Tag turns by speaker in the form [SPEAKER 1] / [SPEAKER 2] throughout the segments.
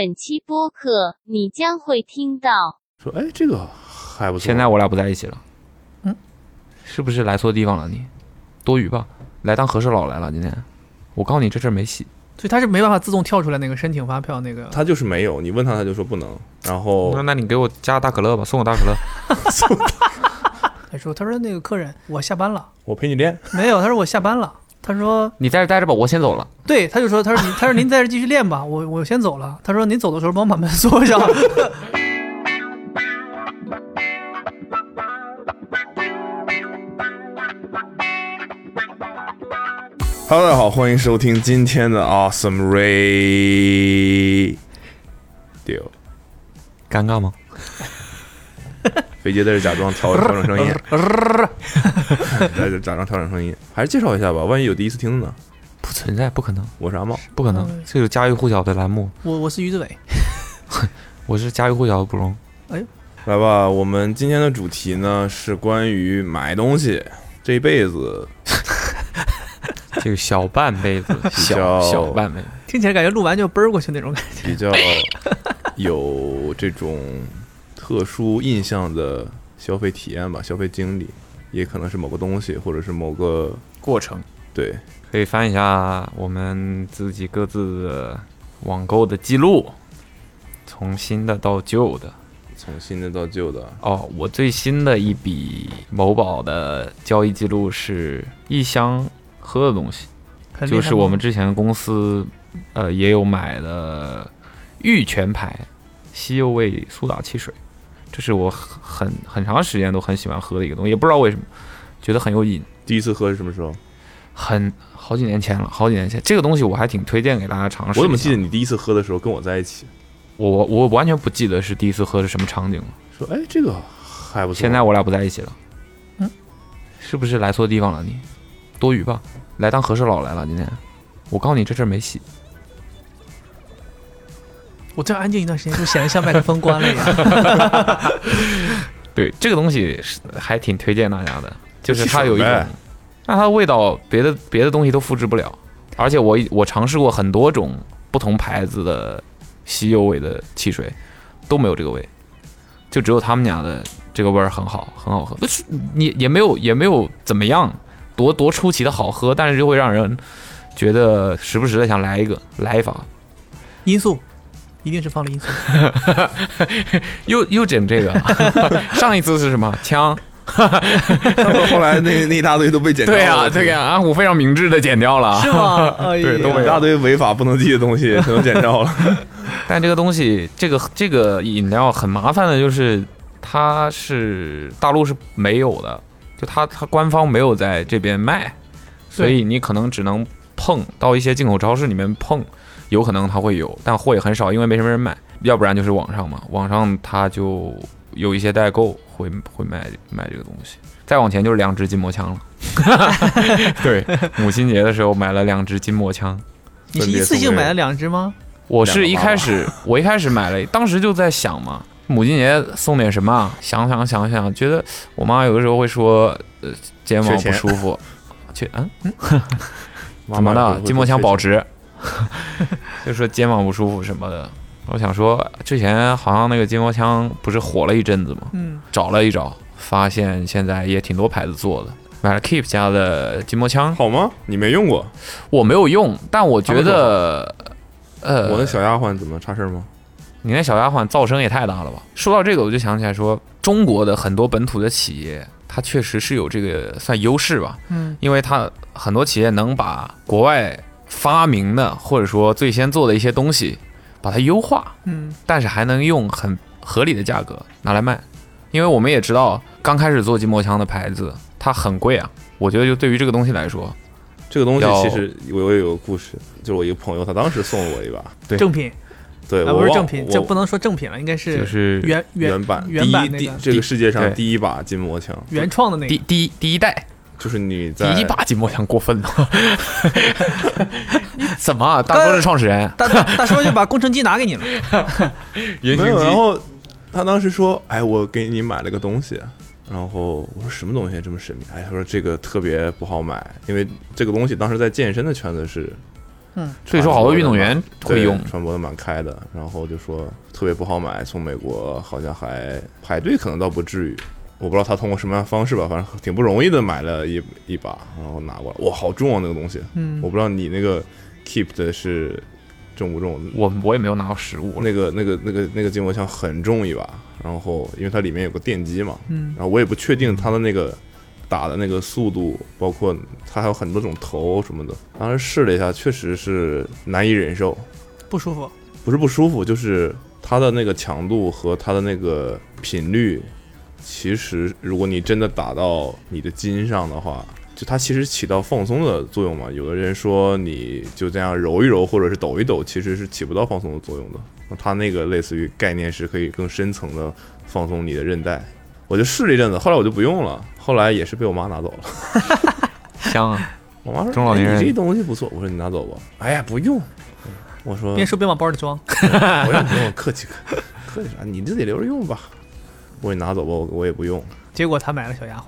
[SPEAKER 1] 本期播客，你将会听到
[SPEAKER 2] 说哎，这个还不错。
[SPEAKER 3] 现在我俩不在一起了，
[SPEAKER 4] 嗯，
[SPEAKER 3] 是不是来错地方了你？多余吧，来当和事佬来了今天。我告诉你，这事儿没戏。
[SPEAKER 4] 所以他是没办法自动跳出来那个申请发票那个。
[SPEAKER 2] 他就是没有，你问他他就说不能，然后
[SPEAKER 3] 我说那你给我加大可乐吧，送我大可乐。
[SPEAKER 4] 他说他说那个客人我下班了，
[SPEAKER 2] 我陪你练。
[SPEAKER 4] 没有，他说我下班了。他说
[SPEAKER 3] 你在这待着吧，我先走了。
[SPEAKER 4] 对，他就说他说 你他说您在这继续练吧，我我先走了。他说您走的时候帮我把门锁上。
[SPEAKER 2] Hello，大家好，欢迎收听今天的 Awesome Radio。哦
[SPEAKER 3] 尴尬吗？
[SPEAKER 2] 肥姐在这假装调调整声音，在这假装调整声音，还是介绍一下吧，万一有第一次听的呢？
[SPEAKER 3] 不存在，不可能，
[SPEAKER 2] 我是阿茂，
[SPEAKER 3] 不可能，
[SPEAKER 4] 嗯
[SPEAKER 3] 这是家喻户晓的栏目。
[SPEAKER 4] 我我是于志伟，
[SPEAKER 3] 我是家喻户晓的不容。
[SPEAKER 2] 来吧，我们今天的主题呢是关于买东西，这一辈子
[SPEAKER 3] 这个小半辈 子，小
[SPEAKER 2] 小
[SPEAKER 3] 小半辈子，
[SPEAKER 4] 听起来感觉录完就奔儿过去那种感觉。
[SPEAKER 2] 比较有这种特殊印象的消费体验吧，消费经历，也可能是某个东西，或者是某个
[SPEAKER 3] 过程
[SPEAKER 2] 对
[SPEAKER 3] 可以翻一下我们自己各自的网购的记录，从新的到旧的。
[SPEAKER 2] 从新的到旧的，
[SPEAKER 3] 哦，我最新的一笔某宝的交易记录是一箱喝的东西，
[SPEAKER 4] 很厉害
[SPEAKER 3] 就
[SPEAKER 4] 吗
[SPEAKER 3] 是我们之前公司呃也有买的玉泉牌西柚味苏打汽水，这是我很很很长时间都很喜欢喝的一个东西，也不知道为什么，觉得很有瘾。
[SPEAKER 2] 第一次喝是什么时候？
[SPEAKER 3] 很好几年前了，好几年前，这个东西我还挺推荐给大家尝试。
[SPEAKER 2] 我怎么记得？你第一次喝的时候跟我在一起？
[SPEAKER 3] 我我完全不记得是第一次喝的什么场景了。
[SPEAKER 2] 说哎，这个还不错。
[SPEAKER 3] 现在我俩不在一起了，
[SPEAKER 4] 嗯，
[SPEAKER 3] 是不是来错地方了你？多余吧，来当和事佬来了今天。我告诉你，这事儿没戏。
[SPEAKER 4] 我这样安静一段时间，就显得像麦克风关了一 样。
[SPEAKER 3] 对，这个东西是还挺推荐大家的，就是它有一
[SPEAKER 2] 就
[SPEAKER 3] 种
[SPEAKER 2] 是爽呗，
[SPEAKER 3] 那它的味道别的别的东西都复制不了。而且我我尝试过很多种不同牌子的西柚味的汽水，都没有这个味，就只有他们家的这个味儿很好，很好喝。不是你也没有也没有怎么样多多出奇的好喝，但是就会让人觉得时不时的想来一个来一发。
[SPEAKER 4] 因素一定是放了因素。
[SPEAKER 3] 又又整这个， 上一次是什么枪？
[SPEAKER 2] 后来那那一大堆都被剪掉了。
[SPEAKER 3] 对啊，这个安虎非常明智的剪掉了啊。
[SPEAKER 4] 是吗？哎呀
[SPEAKER 3] 对都没
[SPEAKER 2] 一大堆违法不能记的东西 全都剪掉了。
[SPEAKER 3] 但这个东西，这个这个饮料很麻烦的，就是它是大陆是没有的，就它它官方没有在这边卖，所以你可能只能碰到一些进口超市里面碰，有可能它会有，但货也很少，因为没什么人买，要不然就是网上嘛，网上它就有一些代购会会卖卖这个东西。再往前就是两支筋膜枪了， 对，母亲节的时候买了两支筋膜枪。
[SPEAKER 4] 你是一次性买了两只吗？
[SPEAKER 3] 我是一开始， 我一开始买了，当时就在想嘛，母亲节送点什么啊？想想想想，觉得我妈有的时候会说，呃，肩膀
[SPEAKER 2] 缺
[SPEAKER 3] 不
[SPEAKER 2] 钱
[SPEAKER 3] 舒服，去嗯嗯，
[SPEAKER 2] 妈
[SPEAKER 3] 怎么
[SPEAKER 2] 妈
[SPEAKER 3] 的？
[SPEAKER 2] 会
[SPEAKER 3] 筋膜枪保值， 就说肩膀不舒服什么的。我想说，之前好像那个筋膜枪不是火了一阵子吗？
[SPEAKER 4] 嗯，
[SPEAKER 3] 找了一找，发现现在也挺多牌子做的。买了 Keep 家的筋膜枪，
[SPEAKER 2] 好吗？你没用过？
[SPEAKER 3] 我没有用，但我觉得，呃，
[SPEAKER 2] 我的小丫鬟怎么差事儿吗？
[SPEAKER 3] 你那小丫鬟噪声也太大了吧！说到这个，我就想起来说，中国的很多本土的企业，它确实是有这个算优势吧，
[SPEAKER 4] 嗯，
[SPEAKER 3] 因为它很多企业能把国外发明的或者说最先做的一些东西，把它优化，
[SPEAKER 4] 嗯，
[SPEAKER 3] 但是还能用很合理的价格拿来卖。因为我们也知道，刚开始做筋膜枪的牌子，它很贵啊。我觉得就对于这个东西来说，
[SPEAKER 2] 这个东西
[SPEAKER 3] 要
[SPEAKER 2] 其实我我也有个故事，就是我一个朋友，他当时送了我一把，
[SPEAKER 3] 对
[SPEAKER 4] 正品
[SPEAKER 2] 对，
[SPEAKER 4] 啊，
[SPEAKER 2] 我
[SPEAKER 4] 不是
[SPEAKER 2] 忘
[SPEAKER 4] 正品，这
[SPEAKER 2] 我
[SPEAKER 4] 不能说正品了，应该是
[SPEAKER 3] 就是
[SPEAKER 4] 原
[SPEAKER 2] 原
[SPEAKER 4] 原
[SPEAKER 2] 版
[SPEAKER 4] 原版那
[SPEAKER 2] 第一
[SPEAKER 4] 个
[SPEAKER 2] 第这个世界上
[SPEAKER 3] 对
[SPEAKER 2] 第一把筋膜枪，
[SPEAKER 4] 原创的那
[SPEAKER 3] 第
[SPEAKER 4] 个。
[SPEAKER 3] 第一第一代
[SPEAKER 2] 就是你在
[SPEAKER 3] 第一把筋膜枪过分了， 你怎么啊？大叔是创始人，
[SPEAKER 4] 大大大叔就把工程机拿给你了，
[SPEAKER 3] 原
[SPEAKER 2] 没有，然后他当时说：“哎，我给你买了个东西。”然后我说：“什么东西这么神秘？”哎，他说：“这个特别不好买，因为这个东西当时在健身的圈子是
[SPEAKER 4] 嗯，
[SPEAKER 3] 所以说好多运动员会
[SPEAKER 2] 对
[SPEAKER 3] 用，
[SPEAKER 2] 船舶的蛮开的，然后就说特别不好买，从美国好像还排队，可能倒不至于。我不知道他通过什么样的方式吧，反正挺不容易的买了一一把，然后拿过来，哇，好重啊那个东西！
[SPEAKER 4] 嗯
[SPEAKER 2] 我不知道你那个 keep 的是重不重，
[SPEAKER 3] 我我也没有拿到实 物了。
[SPEAKER 2] 那个那个那个那个筋膜枪很重一把，然后因为它里面有个电机嘛，
[SPEAKER 4] 嗯
[SPEAKER 2] 然后我也不确定它的那个打的那个速度，包括它还有很多种头什么的。当时试了一下，确实是难以忍受，
[SPEAKER 4] 不舒服，
[SPEAKER 2] 不是不舒服，就是它的那个强度和它的那个频率，其实如果你真的打到你的筋上的话，就它其实起到放松的作用嘛。有的人说你就这样揉一揉或者是抖一抖，其实是起不到放松的作用的。那它那个类似于概念是可以更深层的放松你的韧带。我就试了一阵子，后来我就不用了，后来也是被我妈拿走了。
[SPEAKER 3] 香啊！
[SPEAKER 2] 我妈说：“
[SPEAKER 3] 中老年人
[SPEAKER 2] 哎你这东西不错。”我说：“你拿走吧。”哎呀，不用。我说：“
[SPEAKER 4] 边说边往包里装。
[SPEAKER 2] 不用不 用，客气客气客气啥？啊你自己留着用吧。我给你拿走吧，我我也不 用。
[SPEAKER 4] 结果他买了小 丫鬟，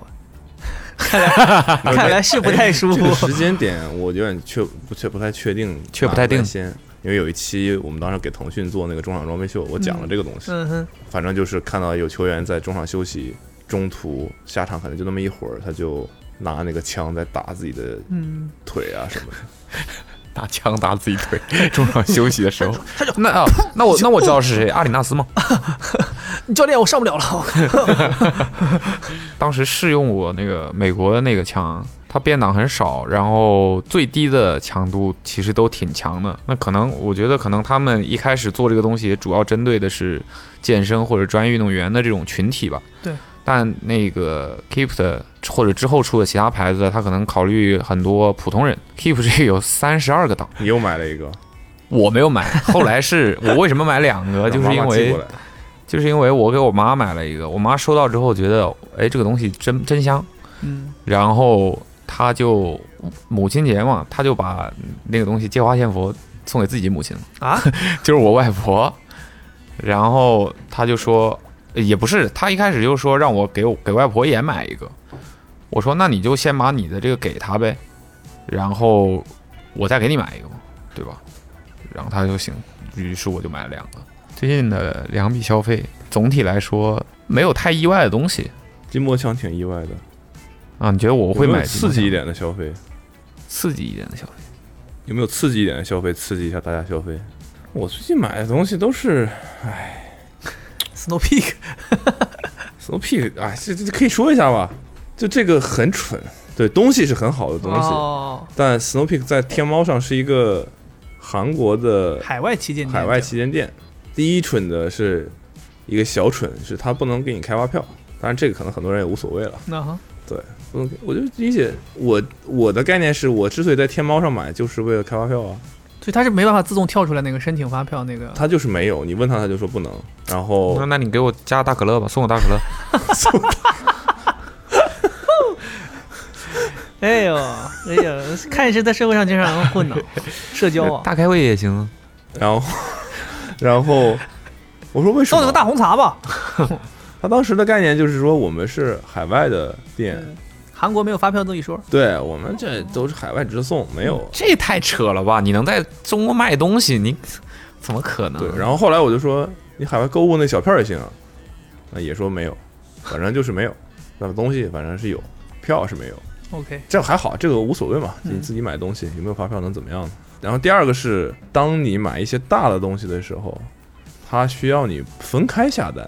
[SPEAKER 4] 看来看来是不太舒
[SPEAKER 2] 这个
[SPEAKER 4] 服。
[SPEAKER 2] 时间点我有点确不确不太确定，
[SPEAKER 3] 确不太定
[SPEAKER 2] 先，因为有一期我们当时给腾讯做那个中场装备秀，我讲了这个东西。
[SPEAKER 4] 嗯哼，
[SPEAKER 2] 反正就是看到有球员在中场休息，中途下场可能就那么一会儿，他就拿那个枪在打自己的
[SPEAKER 4] 嗯，
[SPEAKER 2] 腿啊什么的。
[SPEAKER 3] 打枪打自己腿，中场休息的时 候，那啊，那我那我知道是谁，阿里纳斯嘛。
[SPEAKER 4] 教练，我上不了 了。
[SPEAKER 3] 当时试用我那个美国的那个枪，它变档很少，然后最低的强度其实都挺强的。那可能我觉得，可能他们一开始做这个东西，主要针对的是健身或者专业运动员的这种群体吧。
[SPEAKER 4] 对。
[SPEAKER 3] 但那个 Keep 的或者之后出的其他牌子，它可能考虑很多普通人。Keep 这个有三十二个档，
[SPEAKER 2] 你又买了一个，
[SPEAKER 3] 我没有买。后来是 我为什么买两个，
[SPEAKER 2] 让
[SPEAKER 3] 就是
[SPEAKER 2] 妈
[SPEAKER 3] 因
[SPEAKER 2] 妈寄
[SPEAKER 3] 为
[SPEAKER 2] 过来
[SPEAKER 3] 就是因为我给我妈买了一个，我妈收到之后觉得，哎，这个东西真真香。
[SPEAKER 4] 嗯，
[SPEAKER 3] 然后他就母亲节嘛，他就把那个东西借花献佛送给自己母亲了
[SPEAKER 4] 啊，
[SPEAKER 3] 就是我外婆。然后他就说，也不是，他一开始就说让我给我给外婆也买一个，我说那你就先把你的这个给她呗，然后我再给你买一个嘛，对吧？然后他就行，于是我就买了两个。最近的两笔消费，总体来说没有太意外的东西
[SPEAKER 2] 筋膜枪挺意外的，
[SPEAKER 3] 啊。你觉得我会
[SPEAKER 2] 有没
[SPEAKER 3] 买
[SPEAKER 2] 有刺激一
[SPEAKER 3] 点、
[SPEAKER 2] 点的消费？
[SPEAKER 3] 刺激一点的消费？
[SPEAKER 2] 有没有刺激一点的消费，刺激一下大家消费？我最近买的东西都是
[SPEAKER 4] Snow Peak，
[SPEAKER 2] 什么屁啊，这这这可以说一下吧？就这个很蠢，对，东西是很好的东西，
[SPEAKER 4] 哦，
[SPEAKER 2] 但 Snow Peak 在天猫上是一个韩国的
[SPEAKER 4] 海外旗舰店，
[SPEAKER 2] 海外旗舰店。第一蠢的是一个小蠢，是它不能给你开发票，当然这个可能很多人也无所谓了。
[SPEAKER 4] 那哈，
[SPEAKER 2] 不能给，我就理解我我的概念是我之所以在天猫上买，就是为了开发票啊。
[SPEAKER 4] 所以他是没办法自动跳出来那个申请发票那个。
[SPEAKER 2] 他就是没有，你问他他就说不能，然后
[SPEAKER 3] 我说：“那你给我加大可乐吧，送我大可乐。
[SPEAKER 4] 哎呦，哎呦，看是在社会上经常混 呢，社交啊。
[SPEAKER 3] 大开胃也行。
[SPEAKER 2] 然后， 然后我说为什
[SPEAKER 4] 送你
[SPEAKER 2] 么
[SPEAKER 4] 个？大红茶吧，
[SPEAKER 2] 他当时的概念就是说我们是海外的店，
[SPEAKER 4] 韩国没有发票这一说。
[SPEAKER 2] 对我们这都是海外直送，没有。
[SPEAKER 3] 这太扯了吧！你能在中国卖东西，你怎么可能？
[SPEAKER 2] 对，然后后来我就说你海外购物那小票也行啊，那也说没有，反正就是没有，那东西反正是有，票是没有。
[SPEAKER 4] OK，
[SPEAKER 2] 这还好，这个无所谓嘛，
[SPEAKER 4] 嗯
[SPEAKER 2] 你自己买东西有没有发票能怎么样呢？然后第二个是，当你买一些大的东西的时候，它需要你分开下单。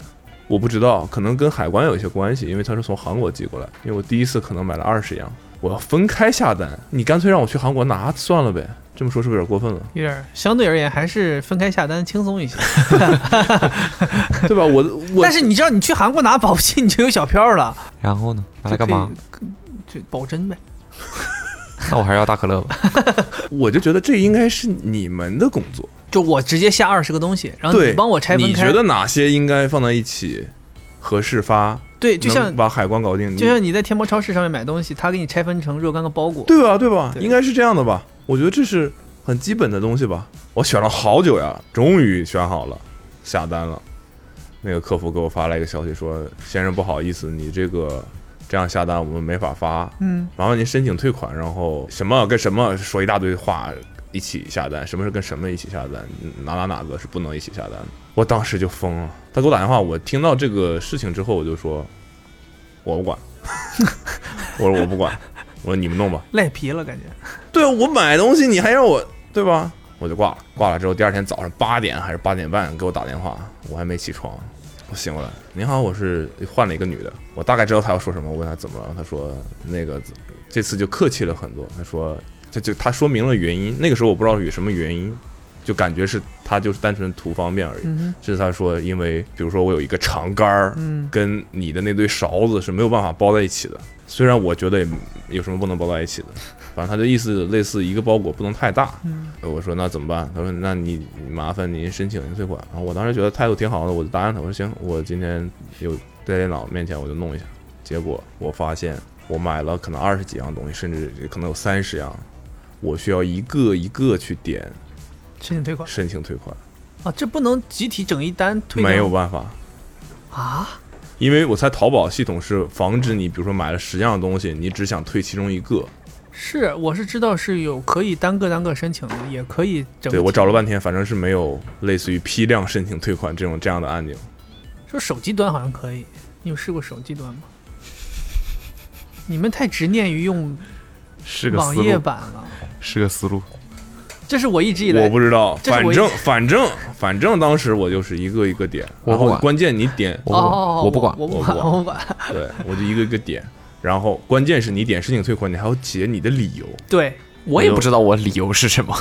[SPEAKER 2] 我不知道，可能跟海关有一些关系，因为它是从韩国寄过来。因为我第一次可能买了二十样，我要分开下单，你干脆让我去韩国拿算了呗。这么说是不是有点过 分了？
[SPEAKER 4] 有点相对而言还是分开下单轻松一些。
[SPEAKER 2] 对吧？我我
[SPEAKER 4] 但是你知道，你去韩国拿保不齐你就有小票了，
[SPEAKER 3] 然后呢？拿来干嘛？
[SPEAKER 4] 就可以？就保真呗。
[SPEAKER 3] 那我还是要大可乐吧。
[SPEAKER 2] 我就觉得这应该是你们的工作，
[SPEAKER 4] 就我直接下二十个东西，然后
[SPEAKER 2] 对，
[SPEAKER 4] 啊你帮我拆分
[SPEAKER 2] 你
[SPEAKER 4] 开。
[SPEAKER 2] 觉得哪些应该放在一起合适发？
[SPEAKER 4] 对，就像
[SPEAKER 2] 能把海关搞定，你
[SPEAKER 4] 就像你在天猫超市上面买东西，它给你拆分成若干个包裹。
[SPEAKER 2] 对吧？对吧？
[SPEAKER 4] 对
[SPEAKER 2] 应该是这样的吧？我觉得这是很基本的东西吧。我选了好久呀，终于选好了，下单了。那个客服给我发来一个消息说：“先生，不好意思，你这个这样下单我们没法发，
[SPEAKER 4] 嗯，
[SPEAKER 2] 麻烦您申请退款。”然后什么跟什么说一大堆话，一起下单，什么是跟什么一起下单，哪哪哪个是不能一起下单的。我当时就疯了，他给我打电话，我听到这个事情之后，我就说，我不管， 我说我不管，我说你们弄吧。
[SPEAKER 4] 赖皮了感觉。
[SPEAKER 2] 对啊，我买东西你还让我对吧？我就挂了，挂了之后第二天早上八点还是八点半给我打电话，我还没起床，我醒过来，您好，我是换了一个女的，我大概知道她要说什么，我问她怎么了，她说那个这次就客气了很多，她说她就她说明了原因，那个时候我不知道有什么原因，就感觉是她就是单纯图方便而已，
[SPEAKER 4] 嗯
[SPEAKER 2] 是她说因为比如说我有一个长杆儿，
[SPEAKER 4] 嗯
[SPEAKER 2] 跟你的那堆勺子是没有办法包在一起的。虽然我觉得也有什么不能包在一起的，反正他的意思类似一个包裹不能太大。呃
[SPEAKER 4] 嗯
[SPEAKER 2] 我说那怎么办？他说那你你麻烦您申请一退款。然后我当时觉得态度挺好的，我就答应他，我说行，我今天有在电脑面前我就弄一下。结果我发现我买了可能二十几样东西，甚至可能有三十样，我需要一个一个去点
[SPEAKER 4] 申请退款
[SPEAKER 2] 申请退款，
[SPEAKER 4] 啊，这不能集体整一单退掉
[SPEAKER 2] 没有办法。
[SPEAKER 4] 啊？
[SPEAKER 2] 因为我猜淘宝系统是防止你，比如说买了十样东西，你只想退其中一个。
[SPEAKER 4] 是，我是知道是有可以单个单个申请的，也可以整。
[SPEAKER 2] 对我找了半天，反正是没有类似于批量申请退款这种这样的按钮。
[SPEAKER 4] 说手机端好像可以，你有试过手机端吗？你们太执念于用
[SPEAKER 3] 是个
[SPEAKER 4] 网
[SPEAKER 3] 思
[SPEAKER 4] 页
[SPEAKER 3] 路，
[SPEAKER 4] 版了，
[SPEAKER 3] 是个思路。
[SPEAKER 4] 这是我一直以
[SPEAKER 2] 我
[SPEAKER 4] 来
[SPEAKER 2] 不知道，
[SPEAKER 4] 这是
[SPEAKER 2] 反
[SPEAKER 4] 我一
[SPEAKER 2] 正反正反正当时我就是一个一个点，
[SPEAKER 3] 我
[SPEAKER 2] 然
[SPEAKER 3] 不
[SPEAKER 2] 后
[SPEAKER 3] 管
[SPEAKER 2] 关键你点，
[SPEAKER 3] 我不管
[SPEAKER 4] 哦，
[SPEAKER 3] 我不管
[SPEAKER 4] 我不
[SPEAKER 2] 我
[SPEAKER 4] 管，
[SPEAKER 2] 不管
[SPEAKER 4] 我不管。
[SPEAKER 2] 对我就一个一个点，然后关键是你点申请退款，你还要写你的理由。
[SPEAKER 4] 对，
[SPEAKER 3] 我也不知道我理由是什么。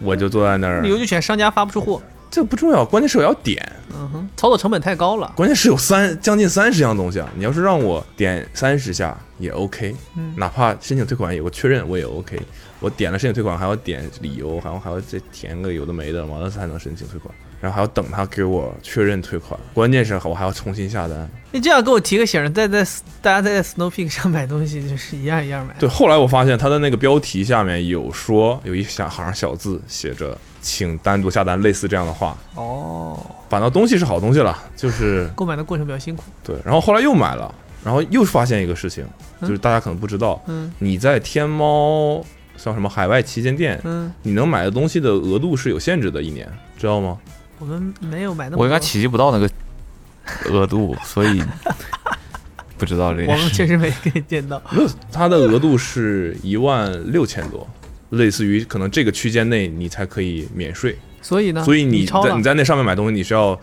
[SPEAKER 2] 我就坐在那儿
[SPEAKER 4] 理，由就选商家发不出货。
[SPEAKER 2] 这不重要，关键是我要点，
[SPEAKER 4] 嗯哼，操作成本太高了。
[SPEAKER 2] 关键是有三将近三十样东西啊！你要是让我点三十下也 OK，、
[SPEAKER 4] 嗯
[SPEAKER 2] 哪怕申请退款有个确认我也 OK。我点了申请退款，还要点理由，还要还要再填个有的没的，完了才能申请退款，然后还要等他给我确认退款。关键是我还要重新下单。
[SPEAKER 4] 你这样给我提个醒儿，再在大家再在 Snow Peak 上买东西，就是一样一样买。
[SPEAKER 2] 对，后来我发现他的那个标题下面有说有一小行小字写着“请单独下单”，类似这样的话。
[SPEAKER 4] 哦，
[SPEAKER 2] 反倒东西是好东西了，就是
[SPEAKER 4] 购买的过程比较辛苦。
[SPEAKER 2] 对。然后后来又买了，然后又发现一个事情，就是大家可能不知道，
[SPEAKER 4] 嗯
[SPEAKER 2] 你在天猫像什么海外旗舰店，
[SPEAKER 4] 嗯，
[SPEAKER 2] 你能买的东西的额度是有限制的，一年知道吗？
[SPEAKER 4] 我们没有买那么 多。
[SPEAKER 3] 我应该企及不到那个额度，所以不知道这
[SPEAKER 4] 我
[SPEAKER 3] 件
[SPEAKER 4] 们
[SPEAKER 3] 事。
[SPEAKER 4] 确实没给见 到。
[SPEAKER 2] 它的额度是一万六千多，类似于可能这个区间内你才可以免税，
[SPEAKER 4] 所以呢，
[SPEAKER 2] 所以你
[SPEAKER 4] 超
[SPEAKER 2] 在
[SPEAKER 4] 啊了
[SPEAKER 2] 你在那上面买东西，你是要。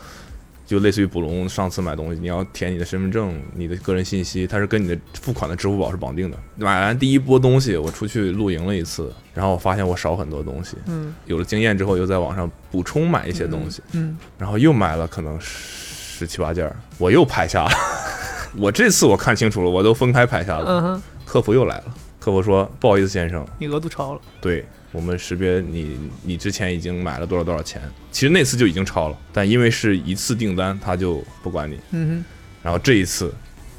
[SPEAKER 2] 就类似于捕龙上次买东西，你要填你的身份证、你的个人信息，它是跟你的付款的支付宝是绑定的。买完第一波东西，我出去露营了一次，然后我发现我少很多东西，
[SPEAKER 4] 嗯
[SPEAKER 2] 有了经验之后，又在网上补充买一些东西，
[SPEAKER 4] 嗯，
[SPEAKER 2] 然后又买了可能十七八件儿，我又拍下了。 我这次我看清楚了，我都分开拍下了。
[SPEAKER 4] 嗯哼，
[SPEAKER 2] 客服又来了，客服说：“不好意思，先生，
[SPEAKER 4] 你额度超了。
[SPEAKER 2] 对我们识别你，你之前已经买了多少多少钱。其实那次就已经超了，但因为是一次订单，他就不管你。
[SPEAKER 4] 嗯
[SPEAKER 2] 然后这一次，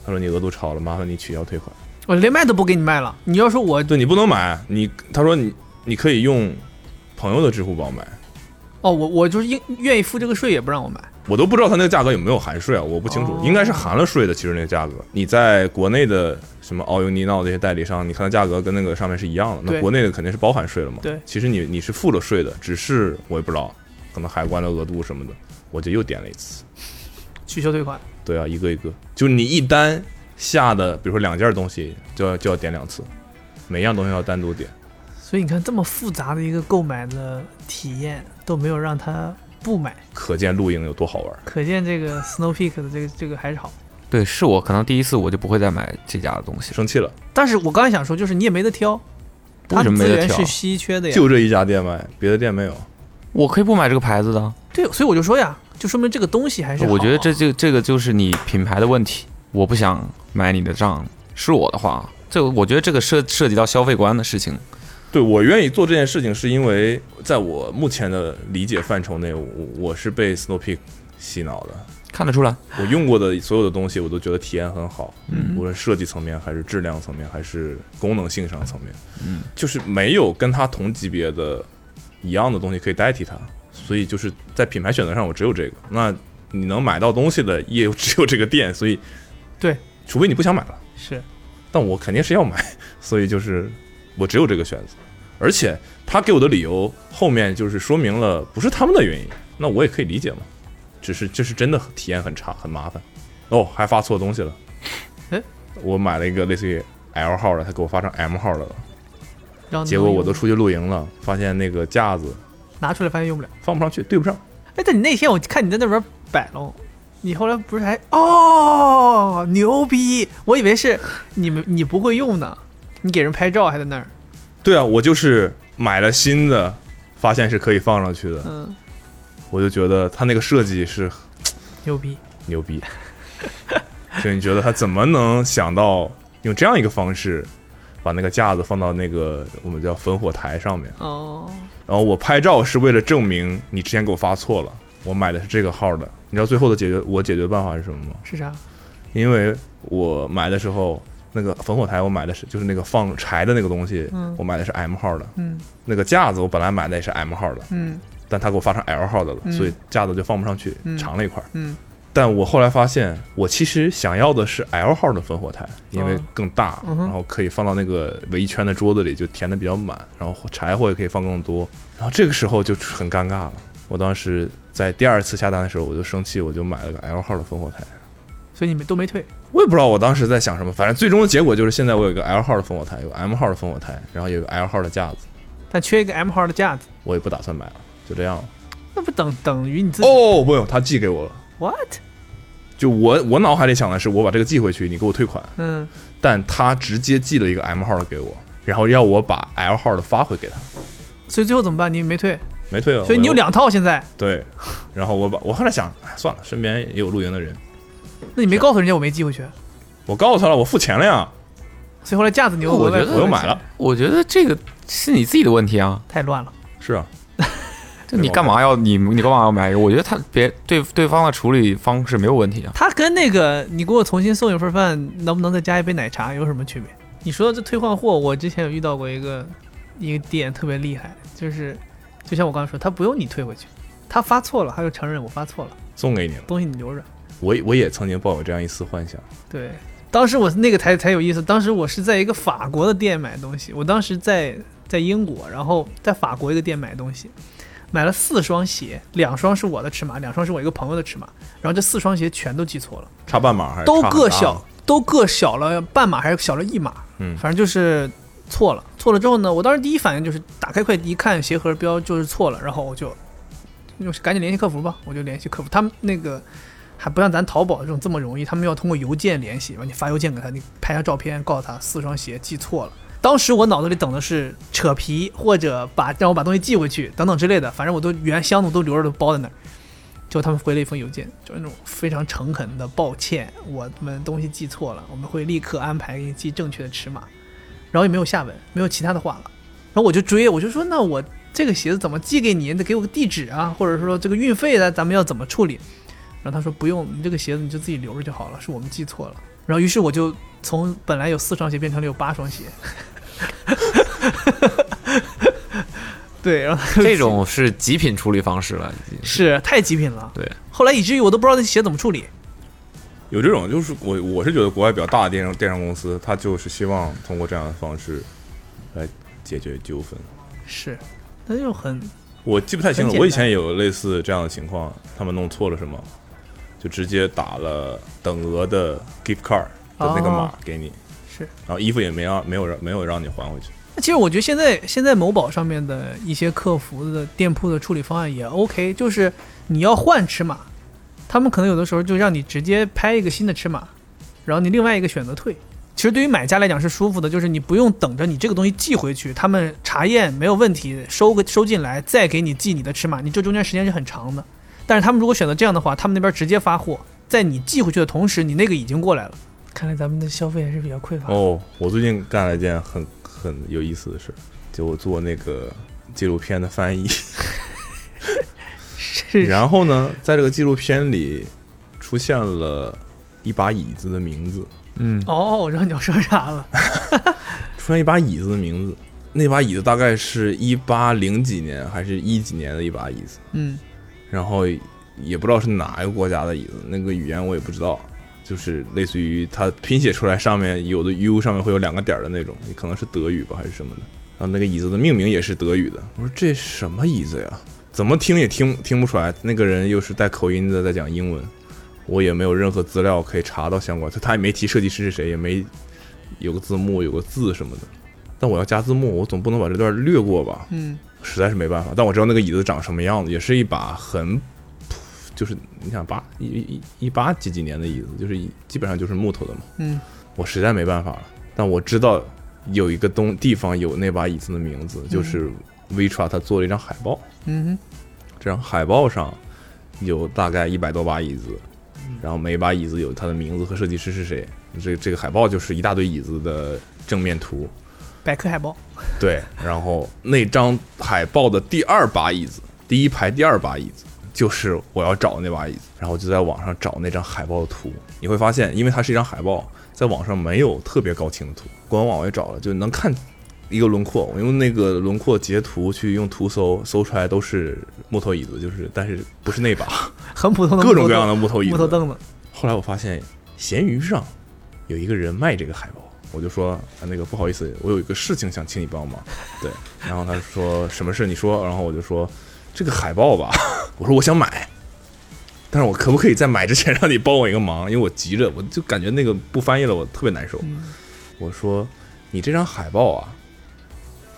[SPEAKER 2] 他说你额度超了，麻烦你取消退款。
[SPEAKER 4] 哼，我连卖都不给你卖了。你要说我
[SPEAKER 2] 对你不能买，啊你他说你你可以用朋友的支付宝买。”
[SPEAKER 4] 哦，我我就是愿愿意付这个税，也不让我买。
[SPEAKER 2] 我都不知道它那个价格有没有含税啊，我不清楚
[SPEAKER 4] 哦，
[SPEAKER 2] 应该是含了税的。其实那个价格，你在国内的什么奥优尼闹这些代理商，你看它价格跟那个上面是一样的，那
[SPEAKER 4] 对
[SPEAKER 2] 国内的肯定是包含税了嘛。
[SPEAKER 4] 对
[SPEAKER 2] 其实你你是付了税的，只是我也不知道，可能海关的额度什么的，我就又点了一次。
[SPEAKER 4] 取消退款。
[SPEAKER 2] 对啊，一个一个，就你一单下的，比如说两件东西，就要就要点两次，每样东西要单独点。
[SPEAKER 4] 所以你看，这么复杂的一个购买的体验都没有让他不买，
[SPEAKER 2] 可见露营有多好玩。
[SPEAKER 4] 可见这个 Snow Peak 的这个这个还是好。
[SPEAKER 3] 对，是我可能第一次我就不会再买这家的东西了。
[SPEAKER 2] 生气了，
[SPEAKER 4] 但是我刚才想说，就是你也没得挑，
[SPEAKER 3] 为
[SPEAKER 4] 它
[SPEAKER 3] 什
[SPEAKER 4] 的
[SPEAKER 3] 么没
[SPEAKER 4] 资
[SPEAKER 3] 得
[SPEAKER 4] 源
[SPEAKER 3] 挑
[SPEAKER 4] 是？稀缺的呀。
[SPEAKER 2] 就这一家店卖，别的店没有。
[SPEAKER 3] 我可以不买这个牌子的。
[SPEAKER 4] 对，所以我就说呀，就说明这个东西还是好
[SPEAKER 3] 我觉得这就这个就是你品牌的问题。我不想买你的账，是我的话，这我觉得这个涉涉及到消费观的事情。
[SPEAKER 2] 对我愿意做这件事情，是因为在我目前的理解范畴内，我我是被 Snow Peak 洗脑的。
[SPEAKER 3] 看得出来，
[SPEAKER 2] 我用过的所有的东西，我都觉得体验很好，嗯，无论设计层面，还是质量层面，还是功能性上层面，嗯，就是没有跟它同级别的一样的东西可以代替它，所以就是在品牌选择上，我只有这个。那你能买到东西的也只有这个店，所以
[SPEAKER 4] 对，
[SPEAKER 2] 除非你不想买了。
[SPEAKER 4] 是
[SPEAKER 2] 但我肯定是要买，所以就是我只有这个选择。而且他给我的理由后面就是说明了不是他们的原因，那我也可以理解嘛。只是这是真的体验很差，很麻烦。哦，还发错东西了。
[SPEAKER 4] 哎，
[SPEAKER 2] 我买了一个类似于 L 号的，他给我发成 M 号的了。
[SPEAKER 4] 然后
[SPEAKER 2] 结果我都
[SPEAKER 4] 都
[SPEAKER 2] 出去露营了，发现那个架子
[SPEAKER 4] 拿出来发现用不了。
[SPEAKER 2] 放不上去，对不上。
[SPEAKER 4] 哎，但你那天我看你在那边摆弄，你后来不是还哦牛逼？我以为是你们你不会用呢，你给人拍照还在那儿，
[SPEAKER 2] 对啊，我就是买了新的，发现是可以放上去的，
[SPEAKER 4] 嗯，
[SPEAKER 2] 我就觉得它那个设计是
[SPEAKER 4] 牛逼。
[SPEAKER 2] 牛逼。所以你觉得他怎么能想到用这样一个方式，把那个架子放到那个我们叫烽火台上面？
[SPEAKER 4] 哦，
[SPEAKER 2] 然后我拍照是为了证明你之前给我发错了，我买的是这个号的。你知道最后的解决我解决办法是什么吗？
[SPEAKER 4] 是啥？
[SPEAKER 2] 因为我买的时候那个烽火台我买的是就是那个放柴的那个东西，
[SPEAKER 4] 嗯
[SPEAKER 2] 我买的是 M 号的。
[SPEAKER 4] 嗯
[SPEAKER 2] 那个架子我本来买的也是 M 号的，
[SPEAKER 4] 嗯
[SPEAKER 2] 但他给我发成 L 号的了，
[SPEAKER 4] 嗯
[SPEAKER 2] 所以架子就放不上去，
[SPEAKER 4] 嗯
[SPEAKER 2] 长了一块儿。
[SPEAKER 4] 嗯，
[SPEAKER 2] 但我后来发现，我其实想要的是 L 号的烽火台，因为
[SPEAKER 4] 哦
[SPEAKER 2] 更大，
[SPEAKER 4] 嗯哼
[SPEAKER 2] 然后可以放到那个围一圈的桌子里，就填的比较满，然后柴火也可以放更多。然后这个时候就很尴尬了。我当时在第二次下单的时候，我就生气，我就买了个 L 号的烽火台。
[SPEAKER 4] 所以你们都没退。
[SPEAKER 2] 我也不知道我当时在想什么，反正最终的结果就是现在我有一个 L 号的烽火台，有个 M 号的烽火台，然后有个 L 号的架子，
[SPEAKER 4] 但缺一个 M 号的架子，
[SPEAKER 2] 我也不打算买了，就这样了。
[SPEAKER 4] 那不等等于你自己、
[SPEAKER 2] 哦，不用，他寄给我了。
[SPEAKER 4] what？
[SPEAKER 2] 就我我脑海里想的是，我把这个寄回去，你给我退款。
[SPEAKER 4] 嗯，
[SPEAKER 2] 但他直接寄了一个 M 号的给我，然后要我把 L 号的发回给他，
[SPEAKER 4] 所以最后怎么办？你没退，
[SPEAKER 2] 没退
[SPEAKER 3] 呃
[SPEAKER 2] 啊。
[SPEAKER 4] 所以你有
[SPEAKER 2] 我
[SPEAKER 4] 两套现在，
[SPEAKER 2] 对，然后我把我后来想，哎，算了，身边也有露营的人，
[SPEAKER 4] 那你没告诉人家我没寄回去，
[SPEAKER 2] 我告诉他了，我付钱了呀，
[SPEAKER 4] 所以后来架子你又
[SPEAKER 3] 我
[SPEAKER 4] 额外
[SPEAKER 3] 觉得
[SPEAKER 2] 我
[SPEAKER 4] 付
[SPEAKER 2] 又
[SPEAKER 4] 钱
[SPEAKER 2] 买了，
[SPEAKER 3] 我觉得这个是你自己的问题啊，
[SPEAKER 4] 太乱了。
[SPEAKER 2] 是啊，
[SPEAKER 3] 就你干嘛要你你干嘛要买一个？我觉得他别对对方的处理方式没有问题 啊。
[SPEAKER 4] 它跟那个你给我重新送一份饭，能不能再加一杯奶茶有什么区别？你说的这退换货，我之前有遇到过一个一个店特别厉害，就是就像我刚才说，他不用你退回去，他发错了，他就承认我发错了，
[SPEAKER 2] 送给你了。
[SPEAKER 4] 东西你留着。
[SPEAKER 2] 我我也曾经抱有这样一丝幻想，
[SPEAKER 4] 对，当时我那个才才有意思。当时我是在一个法国的店买东西，我当时在在英国，然后在法国一个店买东西，买了四双鞋，两双是我的尺码，两双是我一个朋友的尺码，然后这四双鞋全都记错了，
[SPEAKER 2] 差半码还是
[SPEAKER 4] 都
[SPEAKER 2] 差很
[SPEAKER 4] 各
[SPEAKER 2] 大
[SPEAKER 4] 小都各小了半码还是小了一码，
[SPEAKER 2] 啊嗯
[SPEAKER 4] 反正就是错了。错了之后呢，我当时第一反应就是打开快递一看鞋盒标就是错了，然后我就就是赶紧联系客服吧，我就联系客服，他们那个还不像咱淘宝这种这么容易，他们要通过邮件联系，完你发邮件给他，你拍下照片，告诉他四双鞋寄错了。当时我脑子里等的是扯皮，或者把让我把东西寄回去等等之类的，反正我都原箱子都留着，都包在那儿。结果他们回了一封邮件，就是那种非常诚恳的抱歉，我们东西寄错了，我们会立刻安排给你寄正确的尺码，然后也没有下文，没有其他的话了。然后我就追，我就说那我这个鞋子怎么寄给你？你得给我个地址啊，或者说这个运费呢，咱们要怎么处理？然后他说不用，你这个鞋子你就自己留着就好了，是我们记错了。然后于是我就从本来有四双鞋变成了有八双鞋。对，然后他就
[SPEAKER 3] 这种是极品处理方式了，已经
[SPEAKER 4] 是太极品了。
[SPEAKER 3] 对，
[SPEAKER 4] 后来以至于我都不知道那鞋怎么处理。
[SPEAKER 2] 有这种，就是我我是觉得国外比较大的电商电商公司，他就是希望通过这样的方式来解决纠纷。
[SPEAKER 4] 是，那就很
[SPEAKER 2] 我记不太清
[SPEAKER 4] 很
[SPEAKER 2] 了，
[SPEAKER 4] 简单
[SPEAKER 2] 我以前也有类似这样的情况，他们弄错了什么，就直接打了等额的 gift card 的那个码
[SPEAKER 4] 哦
[SPEAKER 2] 给你，
[SPEAKER 4] 是。
[SPEAKER 2] 然后衣服也没让没有让没有让你还回去。
[SPEAKER 4] 那其实我觉得现在现在某宝上面的一些客服的店铺的处理方案也 OK，就是你要换尺码，他们可能有的时候就让你直接拍一个新的尺码，然后你另外一个选择退。其实对于买家来讲是舒服的，就是你不用等着你这个东西寄回去，他们查验没有问题，收个收进来，再给你寄你的尺码，你这中间时间是很长的。但是他们如果选择这样的话，他们那边直接发货，在你寄回去的同时，你那个已经过来了。看来咱们的消费还是比较匮乏的。
[SPEAKER 2] 哦，我最近干了一件很很有意思的事，就我做那个纪录片的翻译，
[SPEAKER 4] 是
[SPEAKER 2] 然后呢，在这个纪录片里出现了一把椅子的名字，
[SPEAKER 3] 嗯，
[SPEAKER 4] 哦，我知道你要说 啥了。
[SPEAKER 2] 出现一把椅子的名字，那把椅子大概是一八零几年还是一几年的一把椅子。
[SPEAKER 4] 嗯，
[SPEAKER 2] 然后也不知道是哪一个国家的椅子，那个语言我也不知道，就是类似于它拼写出来上面有的 U 上面会有两个点儿的那种，可能是德语吧还是什么的。然后那个椅子的命名也是德语的。我说这什么椅子呀？怎么听也听听不出来。那个人又是带口音的，在讲英文，我也没有任何资料可以查到相关。他他也没提设计师是谁，也没有个字幕，有个字什么的。但我要加字幕，我总不能把这段略过吧？
[SPEAKER 4] 嗯，
[SPEAKER 2] 实在是没办法。但我知道那个椅子长什么样子，也是一把很普，就是你想八一一一八几几年的椅子，就是一基本上就是木头的嘛。
[SPEAKER 4] 嗯，
[SPEAKER 2] 我实在没办法了。但我知道有一个东地方有那把椅子的名字，就是 Vitra 他做了一张海报，
[SPEAKER 4] 嗯
[SPEAKER 2] 这张海报上有大概一百多把椅子，
[SPEAKER 4] 嗯
[SPEAKER 2] 然后每把椅子有它的名字和设计师是谁。这这个海报就是一大堆椅子的正面图，
[SPEAKER 4] 哼，百科海报，
[SPEAKER 2] 对，然后那张海报的第二把椅子，第一排第二把椅子，就是我要找的那把椅子。然后我就在网上找那张海报的图，你会发现，因为它是一张海报，在网上没有特别高清的图，官网我也找了，就能看一个轮廓。我用那个轮廓截图去用图搜，搜出来都是木头椅子，就是但是不是那把，
[SPEAKER 4] 很普通的
[SPEAKER 2] 各种各样的
[SPEAKER 4] 的
[SPEAKER 2] 木头椅子，
[SPEAKER 4] 木头凳子，
[SPEAKER 2] 后来我发现闲鱼上有一个人卖这个海报，我就说啊那个不好意思，我有一个事情想请你帮忙。 对，然后他说什么事你说，然后我就说这个海报吧， 我说我想买，但是我可不可以在买之前让你帮我一个忙？因为我急着，我就感觉那个不翻译了，我特别难受。我说你这张海报啊，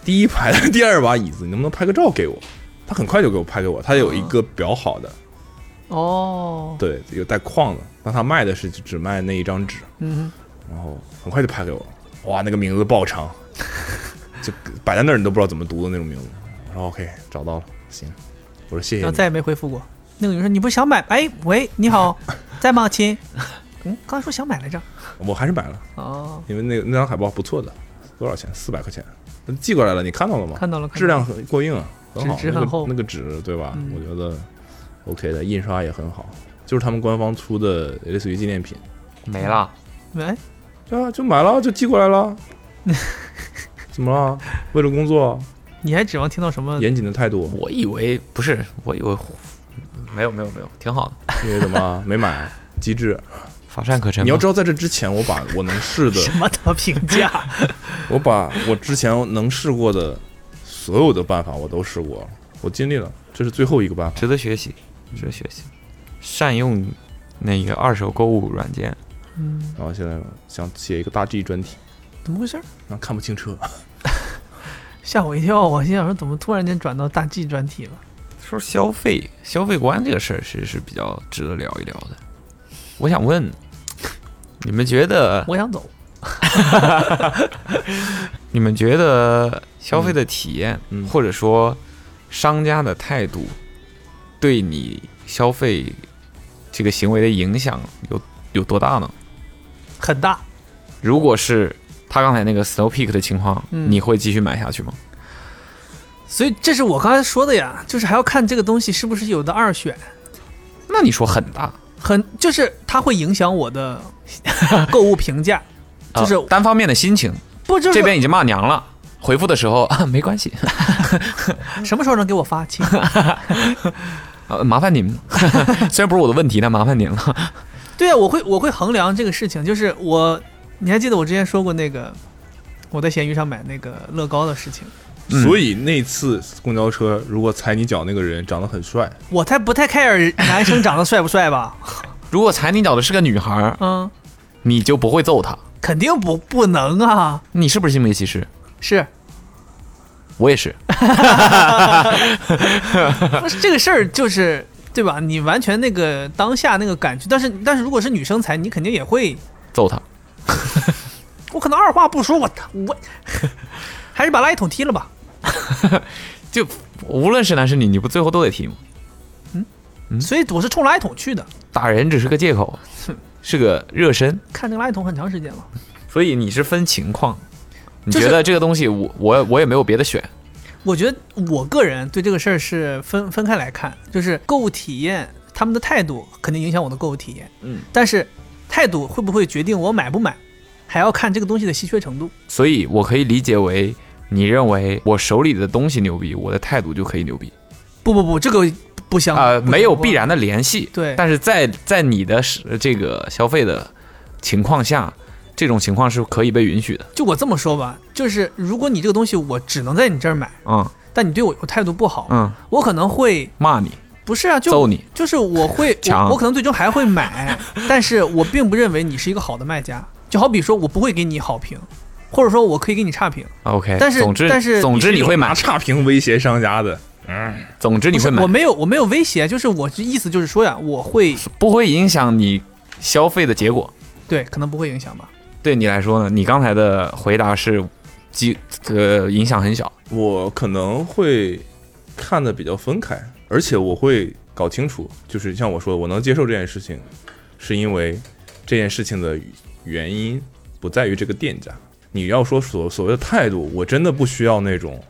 [SPEAKER 2] 第一排的第二把椅子，你能不能拍个照给我？他很快就给我拍给我，他有一个裱好的，
[SPEAKER 4] 哦，
[SPEAKER 2] 对，有带框的。那他卖的是只只卖那一张纸，
[SPEAKER 4] 嗯
[SPEAKER 2] 然后很快就拍给我了。哇，那个名字爆长， 就摆在那儿你都不知道怎么读的那种名字。我说 OK，找到了，行。我说谢
[SPEAKER 4] 哼，
[SPEAKER 2] 谢
[SPEAKER 4] 然后
[SPEAKER 2] 你。
[SPEAKER 4] 再也没回复过。那个女生，你不是想买？哎，喂，你好，在吗，亲？嗯，刚才说想买来着。
[SPEAKER 2] 我还是买了，
[SPEAKER 4] 哦，
[SPEAKER 2] 因为那那张海报不错的，多少钱？四百块钱，那寄过来了，你看到了吗？
[SPEAKER 4] 看到了，看到了
[SPEAKER 2] 质量很过硬啊，很好，
[SPEAKER 4] 纸质
[SPEAKER 2] 那
[SPEAKER 4] 很
[SPEAKER 2] 个
[SPEAKER 4] 厚
[SPEAKER 2] 那个纸对吧？
[SPEAKER 4] 嗯
[SPEAKER 2] 我觉得 OK 的，印刷也很好，就是他们官方出的类似于纪念品。
[SPEAKER 3] 没了。
[SPEAKER 4] 喂，
[SPEAKER 2] 对啊，就买了，就寄过来 了。怎么了？为了工作，
[SPEAKER 4] 你还指望听到什
[SPEAKER 3] 嗯
[SPEAKER 4] 么？
[SPEAKER 2] 严谨的态 度，
[SPEAKER 3] 我以为不是，我以为没有没有没有，挺好的，
[SPEAKER 2] 因为怎么没买？机智。
[SPEAKER 3] 乏善可陈嘛。
[SPEAKER 2] 你要知道，在这之前，我把我能试的，
[SPEAKER 4] 什么的评价？
[SPEAKER 2] 我把我之前能试过的所有的办法我都试过了，我尽力了，这是最后一个办法。
[SPEAKER 3] 值得学习，值得学习，善用那个二手购物软件。
[SPEAKER 4] 嗯，
[SPEAKER 2] 然后现在想写一个大 G 专题，
[SPEAKER 4] 怎么回事儿？
[SPEAKER 2] 然后看不清车，
[SPEAKER 4] 吓我一跳！我心想说，怎么突然间转到大 G 专 题了？
[SPEAKER 3] 说消费消费观这个事儿是是比较值得聊一聊的。我想问，你们觉得
[SPEAKER 4] 我想走。
[SPEAKER 3] 你们觉得消费的体验，
[SPEAKER 2] 嗯嗯
[SPEAKER 3] 或者说商家的态度，对你消费这个行为的影响有有多大呢？
[SPEAKER 4] 很大，
[SPEAKER 3] 如果是他刚才那个 Snow Peak 的情况，
[SPEAKER 4] 嗯
[SPEAKER 3] 你会继续买下去吗？
[SPEAKER 4] 所以这是我刚才说的呀，就是还要看这个东西是不是有的二选，
[SPEAKER 3] 那你说很大，
[SPEAKER 4] 很就是它会影响 我的购物评价，就是、
[SPEAKER 3] 啊单方面的心情。
[SPEAKER 4] 不就是
[SPEAKER 3] 这边已经骂娘了，回复的时候啊，没关系，
[SPEAKER 4] 什么时候能给我发亲？
[SPEAKER 3] 啊麻烦您了。 虽然不是我的问题，但麻烦您了。
[SPEAKER 4] 对啊，我会我会衡量这个事情，就是我你还记得我之前说过那个我在闲鱼上买那个乐高的事情，
[SPEAKER 3] 嗯
[SPEAKER 2] 所以那次公交车如果踩你脚那个人长得很帅，
[SPEAKER 4] 我才不太 care 男生长得帅不 帅吧，
[SPEAKER 3] 如果踩你脚的是个女孩儿，
[SPEAKER 4] 嗯，
[SPEAKER 3] 你就不会揍她，
[SPEAKER 4] 肯定不不能啊，
[SPEAKER 3] 你是不是性别歧视？
[SPEAKER 4] 是
[SPEAKER 3] 我也是，
[SPEAKER 4] 不是这个事儿就是对吧？你完全那个当下那个感觉，但是但是如果是女生才，你肯定也会。
[SPEAKER 3] 揍她。
[SPEAKER 4] 我可能二话不说，我 我还是把垃圾桶踢了吧。
[SPEAKER 3] 就无论是男是女，你不最后都得踢吗？嗯
[SPEAKER 4] 所以我是冲垃圾桶去的，
[SPEAKER 3] 打人只是个借口， 是个热身。
[SPEAKER 4] 看这个垃圾桶很长时间了。
[SPEAKER 3] 所以你是分情况，你
[SPEAKER 4] 就是
[SPEAKER 3] 觉得这个东西我我我也没有别的选，
[SPEAKER 4] 我觉得我个人对这个事儿是分分开来看，就是购物体验，他们的态度肯定影响我的购物体验。
[SPEAKER 3] 嗯，
[SPEAKER 4] 但是态度会不会决定我买不买，还要看这个东西的稀缺程度。
[SPEAKER 3] 所以我可以理解为你认为我手里的东西牛逼，我的态度就可以牛逼。
[SPEAKER 4] 不不不，这个不相
[SPEAKER 3] 呃，
[SPEAKER 4] 不
[SPEAKER 3] 没有
[SPEAKER 4] 相关
[SPEAKER 3] 必然的联系。
[SPEAKER 4] 对
[SPEAKER 3] 但是在在你的是这个消费的情况下，这种情况是可以被允许的。
[SPEAKER 4] 就我这么说吧，就是如果你这个东西我只能在你这儿买，
[SPEAKER 3] 嗯
[SPEAKER 4] 但你对我有态度不好，
[SPEAKER 3] 嗯，
[SPEAKER 4] 我可能会
[SPEAKER 3] 骂你，
[SPEAKER 4] 不是啊，就
[SPEAKER 3] 揍你
[SPEAKER 4] 就是我 会
[SPEAKER 3] 抢
[SPEAKER 4] 我我可能最终还会 买，但是我并不认为你是一个好的卖家。就好比说我不会给你好评，或者说我可以给你差评，
[SPEAKER 3] OK，
[SPEAKER 4] 但是
[SPEAKER 3] 总之
[SPEAKER 4] 但是
[SPEAKER 3] 总之你会买
[SPEAKER 2] 拿，差评威胁商家的，
[SPEAKER 3] 总之你
[SPEAKER 4] 不是
[SPEAKER 3] 会买
[SPEAKER 4] 我，没有我没有威胁，啊就是我的意思就是说呀，我会
[SPEAKER 3] 不会影响你消费的结果。
[SPEAKER 4] 对可能不会影响吧。
[SPEAKER 3] 对你来说呢？你刚才的回答是，几呃影响很小。
[SPEAKER 2] 我可能会看的比较分开，而且我会搞清楚，就是像我说的，我能接受这件事情，是因为这件事情的原因不在于这个店家。你要说所所谓的态度，我真的不需要那种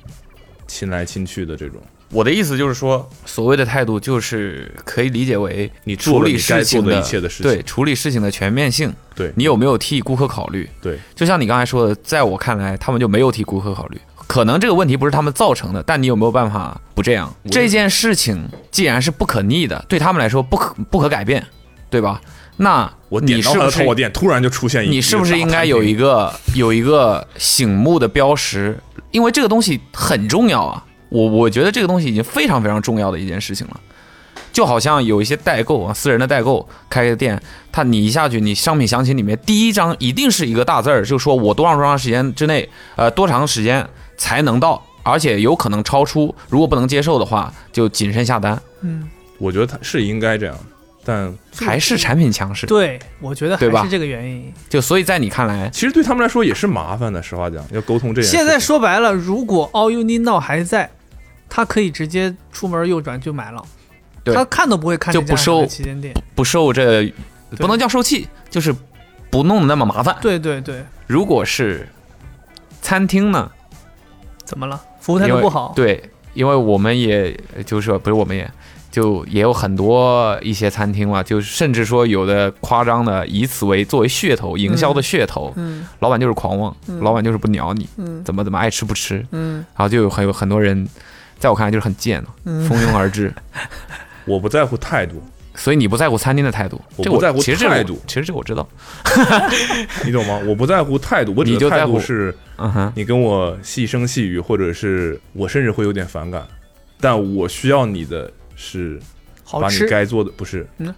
[SPEAKER 2] 亲来亲去的这种。
[SPEAKER 3] 我的意思就是说，所谓的态度就是可以理解为
[SPEAKER 2] 你
[SPEAKER 3] 处
[SPEAKER 2] 做了
[SPEAKER 3] 理
[SPEAKER 2] 你
[SPEAKER 3] 事
[SPEAKER 2] 该做
[SPEAKER 3] 情
[SPEAKER 2] 的一切的事情，
[SPEAKER 3] 对处理事情的全面性，
[SPEAKER 2] 对
[SPEAKER 3] 你有没有替顾客考虑？
[SPEAKER 2] 对
[SPEAKER 3] 就像你刚才说的，在我看来，他们就没有替顾客考虑。可能这个问题不是他们造成的，但你有没有办法不这样？这件事情既然是不可逆的，对他们来说不可不可改变，对吧？那
[SPEAKER 2] 我
[SPEAKER 3] 你
[SPEAKER 2] 点
[SPEAKER 3] 是
[SPEAKER 2] 到他
[SPEAKER 3] 不
[SPEAKER 2] 的
[SPEAKER 3] 是
[SPEAKER 2] 淘宝店，突然就出现一，
[SPEAKER 3] 你是不是应该有一
[SPEAKER 2] 个
[SPEAKER 3] 个有一个醒目的标识？因为这个东西很重要啊！我我觉得这个东西已经非常非常重要的一件事情了。就好像有一些代购啊，私人的代购开个店，他你一下去，你商品详情里面第一章一定是一个大字儿，就说我多长多长时间之内，呃，多长时间才能到，而且有可能超出，如果不能接受的话，就谨慎下单，
[SPEAKER 2] 大
[SPEAKER 4] 嗯，
[SPEAKER 2] 环境？我觉得他是应该这样，但
[SPEAKER 3] 还是产品强势。
[SPEAKER 4] 对，我觉得
[SPEAKER 3] 对吧
[SPEAKER 4] 还是这个原因。
[SPEAKER 3] 就所以在你看来，
[SPEAKER 2] 其实对他们来说也是麻烦的。实话讲，要沟通这件事
[SPEAKER 4] 现
[SPEAKER 2] 情。
[SPEAKER 4] 在说白了，如果 All You Need Now 还在，他可以直接出门右转就买了，
[SPEAKER 3] 对
[SPEAKER 4] 他看都不会看
[SPEAKER 3] 就
[SPEAKER 4] 这家
[SPEAKER 3] 不收
[SPEAKER 4] 的旗舰店。
[SPEAKER 3] 不受这不能叫受气，就是不弄得那么麻烦。
[SPEAKER 4] 对对对，
[SPEAKER 3] 如果是餐厅呢，
[SPEAKER 4] 怎么了？服务态
[SPEAKER 3] 因
[SPEAKER 4] 度
[SPEAKER 3] 为
[SPEAKER 4] 不好，
[SPEAKER 3] 对，因为我们也就是说不是我们也就也有很多一些餐厅嘛，就是甚至说有的夸张的以此为作为噱头营销的噱头，
[SPEAKER 4] 嗯
[SPEAKER 3] 老板就是狂妄，
[SPEAKER 4] 嗯
[SPEAKER 3] 老板就是不鸟你，
[SPEAKER 4] 嗯
[SPEAKER 3] 怎么怎么爱吃不吃，
[SPEAKER 4] 嗯
[SPEAKER 3] 然后就有很有很多人，在我看来就是很贱的，
[SPEAKER 4] 嗯，
[SPEAKER 3] 蜂拥而至。
[SPEAKER 2] 我不在乎态度，
[SPEAKER 3] 所以你不在乎餐厅的态度，
[SPEAKER 2] 我
[SPEAKER 3] 这
[SPEAKER 2] 不在乎
[SPEAKER 3] 其实这个我
[SPEAKER 2] 态度
[SPEAKER 3] 其实这个我知道。
[SPEAKER 2] 你懂吗？我不在乎态度，我
[SPEAKER 3] 你
[SPEAKER 2] 指
[SPEAKER 3] 就
[SPEAKER 2] 的
[SPEAKER 3] 在
[SPEAKER 2] 态
[SPEAKER 3] 乎
[SPEAKER 2] 度是
[SPEAKER 3] 嗯哼，
[SPEAKER 2] 你跟我细声细语，或者是我甚至会有点反感，但我需要你的是
[SPEAKER 4] 好
[SPEAKER 2] 把你
[SPEAKER 4] 吃。
[SPEAKER 2] 该做的不是
[SPEAKER 4] 嗯。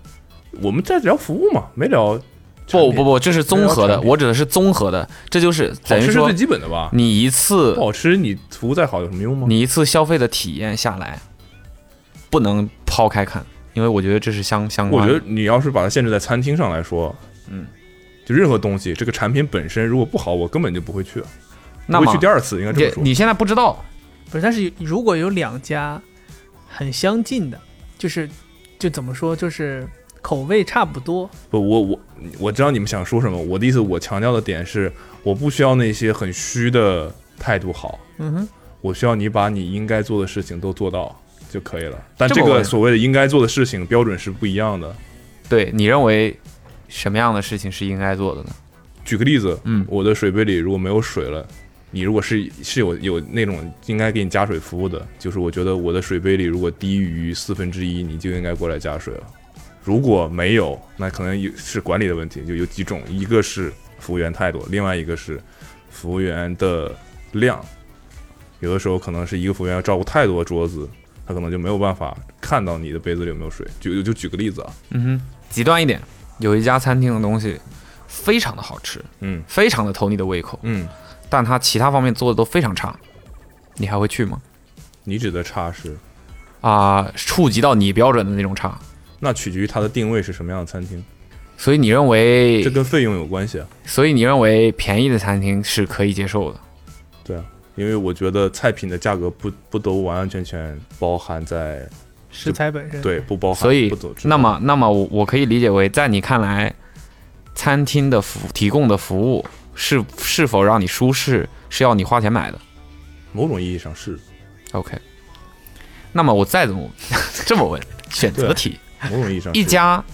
[SPEAKER 2] 我们在聊服务嘛，没聊产
[SPEAKER 3] 不
[SPEAKER 2] 品
[SPEAKER 3] 不不，这是综合的，我指的是综合的，这就是
[SPEAKER 2] 好
[SPEAKER 3] 等于
[SPEAKER 2] 吃是
[SPEAKER 3] 说
[SPEAKER 2] 最基本的吧？
[SPEAKER 3] 你一次
[SPEAKER 2] 不好吃，你服务再好有什么用吗？
[SPEAKER 3] 你一次消费的体验下来，不能抛开看，因为我觉得这是相相
[SPEAKER 2] 我
[SPEAKER 3] 关
[SPEAKER 2] 觉
[SPEAKER 3] 的。
[SPEAKER 2] 得你要是把它限制在餐厅上来说，
[SPEAKER 3] 嗯，
[SPEAKER 2] 就任何东西，这个产品本身如果不好，我根本就不会去，
[SPEAKER 3] 那
[SPEAKER 2] 不会
[SPEAKER 3] 么
[SPEAKER 2] 去第二次，应该这么
[SPEAKER 3] 这
[SPEAKER 2] 说。
[SPEAKER 3] 你现在不知道，
[SPEAKER 4] 不是，但是如果有两家很相近的，就是就怎么说，就是口味差不多，
[SPEAKER 2] 不，我我我知道你们想说什么。我的意思，我强调的点是，我不需要那些很虚的态度好，
[SPEAKER 4] 嗯哼，
[SPEAKER 2] 我需要你把你应该做的事情都做到就可以了。但
[SPEAKER 3] 这么
[SPEAKER 2] 这
[SPEAKER 3] 我
[SPEAKER 2] 个所谓的应该做的事情标准是不一样的。
[SPEAKER 3] 对你认为什么样的事情是应该做的呢？
[SPEAKER 2] 举个例子，
[SPEAKER 3] 嗯
[SPEAKER 2] 我的水杯里如果没有水了，你如果是是有有那种应该给你加水服务的，就是我觉得我的水杯里如果低于四分之一，你就应该过来加水了。如果没有，那可能有是管理的问题，就有几种，一个是服务员态度，另外一个是服务员的量。有的时候可能是一个服务员要照顾太多桌子，他可能就没有办法看到你的杯子里有没有水。就就就举个例子啊，
[SPEAKER 3] 嗯哼，极端一点，有一家餐厅的东西非常的好吃，
[SPEAKER 2] 嗯
[SPEAKER 3] 非常的投你的胃口，
[SPEAKER 2] 嗯，
[SPEAKER 3] 但它其他方面做的都非常差，你还会去吗？
[SPEAKER 2] 你指的差是，
[SPEAKER 3] 啊、触及到你标准的那种差，
[SPEAKER 2] 那取决于它的定位是什么样的餐厅。
[SPEAKER 3] 所以你认为
[SPEAKER 2] 这跟费用有关系啊。
[SPEAKER 3] 所以你认为便宜的餐厅是可以接受的？
[SPEAKER 2] 对啊，因为我觉得菜品的价格不不都完完全全包含在
[SPEAKER 4] 食材本身，
[SPEAKER 2] 对不包含，
[SPEAKER 3] 所以
[SPEAKER 2] 不走之外
[SPEAKER 3] 那么，那么我我可以理解为，在你看来，餐厅的服提供的服务是是否让你舒适，是要你花钱买的。
[SPEAKER 2] 某种意义上是
[SPEAKER 3] OK，那么我再怎么 这 么问，选择题，
[SPEAKER 2] 某种意义啊上是
[SPEAKER 3] 一家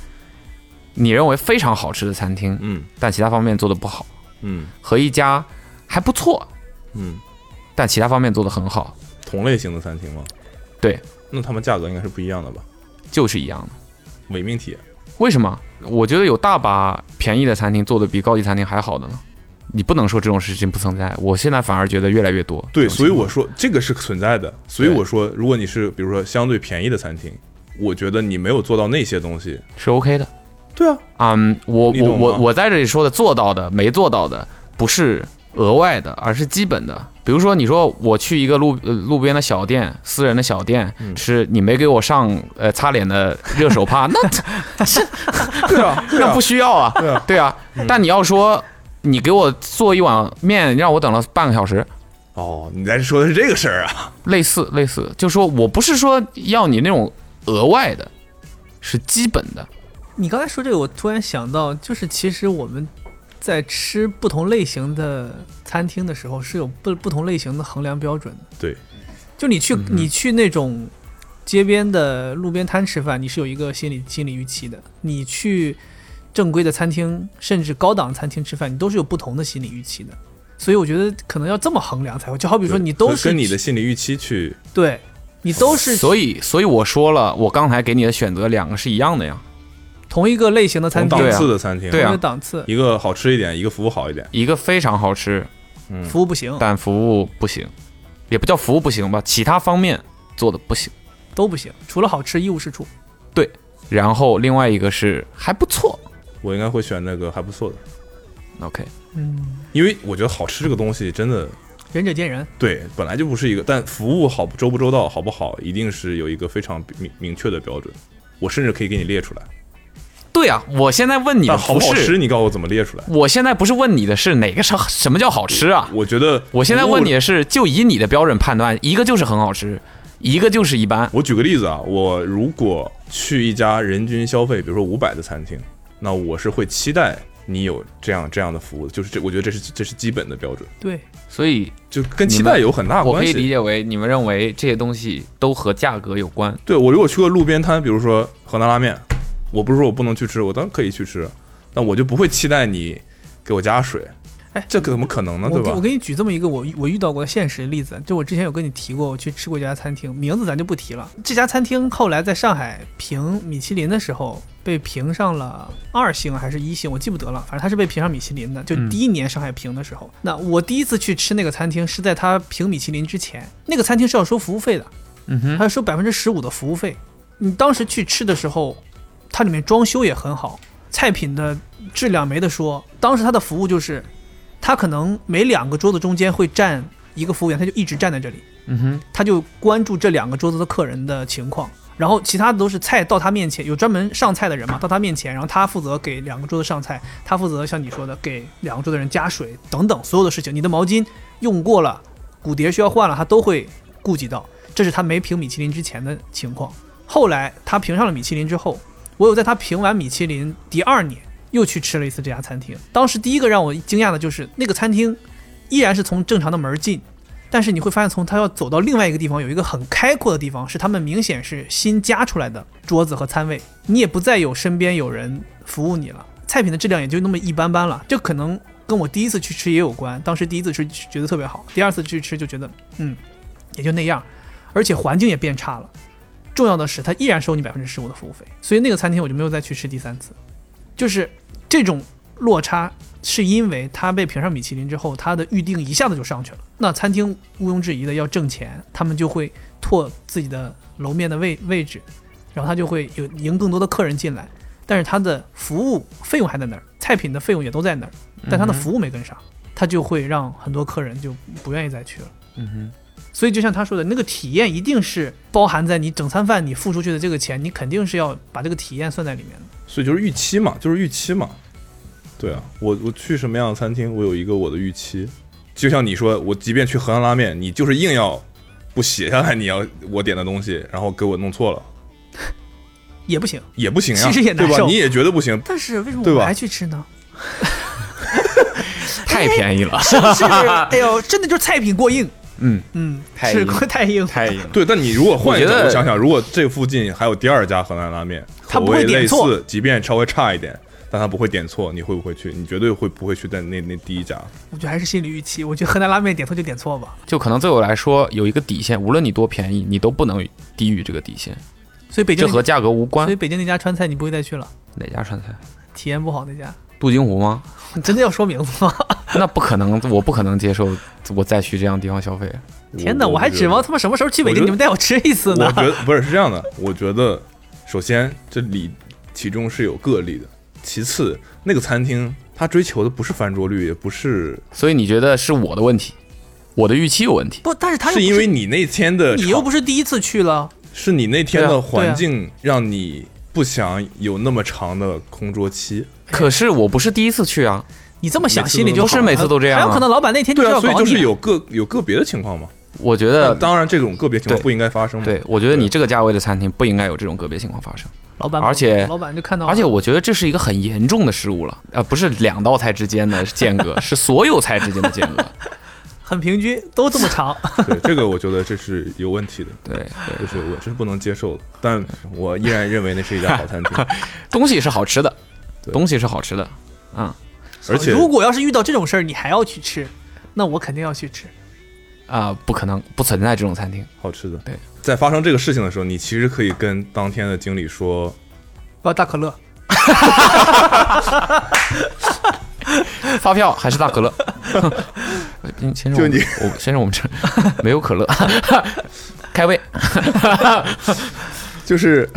[SPEAKER 3] 你认为非常好吃的餐厅，
[SPEAKER 2] 嗯
[SPEAKER 3] 但其他方面做的不好，
[SPEAKER 2] 嗯
[SPEAKER 3] 和一家还不错，
[SPEAKER 2] 嗯
[SPEAKER 3] 但其他方面做的很好，
[SPEAKER 2] 同类型的餐厅吗？
[SPEAKER 3] 对，
[SPEAKER 2] 那他们价格应该是不一样的吧？
[SPEAKER 3] 就是一样的。
[SPEAKER 2] 伪命题，
[SPEAKER 3] 为什么？我觉得有大把便宜的餐厅做的比高级餐厅还好的呢。你不能说这种事情不存在，我现在反而觉得越来越多。
[SPEAKER 2] 对，
[SPEAKER 3] 这种
[SPEAKER 2] 所以
[SPEAKER 3] 情况
[SPEAKER 2] 我说这个是存在的。所以
[SPEAKER 3] 对
[SPEAKER 2] 我说，如果你是比如说相对便宜的餐厅，我觉得你没有做到那些东西。
[SPEAKER 3] 是 OK 的。
[SPEAKER 2] 对啊，
[SPEAKER 3] 嗯，我
[SPEAKER 2] 你
[SPEAKER 3] 我
[SPEAKER 2] 懂吗
[SPEAKER 3] 我我在这里说的做到的、没做到的，不是额外的，而是基本的。比如说，你说我去一个路呃路边的小店，私人的小店
[SPEAKER 2] 嗯
[SPEAKER 3] 吃，你没给我上呃擦脸的热手 帕，那
[SPEAKER 2] 对啊，对
[SPEAKER 3] 那
[SPEAKER 2] 啊
[SPEAKER 3] 不，需要啊，
[SPEAKER 2] 对啊，
[SPEAKER 3] 对啊。但你要说你给我做一碗面，让我等了半个小时，
[SPEAKER 2] 哦，你在说的是这个事儿啊？
[SPEAKER 3] 类似类似，就说我不是说要你那种额外的，是基本的。
[SPEAKER 4] 你刚才说这个，我突然想到，就是其实我们在吃不同类型的餐厅的时候，是有不不同类型的衡量标准的。
[SPEAKER 2] 对，
[SPEAKER 4] 就你
[SPEAKER 3] 嗯
[SPEAKER 4] 去、你去那种街边的路边摊吃饭，你是有一个心理心理预期的；你去正规的餐厅，甚至高档餐厅吃饭，你都是有不同的心理预期的。所以我觉得可能要这么衡量才会，就好比
[SPEAKER 2] 比
[SPEAKER 4] 说你都是
[SPEAKER 2] 跟你
[SPEAKER 4] 去
[SPEAKER 2] 的心理预期去，
[SPEAKER 4] 对，你都是
[SPEAKER 3] 所以，所以我说了，我刚才给你的选择两个是一样的呀。
[SPEAKER 4] 同一个类型的餐
[SPEAKER 2] 同
[SPEAKER 4] 厅，
[SPEAKER 2] 档
[SPEAKER 3] 对啊
[SPEAKER 2] 次的餐厅，
[SPEAKER 3] 对啊
[SPEAKER 4] 同一个档次，
[SPEAKER 2] 一个好吃一点，一个服务好一点。
[SPEAKER 3] 一个非常好吃，
[SPEAKER 4] 服务不行，
[SPEAKER 3] 但服务不行，也不叫服务不行吧，其他方面做的不行。
[SPEAKER 4] 都不行，除了好吃一无是处。
[SPEAKER 3] 然后另外一个是还不错
[SPEAKER 2] 我应该会选那个还不错的，
[SPEAKER 3] ，OK，
[SPEAKER 4] 嗯，
[SPEAKER 2] 因为我觉得好吃这个东西真的
[SPEAKER 4] 仁者见仁，
[SPEAKER 2] 对，本来就不是一个，但服务好不周不周到，好不好，一定是有一个非常明明确的标准。我甚至可以给你列出来，
[SPEAKER 3] 对啊，我现在问你的
[SPEAKER 2] 但好
[SPEAKER 3] 不
[SPEAKER 2] 不好吃，
[SPEAKER 3] 是，
[SPEAKER 2] 你告诉我怎么列出来？
[SPEAKER 3] 我现在不是问你的是哪个是什么叫好吃啊？
[SPEAKER 2] 我觉得
[SPEAKER 3] 我现在
[SPEAKER 2] 如果
[SPEAKER 3] 问你的是，就以你的标准判断，一个就是很好吃，一个就是一般。
[SPEAKER 2] 我举个例子啊，我如果去一家人均消费，比如说五百的餐厅，那我是会期待你有这样这样的服务的，就是这，我觉得这是这是基本的标准，
[SPEAKER 4] 对，
[SPEAKER 3] 所以
[SPEAKER 2] 就跟
[SPEAKER 3] 你
[SPEAKER 2] 期
[SPEAKER 3] 们
[SPEAKER 2] 待有很大
[SPEAKER 3] 我
[SPEAKER 2] 关
[SPEAKER 3] 可以
[SPEAKER 2] 系。
[SPEAKER 3] 理解为你们认为这些东西都和价格有关。
[SPEAKER 2] 对我如果去个路边摊，比如说河南拉面，我不是说我不能去吃，我当然可以去吃，但我就不会期待你给我加水，
[SPEAKER 4] 哎
[SPEAKER 2] 这可怎么可能呢？
[SPEAKER 4] 我
[SPEAKER 2] 对
[SPEAKER 4] 给
[SPEAKER 2] 吧
[SPEAKER 4] 我？给你举这么一个我我遇到过的现实例子，就我之前有跟你提过，我去吃过一家餐厅，名字咱就不提了。这家餐厅后来在上海评米其林的时候，被评上了二星还是一星，我记不得了，反正它是被评上米其林的。就
[SPEAKER 3] 嗯
[SPEAKER 4] 第一年上海评的时候，那我第一次去吃那个餐厅是在它评米其林之前，那个餐厅是要收服务费的，
[SPEAKER 3] 嗯哼，
[SPEAKER 4] 还要收百分之十五的服务费。你当时去吃的时候，它里面装修也很好，菜品的质量没得说。当时它的服务就是，它可能每两个桌子中间会站一个服务员，他就一直站在这里，
[SPEAKER 3] 嗯哼。
[SPEAKER 4] 他就关注这两个桌子的客人的情况。然后其他的都是菜到他面前，有专门上菜的人嘛，到他面前，然后他负责给两个桌子上菜，他负责像你说的给两个桌子的人加水等等所有的事情。你的毛巾用过了，骨碟需要换了，他都会顾及到。这是他没评米其林之前的情况。后来他评上了米其林之后，我有在他评完米其林第二年又去吃了一次这家餐厅。当时第一个让我惊讶的就是那个餐厅依然是从正常的门儿进，但是你会发现从他要走到另外一个地方有一个很开阔的地方，是他们明显是新加出来的桌子和餐位，你也不再有身边有人服务你了，菜品的质量也就那么一般般了。这可能跟我第一次去吃也有关，当时第一次吃觉得特别好，第二次去吃就觉得嗯也就那样，而且环境也变差了。重要的是，他依然收你百分之十五的服务费，所以那个餐厅我就没有再去吃第三次。就是这种落差，是因为它被评上米其林之后，它的预定一下子就上去了。那餐厅毋庸置疑的要挣钱，他们就会拓自己的楼面的位位置，然后他就会有迎更多的客人进来。但是他的服务费用还在那儿，菜品的费用也都在那儿，但他的服务没跟上，他就会让很多客人就不愿意再去了。
[SPEAKER 3] 嗯哼。
[SPEAKER 4] 所以就像他说的，那个体验一定是包含在你整餐饭你付出去的这个钱，你肯定是要把这个体验算在里面的。
[SPEAKER 2] 所以就是预期嘛，就是预期嘛。对啊，我我去什么样的餐厅，我有一个我的预期。就像你说，我即便去河南拉面，你就是硬要不写下来你要我点的东西，然后给我弄错了，
[SPEAKER 4] 也不行，
[SPEAKER 2] 也不行呀，啊
[SPEAKER 4] 其实也难
[SPEAKER 2] 对吧？
[SPEAKER 4] 受
[SPEAKER 2] 你也觉得不行，
[SPEAKER 4] 但是为什么
[SPEAKER 2] 对
[SPEAKER 4] 我
[SPEAKER 2] 吧
[SPEAKER 4] 们还去吃呢？
[SPEAKER 3] 太便宜了，
[SPEAKER 4] 是，哎呦，真的就是菜品 过硬，
[SPEAKER 3] 嗯，
[SPEAKER 4] 嗯，
[SPEAKER 3] 太
[SPEAKER 4] 是
[SPEAKER 3] 硬
[SPEAKER 4] 过太硬，
[SPEAKER 3] 太硬了。
[SPEAKER 2] 对。但你如果换一个
[SPEAKER 3] 我觉
[SPEAKER 2] 角
[SPEAKER 3] 得
[SPEAKER 2] 度想想，如果这附近还有第二家河南拉面，
[SPEAKER 4] 他不
[SPEAKER 2] 口味
[SPEAKER 4] 会点
[SPEAKER 2] 类
[SPEAKER 4] 错
[SPEAKER 2] 似，即便稍微差一点，但他不会点错，你会不会去？你绝对会不会去在那那第一家？
[SPEAKER 4] 我觉得还是心理预期。我觉得河南拉面点错就点错吧，
[SPEAKER 3] 就可能对我来说有一个底线，无论你多便宜，你都不能低于这个底线，
[SPEAKER 4] 所以北京
[SPEAKER 3] 这
[SPEAKER 4] 那
[SPEAKER 3] 和价格无
[SPEAKER 4] 所
[SPEAKER 3] 关
[SPEAKER 4] 以。北京那家川菜你不会再去了。
[SPEAKER 3] 哪家川菜？
[SPEAKER 4] 体验不好那家，
[SPEAKER 3] 杜金湖吗？
[SPEAKER 4] 真的要说名字吗？
[SPEAKER 3] 那不可能，我不可能接受我再去这样地方消费。
[SPEAKER 4] 天哪，我还
[SPEAKER 2] 觉
[SPEAKER 4] 指
[SPEAKER 2] 得
[SPEAKER 4] 望他们什么时候去北
[SPEAKER 2] 我觉
[SPEAKER 4] 京，
[SPEAKER 2] 得
[SPEAKER 4] 你们带我吃一次呢
[SPEAKER 2] 我。觉得不是是这样的，我觉得首先这里其中是有个例的，其次那个餐厅它追求的不是翻桌率，也不是
[SPEAKER 3] 所以你觉得是我的问题，我的预期有问题？
[SPEAKER 4] 不，但是他又
[SPEAKER 2] 是
[SPEAKER 4] 不
[SPEAKER 2] 因为你那天的
[SPEAKER 4] 你
[SPEAKER 2] 场
[SPEAKER 4] 又不是第一次去了，
[SPEAKER 2] 是你那天
[SPEAKER 3] 对
[SPEAKER 2] 的
[SPEAKER 3] 啊
[SPEAKER 2] 环境让你不想有那么长的空桌期，
[SPEAKER 3] 可是我不是第一次去啊，
[SPEAKER 4] 你这么想
[SPEAKER 2] 每次
[SPEAKER 4] 心里
[SPEAKER 2] 都
[SPEAKER 4] 就
[SPEAKER 2] 不
[SPEAKER 3] 是
[SPEAKER 4] 好
[SPEAKER 3] 每
[SPEAKER 4] 了
[SPEAKER 3] 次都这样
[SPEAKER 4] 还有
[SPEAKER 3] 啊
[SPEAKER 4] 可能老板那天就
[SPEAKER 2] 对
[SPEAKER 4] 是要
[SPEAKER 2] 啊，所以
[SPEAKER 4] 搞
[SPEAKER 2] 就
[SPEAKER 4] 你
[SPEAKER 2] 是有个有个别的情况嘛。
[SPEAKER 3] 我觉得
[SPEAKER 2] 但当然，这种个别情况
[SPEAKER 3] 嗯对
[SPEAKER 2] 不应该发生嘛。
[SPEAKER 3] 对，我觉得你
[SPEAKER 2] 对
[SPEAKER 3] 这个价位的餐厅不应该有这种个别情况发生，
[SPEAKER 4] 老板，
[SPEAKER 3] 而且
[SPEAKER 4] 老板就看到了，
[SPEAKER 3] 而且我觉得这是一个很严重的失误了，呃，不是两道菜之间 的间隔，是所有菜之间的间 隔。
[SPEAKER 4] 很平均，都这么长。
[SPEAKER 2] 对这个我觉得这是有问题的，
[SPEAKER 3] 对，
[SPEAKER 2] 这是我这是不能接受的。但我依然认为那是一家好餐厅，
[SPEAKER 3] 东西是好吃的，
[SPEAKER 2] 对
[SPEAKER 3] 东西是好吃的，
[SPEAKER 2] 而且
[SPEAKER 4] 如果要是遇到这种事儿，你还要去吃，那我肯定要去吃。
[SPEAKER 3] 啊、不可能不存在这种餐厅。
[SPEAKER 2] 好吃的。
[SPEAKER 3] 对，
[SPEAKER 2] 在发生这个事情的时候，你其实可以跟当天的经理说，
[SPEAKER 4] 我要大可乐，
[SPEAKER 3] 发票还是大可 乐？嗯先生，
[SPEAKER 2] 就
[SPEAKER 3] 我们
[SPEAKER 2] 你
[SPEAKER 3] 我先生，我们这没有可乐，开胃。
[SPEAKER 2] 就是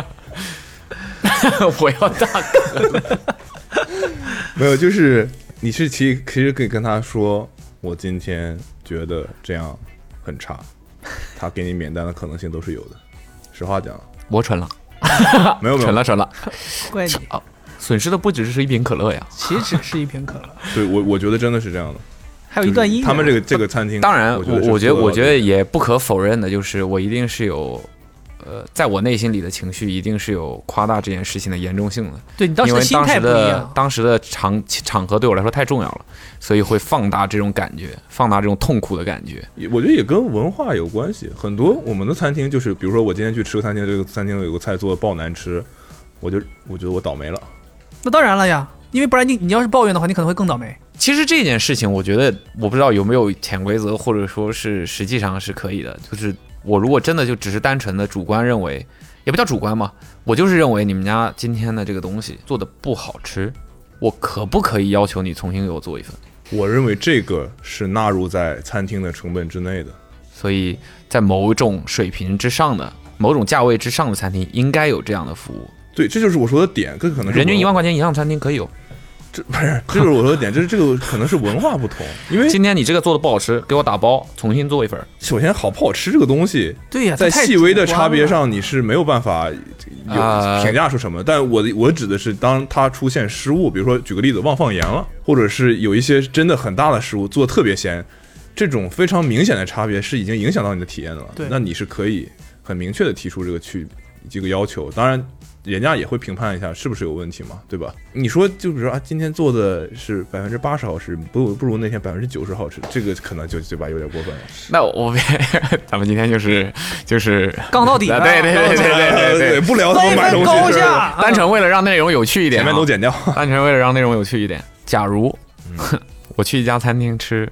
[SPEAKER 3] 我要大可
[SPEAKER 2] 没有，就是你是其实其实可以跟他说，我今天觉得这样很差，他给你免单的可能性都是有的。实话讲，
[SPEAKER 3] 我蠢了，
[SPEAKER 2] 没有没
[SPEAKER 3] 蠢
[SPEAKER 2] 有
[SPEAKER 3] 了，，蠢了。哦
[SPEAKER 4] 怪你，
[SPEAKER 3] 损失的不只是一瓶可乐呀。
[SPEAKER 4] 岂止是一瓶可乐，
[SPEAKER 2] 对我我觉得真的是这样的。
[SPEAKER 3] 哦
[SPEAKER 4] 还有一段
[SPEAKER 2] 就是
[SPEAKER 4] 音乐。
[SPEAKER 2] 他们这个这个餐厅，
[SPEAKER 3] 啊当然，
[SPEAKER 2] 我
[SPEAKER 3] 我我
[SPEAKER 2] 觉
[SPEAKER 3] 觉
[SPEAKER 2] 得
[SPEAKER 3] 得我觉
[SPEAKER 2] 得
[SPEAKER 3] 得也不可否认的就是，我一定是有，呃，在我内心里的情绪一定是有夸大这件事情的严重性的。
[SPEAKER 4] 对你当时
[SPEAKER 3] 因
[SPEAKER 4] 的
[SPEAKER 3] 为
[SPEAKER 4] 心
[SPEAKER 3] 当
[SPEAKER 4] 态
[SPEAKER 3] 时
[SPEAKER 4] 不一样
[SPEAKER 3] 的。当时的场场合对我来说太重要了，所以会放大这种感觉，放大这种痛苦的感觉。
[SPEAKER 2] 也我觉得也跟文化有关系。很多我们的餐厅就是，比如说我今天去吃个餐厅，这个餐厅有个菜做的爆难吃，我就我觉得我倒霉了。
[SPEAKER 4] 那当然了呀，因为不然你你要是抱怨的话，你可能会更倒霉。
[SPEAKER 3] 其实这件事情，我觉得我不知道有没有潜规则，或者说是实际上是可以的。就是我如果真的就只是单纯的主观认为，也不叫主观嘛，我就是认为你们家今天的这个东西做的不好吃，我可不可以要求你重新给我做一份？
[SPEAKER 2] 我认为这个是纳入在餐厅的成本之内的。
[SPEAKER 3] 所以在某种水平之上的、某种价位之上的餐厅应该有这样的服务，
[SPEAKER 2] 对，这就是我说的点，这可能是
[SPEAKER 3] 人均一
[SPEAKER 2] 文
[SPEAKER 3] 万块钱以上的餐厅可以有。
[SPEAKER 2] 这不是，这就是我说的点，就是这个可能是文化不同。因为
[SPEAKER 3] 今天你这个做的不好吃，给我打包，重新做一份儿。
[SPEAKER 2] 首先好不好吃这个东西，
[SPEAKER 4] 对呀，
[SPEAKER 2] 在
[SPEAKER 4] 啊这太
[SPEAKER 2] 细微的
[SPEAKER 4] 主观
[SPEAKER 2] 差别
[SPEAKER 4] 了，
[SPEAKER 2] 上你是没有办法有
[SPEAKER 3] 啊
[SPEAKER 2] 评价出什么。但我的我指的是，当它出现失误，比如说举个例子，忘放盐了，或者是有一些真的很大的失误，做得特别咸，这种非常明显的差别是已经影响到你的体验了
[SPEAKER 4] 对。
[SPEAKER 2] 那你是可以很明确的提出这个去这个要求，当然。人家也会评判一下是不是有问题嘛，对吧？你说，就比如说啊，今天做的是百分之八十好吃，不不如那天百分之九十好吃，这个可能就对吧，有点过分了。
[SPEAKER 3] 那我别， 咱们今天就是就是
[SPEAKER 4] 杠到底了。
[SPEAKER 3] 对对对对对对对
[SPEAKER 2] 哎对，不聊他
[SPEAKER 4] 三
[SPEAKER 2] 们
[SPEAKER 4] 一
[SPEAKER 2] 买
[SPEAKER 4] 分
[SPEAKER 2] 东西
[SPEAKER 4] 高
[SPEAKER 2] 是吧
[SPEAKER 4] 下，
[SPEAKER 3] 单纯为了让内容有趣一点、
[SPEAKER 2] 前
[SPEAKER 3] 啊，
[SPEAKER 2] 面都剪掉。
[SPEAKER 3] 单纯为了让内容有趣一点。假如、
[SPEAKER 2] 嗯
[SPEAKER 3] 我去一家餐厅吃，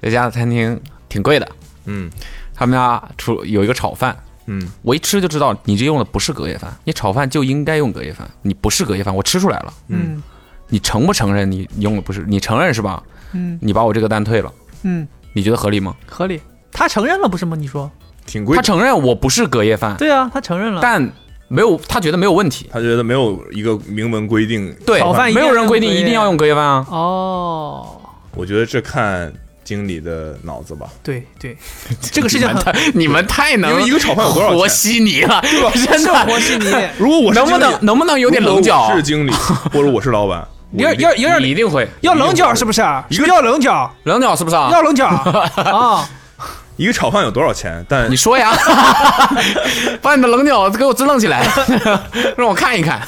[SPEAKER 3] 这家餐厅挺贵的，
[SPEAKER 2] 嗯
[SPEAKER 3] 他们家出有一个炒饭，
[SPEAKER 2] 嗯，
[SPEAKER 3] 我一吃就知道你这用的不是隔夜饭，你炒饭就应该用隔夜饭，你不是隔夜饭，我吃出来了。
[SPEAKER 4] 嗯
[SPEAKER 3] 你承不承认你用的不是？你承认是吧？
[SPEAKER 4] 嗯
[SPEAKER 3] 你把我这个单退了，
[SPEAKER 4] 嗯，
[SPEAKER 3] 你觉得合理吗？
[SPEAKER 4] 合理。他承认了不是吗？你说
[SPEAKER 2] 挺贵
[SPEAKER 3] 他
[SPEAKER 2] 的。
[SPEAKER 3] 承认我不是隔夜饭，
[SPEAKER 4] 对啊，他承认了。
[SPEAKER 3] 但没有他觉得没有问题。
[SPEAKER 2] 他觉得没有一个明文规定，
[SPEAKER 3] 对
[SPEAKER 4] 炒饭，一定
[SPEAKER 3] 没有
[SPEAKER 4] 要
[SPEAKER 3] 人
[SPEAKER 4] 用
[SPEAKER 3] 规
[SPEAKER 4] 隔
[SPEAKER 3] 定
[SPEAKER 4] 夜
[SPEAKER 3] 一定要用隔夜饭啊。
[SPEAKER 4] 哦，
[SPEAKER 2] 我觉得这看经理的脑子吧。
[SPEAKER 4] 对对，这个事
[SPEAKER 3] 你
[SPEAKER 4] 情
[SPEAKER 3] 们
[SPEAKER 4] 很
[SPEAKER 3] 太你们太能
[SPEAKER 2] 因为一个炒饭有多少钱
[SPEAKER 3] 和稀泥了， 真的
[SPEAKER 4] 和稀泥。
[SPEAKER 2] 如果我是
[SPEAKER 3] 能不
[SPEAKER 2] 经理
[SPEAKER 3] 能能不能有点
[SPEAKER 2] 如果
[SPEAKER 3] 棱角
[SPEAKER 2] 我？是经理，或者我是老板，我
[SPEAKER 3] 有
[SPEAKER 2] 一定
[SPEAKER 3] 有有点 你一定会
[SPEAKER 4] 要棱角是不是？啊要棱角，
[SPEAKER 3] 棱角是不是啊？
[SPEAKER 4] 要棱角啊！
[SPEAKER 2] 一个炒饭有多少钱？但
[SPEAKER 3] 你说呀， 把你的棱角给我支棱起来， 让我看 一看。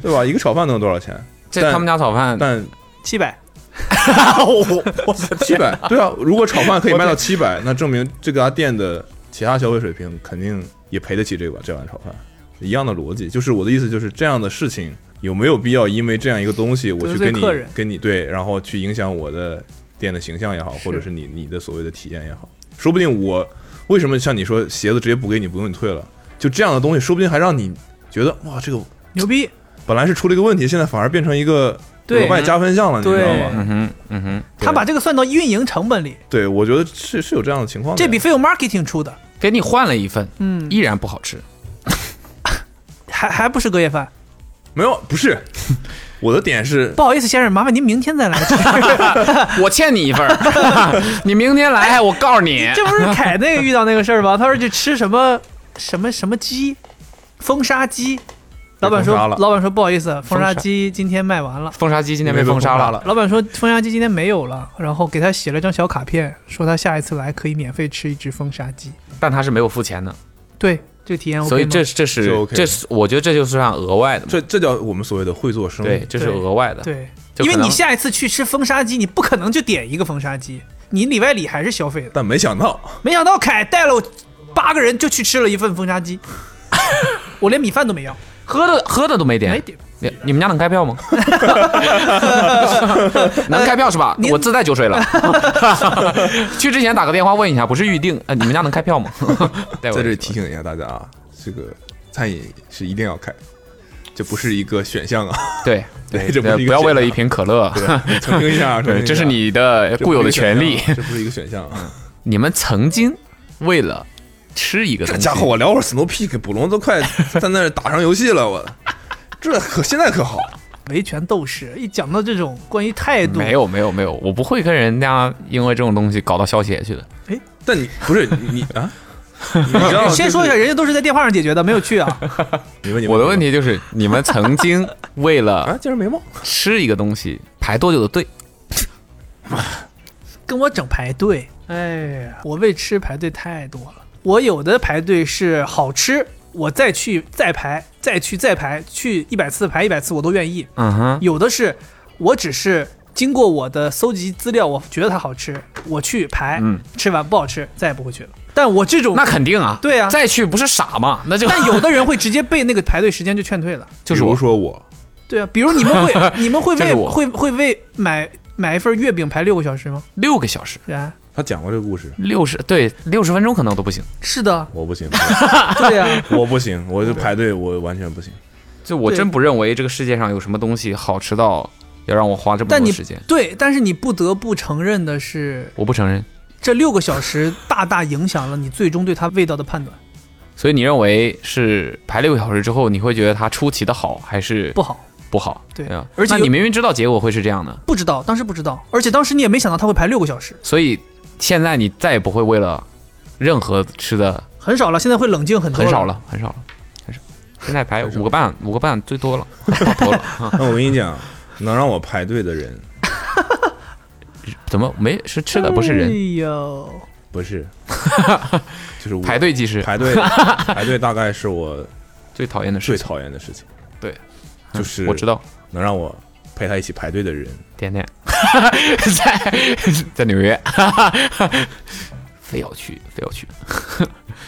[SPEAKER 2] 对吧？一个炒饭能有多少钱？
[SPEAKER 3] 这
[SPEAKER 2] 但
[SPEAKER 3] 他们家炒饭，
[SPEAKER 2] 但
[SPEAKER 4] 七百，
[SPEAKER 3] 我我的
[SPEAKER 2] 七百，对啊，如果炒饭可以卖到七百，那证明这家店的其他消费水平肯定也赔得起这碗这碗炒饭。一样的逻辑，就是我的意思就是这样的事情有没有必要因为这样一个东西，我
[SPEAKER 4] 得
[SPEAKER 2] 去
[SPEAKER 4] 罪
[SPEAKER 2] 跟你
[SPEAKER 4] 客人
[SPEAKER 2] 跟你对，然后去影响我的店的形象也好，或者是你你的所谓的体验也好，说不定我为什么像你说鞋子直接补给你不用你退了，就这样的东西，说不定还让你觉得哇这个
[SPEAKER 4] 牛逼，
[SPEAKER 2] 本来是出了一个问题，现在反而变成一个额
[SPEAKER 4] 对
[SPEAKER 2] 外加分项了，你知道
[SPEAKER 4] 对
[SPEAKER 2] 吗？
[SPEAKER 3] 嗯哼，嗯哼，
[SPEAKER 4] 他把这个算到运营成本里，
[SPEAKER 2] 对，我觉得是是有这样的情况的。
[SPEAKER 4] 这笔费用 marketing 出的，
[SPEAKER 3] 给你换了一份，
[SPEAKER 4] 嗯，
[SPEAKER 3] 依然不好吃。
[SPEAKER 4] 还还不是隔夜饭。
[SPEAKER 2] 没有不是， 我的点是
[SPEAKER 4] 不好意思，先生，麻烦您明天再来吃。
[SPEAKER 3] 我欠你一份儿， 你明天
[SPEAKER 2] 哎
[SPEAKER 3] 来，我告诉你。
[SPEAKER 4] 这不是凯那个遇到那个事儿吗？他说去吃什么什么什么鸡，风沙鸡。老板说
[SPEAKER 2] 封杀了，
[SPEAKER 4] 老板说不好意思，风
[SPEAKER 3] 封
[SPEAKER 4] 沙
[SPEAKER 3] 杀
[SPEAKER 4] 鸡今天卖完了。
[SPEAKER 3] 封杀机今天被
[SPEAKER 2] 被
[SPEAKER 3] 封杀
[SPEAKER 2] 杀
[SPEAKER 3] 了，，
[SPEAKER 4] 老板说风沙鸡今天没有了，然后给他写了张小卡片，说他下一次来可以免费吃一只风沙鸡。
[SPEAKER 3] 但他是没有付钱的，
[SPEAKER 4] 对，这个体验 OK
[SPEAKER 3] 所以
[SPEAKER 4] 吗
[SPEAKER 3] 这这是
[SPEAKER 2] 就 OK
[SPEAKER 3] 这是我觉得这就是算额外的嘛，
[SPEAKER 2] 这这叫我们所谓的会做生
[SPEAKER 3] 对，
[SPEAKER 2] 意。
[SPEAKER 3] 这是
[SPEAKER 4] 对
[SPEAKER 3] 额外的，
[SPEAKER 4] 对，
[SPEAKER 3] 就
[SPEAKER 4] 因为
[SPEAKER 3] 可能
[SPEAKER 4] 你下一次去吃风沙鸡，你不可能就点一个风沙鸡，你里外里还是消费的。
[SPEAKER 2] 但没想到，
[SPEAKER 4] 没想到凯带了我八个人就去吃了一份风沙鸡， 我连米饭都没要，
[SPEAKER 3] 喝的喝的都没
[SPEAKER 4] 没
[SPEAKER 3] 点，
[SPEAKER 4] 点。
[SPEAKER 3] 你你们家能开 票吗？能开票是吧？
[SPEAKER 4] 呃您
[SPEAKER 3] 我自带酒水 了。 去之前打个电话问一下，不是预定，呃，你们家能开票吗？ 在
[SPEAKER 2] 在这里提醒一下大家啊，这个餐饮是一定要开，这不是一个选项 啊。
[SPEAKER 3] 对
[SPEAKER 2] 对这不
[SPEAKER 3] 呃
[SPEAKER 2] 是一个
[SPEAKER 3] 不要为了
[SPEAKER 2] 选项
[SPEAKER 3] 一瓶可乐，
[SPEAKER 2] 对，澄清一下，啊澄清一
[SPEAKER 3] 对，
[SPEAKER 2] 下
[SPEAKER 3] 这是你的
[SPEAKER 2] 这
[SPEAKER 3] 固
[SPEAKER 2] 不是
[SPEAKER 3] 有
[SPEAKER 2] 一
[SPEAKER 3] 的
[SPEAKER 2] 个
[SPEAKER 3] 权利
[SPEAKER 2] 选。项这不是一个选项啊。
[SPEAKER 3] 你们曾经为了吃一个东
[SPEAKER 2] 这
[SPEAKER 3] 西，
[SPEAKER 2] 家伙，我聊会儿 Snow Peak，捕龙都快在那儿打上游戏了，我 这可现在可好，
[SPEAKER 4] 维权斗士一讲到这种关于态度，
[SPEAKER 3] 没有没有没有，我不会跟人家因为这种东西搞到消协 去的。
[SPEAKER 2] 但你不是你你啊？ 你知道
[SPEAKER 4] 先说一下，，人家都是在电话上解决的，没有去啊。
[SPEAKER 2] 就是你问你
[SPEAKER 3] 我的问
[SPEAKER 2] 题
[SPEAKER 3] 题就是，你们曾 经为了
[SPEAKER 2] 啊，竟然没冒，
[SPEAKER 3] 吃一个东西排多久的队？
[SPEAKER 4] 跟我整排队，哎呀，我为吃排队太多了。我有的排队是好吃，我再去再排，再去再排，去一百次排一百次我都愿意。
[SPEAKER 3] 嗯哼，
[SPEAKER 4] 有的是我只是经过我的搜集资料，我觉得它好吃，我去排，
[SPEAKER 3] 嗯
[SPEAKER 4] 吃完不好吃再也不会去了。但我这种
[SPEAKER 3] 那肯定啊，
[SPEAKER 4] 对 啊
[SPEAKER 3] 再去不是傻吗？那就
[SPEAKER 4] 但有的人会直接被那个排队时间就劝退了。
[SPEAKER 3] 就是
[SPEAKER 2] 比如
[SPEAKER 3] 我
[SPEAKER 2] 说我，
[SPEAKER 4] 对啊，比如你们 会你们会
[SPEAKER 3] 这
[SPEAKER 4] 为
[SPEAKER 3] 是我
[SPEAKER 4] 会会为买买一份月饼排六个小时吗？
[SPEAKER 3] 六个小时，
[SPEAKER 4] 对啊，
[SPEAKER 2] 他讲过这个故事，，
[SPEAKER 3] 六十对六十分钟可能都不行。
[SPEAKER 4] 是 的
[SPEAKER 2] 我 不行，
[SPEAKER 4] 对啊，
[SPEAKER 2] 我不行，我就排队，我完全不行。
[SPEAKER 3] 就我
[SPEAKER 4] 对
[SPEAKER 3] 真不认为这个世界上有什么东西好吃到要让我花这么
[SPEAKER 4] 但
[SPEAKER 3] 多
[SPEAKER 4] 你
[SPEAKER 3] 时间。
[SPEAKER 4] 对，但是你不得不承认的是，
[SPEAKER 3] 我不承认，
[SPEAKER 4] 这六个小时大大影响了你最终对它味道的判断，
[SPEAKER 3] 所以你认为是排六个小时之后，你会觉得它出奇的好还是
[SPEAKER 4] 不好。
[SPEAKER 3] 不好？
[SPEAKER 4] 对
[SPEAKER 3] 啊
[SPEAKER 4] 而且
[SPEAKER 3] 那
[SPEAKER 4] 有
[SPEAKER 3] 你明明知道结果会是这样的，
[SPEAKER 4] 不知道，当时不知道，而且当时你也没想到它会排六个小时，
[SPEAKER 3] 所以现在你再也不会为了任何吃的
[SPEAKER 4] 很少了。现在会冷静很多，
[SPEAKER 3] 很少。了，很少了，很少。现在排五个半，五个半最多了，差不多了 啊。
[SPEAKER 2] 那我跟你讲，能让我排队的人
[SPEAKER 3] 怎么没是吃呃的不是人？
[SPEAKER 4] 哎呦，
[SPEAKER 2] 不是，就是我
[SPEAKER 3] 排队技师
[SPEAKER 2] 排队排队大概是我
[SPEAKER 3] 最讨厌的
[SPEAKER 2] 最
[SPEAKER 3] 事情，
[SPEAKER 2] 讨厌的事情。
[SPEAKER 3] 对，啊
[SPEAKER 2] 就是
[SPEAKER 3] 我知道。
[SPEAKER 2] 能让我陪他一起排队的人，
[SPEAKER 3] 点点 在 在纽约，非要去，非要去。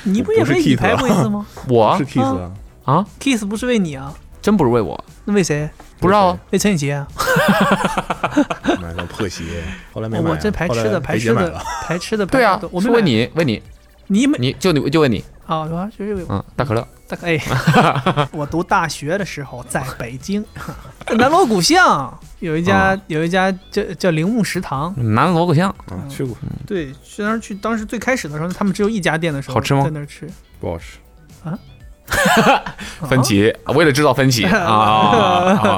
[SPEAKER 4] 你不也
[SPEAKER 2] 我不是
[SPEAKER 4] 为你
[SPEAKER 2] Keith
[SPEAKER 4] 排过一次 吗
[SPEAKER 3] 我
[SPEAKER 2] 是 Kiss 啊，
[SPEAKER 3] 啊，
[SPEAKER 4] ？Kiss 不是为你啊，
[SPEAKER 3] 真不是为我，
[SPEAKER 4] 那为谁？
[SPEAKER 3] 不知道啊。
[SPEAKER 4] 为陈雨洁啊。
[SPEAKER 2] 买双破鞋，后来没买啊。
[SPEAKER 4] 我这排
[SPEAKER 2] 后
[SPEAKER 4] 吃
[SPEAKER 2] 来
[SPEAKER 4] 的，
[SPEAKER 2] 梅
[SPEAKER 4] 排
[SPEAKER 2] 姐
[SPEAKER 4] 吃
[SPEAKER 2] 买
[SPEAKER 4] 的
[SPEAKER 2] 了，，
[SPEAKER 4] 排吃的。
[SPEAKER 3] 对啊
[SPEAKER 4] 排吃的，我
[SPEAKER 3] 我
[SPEAKER 4] 没
[SPEAKER 3] 是问
[SPEAKER 4] 买，
[SPEAKER 3] 你，问你，
[SPEAKER 4] 你没
[SPEAKER 3] 你就你就问你，
[SPEAKER 4] 啊？主要就是有
[SPEAKER 3] 嗯，大可乐，
[SPEAKER 4] 大概哎，我读大学的时候在北京，在南锣鼓巷有一
[SPEAKER 3] 啊
[SPEAKER 4] 家、有一家叫叫铃木食堂，
[SPEAKER 3] 南锣鼓巷
[SPEAKER 2] 啊，去过，
[SPEAKER 3] 嗯
[SPEAKER 4] 对，去当时去当时最开始的时候，他们只有一家店的时候，
[SPEAKER 3] 好吃吗
[SPEAKER 4] 在那儿吃，
[SPEAKER 2] 不好吃。
[SPEAKER 4] 啊
[SPEAKER 3] 分歧，为了制造分 歧啊啊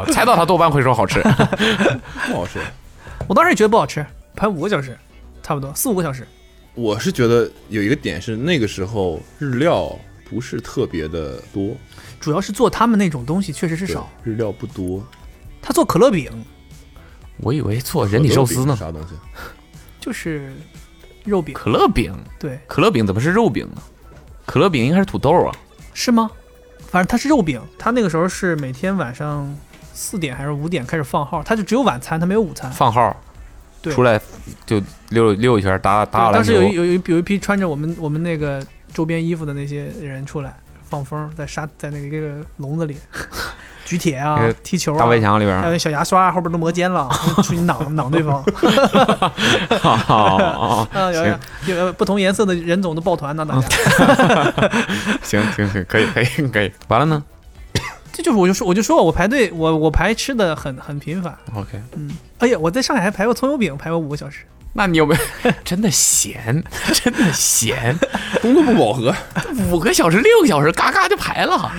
[SPEAKER 3] 啊，猜到他多半会说好吃。
[SPEAKER 2] 不好吃。
[SPEAKER 4] 啊我当时也觉得不好吃，排五个小时，差不多四五个小时，
[SPEAKER 2] 我是觉得有一个点是那个时候日料不是特别的多，
[SPEAKER 4] 主要是做他们那种东西确实是
[SPEAKER 2] 对
[SPEAKER 4] 少，
[SPEAKER 2] 日料不多。
[SPEAKER 4] 他做可乐饼
[SPEAKER 3] 我以为做人体寿司呢，
[SPEAKER 2] 啥东西？
[SPEAKER 4] 就是肉饼，
[SPEAKER 3] 可乐饼，
[SPEAKER 4] 对，
[SPEAKER 3] 可乐饼怎么是肉饼呢？可乐饼应该是土豆啊，
[SPEAKER 4] 是吗？反正它是肉饼，它那个时候是每天晚上四点还是五点开始放号，它就只有晚餐，它没有午餐。
[SPEAKER 3] 放号，
[SPEAKER 4] 对
[SPEAKER 3] 出来就溜溜一圈，打打打篮
[SPEAKER 4] 对当
[SPEAKER 3] 球
[SPEAKER 4] 时有一有一有一批穿着我们我们那个周边衣服的那些人出来放风，在沙在那个这个笼 子里举铁啊
[SPEAKER 3] 那个、
[SPEAKER 4] 踢球啊、
[SPEAKER 3] 大围墙里边
[SPEAKER 4] 还
[SPEAKER 3] 儿，
[SPEAKER 4] 有小牙刷啊后边都磨 尖了，去攮攮对方。
[SPEAKER 3] 哦
[SPEAKER 4] 啊，有有有不同颜色的人种都
[SPEAKER 3] 嗯
[SPEAKER 4] 抱团呢，大家。
[SPEAKER 3] 行行行，可以可以可以。完了呢？
[SPEAKER 4] 这就是我就说我就说我排队我我排吃的很很频繁，
[SPEAKER 3] OK，
[SPEAKER 4] 嗯，哎呀，我在上海还排过葱油饼，排过五个小时，
[SPEAKER 3] 那你有没有 真的闲？ 真的闲，
[SPEAKER 2] 工作不饱和，
[SPEAKER 3] 五个小时、六个小时，嘎嘎就排了。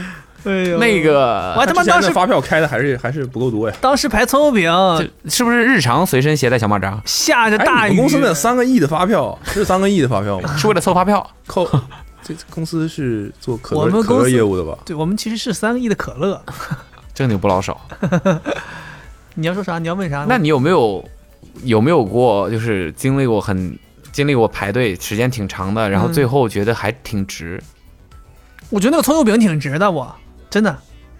[SPEAKER 4] 哎呦，
[SPEAKER 3] 那
[SPEAKER 4] 我
[SPEAKER 3] 个
[SPEAKER 4] 还他妈
[SPEAKER 2] 之前
[SPEAKER 4] 当
[SPEAKER 2] 的
[SPEAKER 4] 时
[SPEAKER 2] 发票开的还是还是不够多呀。
[SPEAKER 4] 当时排葱油饼，
[SPEAKER 3] 是不是日常随身携带小马 扎，
[SPEAKER 4] 下着
[SPEAKER 2] 哎，
[SPEAKER 4] 大
[SPEAKER 2] 你
[SPEAKER 4] 雨，
[SPEAKER 2] 们公司那三个亿的发票是三个亿的发票吗？
[SPEAKER 3] 是为了凑发票？
[SPEAKER 2] 扣，这公司是做可
[SPEAKER 4] 我
[SPEAKER 2] 乐
[SPEAKER 4] 们
[SPEAKER 2] 可
[SPEAKER 4] 公
[SPEAKER 2] 乐
[SPEAKER 4] 司
[SPEAKER 2] 业务的吧？
[SPEAKER 4] 对我们其实是三个亿的可乐，
[SPEAKER 3] 正经不老少。
[SPEAKER 4] 嗯你要说啥？你要问啥？
[SPEAKER 3] 那你有没有有没有过就是经历过很经历过排队时间挺长的，然后
[SPEAKER 4] 嗯
[SPEAKER 3] 最后觉得还挺值？
[SPEAKER 4] 我觉得那个葱油饼挺值的，我真的，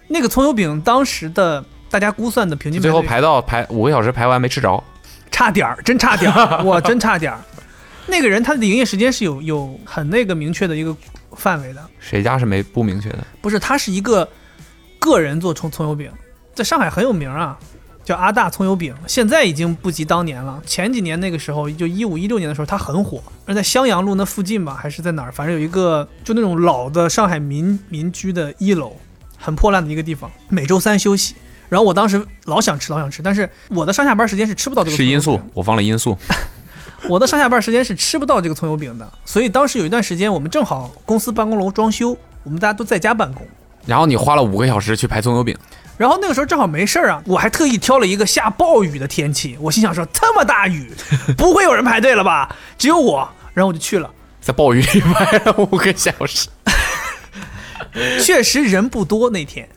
[SPEAKER 4] 那个葱油饼当时的大家估算的平均
[SPEAKER 3] 最后
[SPEAKER 4] 排
[SPEAKER 3] 排到排五个小时排完没吃着，
[SPEAKER 4] 队差点儿，真差点 儿，我真差点儿。那个人他的营业时间是有有很那个明确的一个范围的，
[SPEAKER 3] 谁家是没不明确的？
[SPEAKER 4] 不是，他是一个个人做葱葱油饼，在上海很有名啊，叫阿大葱油饼，现在已经不及当年了。前几年那个时候，就一五一六年的时候，他很火，而在襄阳路那附近吧，还是在哪儿，反正有一个就那种老的上海民民居的一楼，很破烂的一个地方，每周三休息。然后我当时老想吃，老想吃，但是我的上下班时间是吃不到这个。
[SPEAKER 3] 是因素，，我放了因素。
[SPEAKER 4] 我的上下班时间是吃不到这个葱油饼的。所以当时有一段时间，我们正好公司办公楼装修，我们大家都在家办公。
[SPEAKER 3] 然后你花了五个小时去排葱油饼，
[SPEAKER 4] 然后那个时候正好没事儿啊，我还特意挑了一个下暴雨的天气，我心想说这么大雨，不会有人排队了吧？只有我，然后我就去了，
[SPEAKER 3] 在暴雨里排了五个小时。
[SPEAKER 4] 确实人不多那天，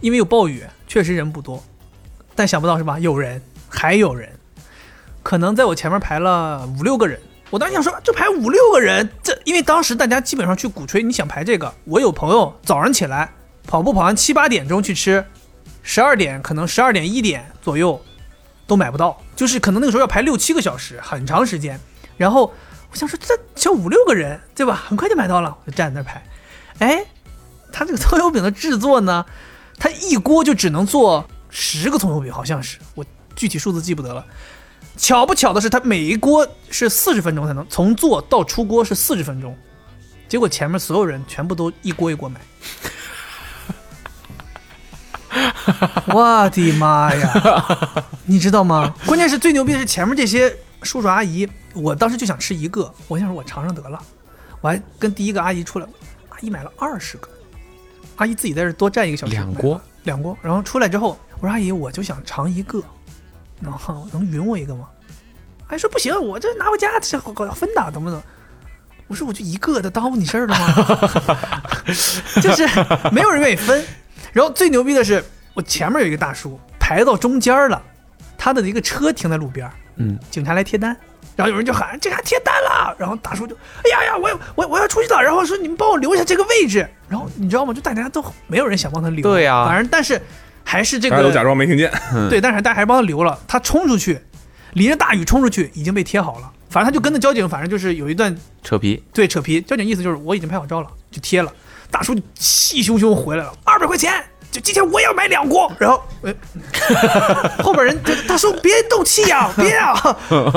[SPEAKER 4] 因为有暴雨，确实人不多，但想不到是吧？有人，还有人，可能在我前面排了五六个人。我当时想说，这排五六个人，这因为当时大家基本上去鼓吹，你想排这个，我有朋友早上起来跑步跑完七八点钟去吃，十二点可能十二点一点左右都买不到，就是可能那个时候要排六七个小时，很长时间。然后我想说，这小五六个人对吧，很快就买到了，我就站在那儿排。哎，他这个葱油饼的制作呢， 他一锅就只能做十个葱油饼，好像是我具体数字记不得了。巧不巧的是，他每一锅是四十分钟才能从做到出锅是四十分钟，结果前面所有人全部都一锅一锅买。 我的妈呀！ 你知道吗？关键是最牛逼的是前面这些叔叔阿姨，我当时就想吃一个，我想说我尝尝得了，我还跟第一个阿姨出来，阿姨买了二十个，阿姨自己在这多站一个小时，
[SPEAKER 3] 两锅，
[SPEAKER 4] 两锅，然后出来之后，我说阿姨，我就想尝一个，然后能匀我一个吗？阿姨说不行，我这拿回家这好好分的，怎么怎么。我说我就一个，这耽误你事儿了吗？ 就是没有人愿意分。然后最牛逼的是，我前面有一个大叔排到中间儿了，他的一个车停在路边儿，
[SPEAKER 3] 嗯，
[SPEAKER 4] 警察来贴单，然后有人就喊警察贴单了，然后大叔就哎呀呀，我要我我要出去了，然后说你们帮我留一下这个位置，然后你知道吗？就大家都没有人想帮他留，
[SPEAKER 3] 对呀嗯
[SPEAKER 4] 反正但是还是这
[SPEAKER 2] 大家都假
[SPEAKER 4] 个
[SPEAKER 2] 装没听 见。
[SPEAKER 4] 对，但是大家还是帮他留了，他冲出去，淋着大雨冲出去，已经被贴好了，反正他就跟着交警，反正就是有一段
[SPEAKER 3] 扯皮，
[SPEAKER 4] 对，扯皮。交警意思就是我已经拍好照了，就贴了。大叔就气汹汹回来了，二百块钱，就今天我也要买两锅。然后，哎、 后边人就大叔别动气呀、别 啊，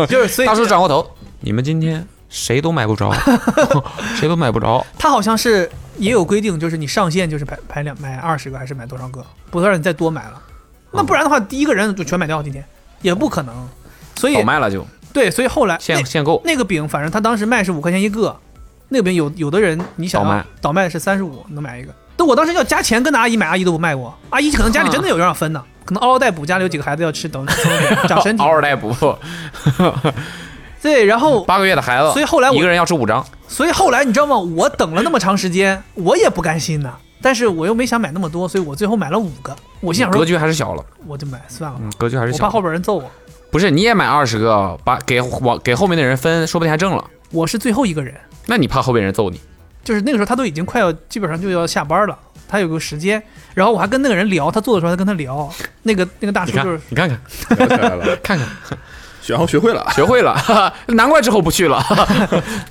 [SPEAKER 4] 就是所以
[SPEAKER 3] 大叔转过头，你们今天谁都买不着， 谁都买不着。
[SPEAKER 4] 他好像是也有规定，就是你上限就是排排两买二十个还是买多少个，不能让你再多买了。那不然的话，第一个人就全买掉今天也不可能。所以
[SPEAKER 3] 倒卖了就
[SPEAKER 4] 对，所以后来那
[SPEAKER 3] 限限购，
[SPEAKER 4] 那个饼，反正他当时卖是五块钱一个，那个饼有有的人你想
[SPEAKER 3] 倒
[SPEAKER 4] 要
[SPEAKER 3] 卖
[SPEAKER 4] 倒卖是三十五能买一个，但我当时要加钱跟那阿姨买，阿姨都不卖我，阿姨可能家里真的有人要分呢，可能嗷嗷待哺，家里有几个孩子要吃，等长身体
[SPEAKER 3] 嗷。嗷待哺，
[SPEAKER 4] 对，然后
[SPEAKER 3] 八个月的孩子，
[SPEAKER 4] 所以后来我
[SPEAKER 3] 一个人要吃五张，
[SPEAKER 4] 所以后来你知道吗？我等了那么长时间，我也不甘心呐，但是我又没想买那么多，所以我最后买了五个。我心想
[SPEAKER 3] 格
[SPEAKER 4] 说，
[SPEAKER 3] 局还是小了，
[SPEAKER 4] 我就买算了吧
[SPEAKER 3] 嗯，，格局还是
[SPEAKER 4] 我怕
[SPEAKER 3] 小
[SPEAKER 4] 后
[SPEAKER 3] 了。
[SPEAKER 4] 边人揍我。
[SPEAKER 3] 不是，你也买二十个，把给往给后面的人分，说不定还挣了。
[SPEAKER 4] 我是最后一个人，
[SPEAKER 3] 那你怕后面人揍你？
[SPEAKER 4] 就是那个时候他都已经快要基本上就要下班了，他有个时间，然后我还跟那个人聊，他做的时候还跟他 聊，那个那个大
[SPEAKER 3] 你
[SPEAKER 4] 叔
[SPEAKER 3] 看
[SPEAKER 4] 啊就是，
[SPEAKER 3] 你看看，
[SPEAKER 2] 聊起来了，
[SPEAKER 3] 看看，
[SPEAKER 2] 然后学会了，
[SPEAKER 3] 学会了， 难怪之后不去了。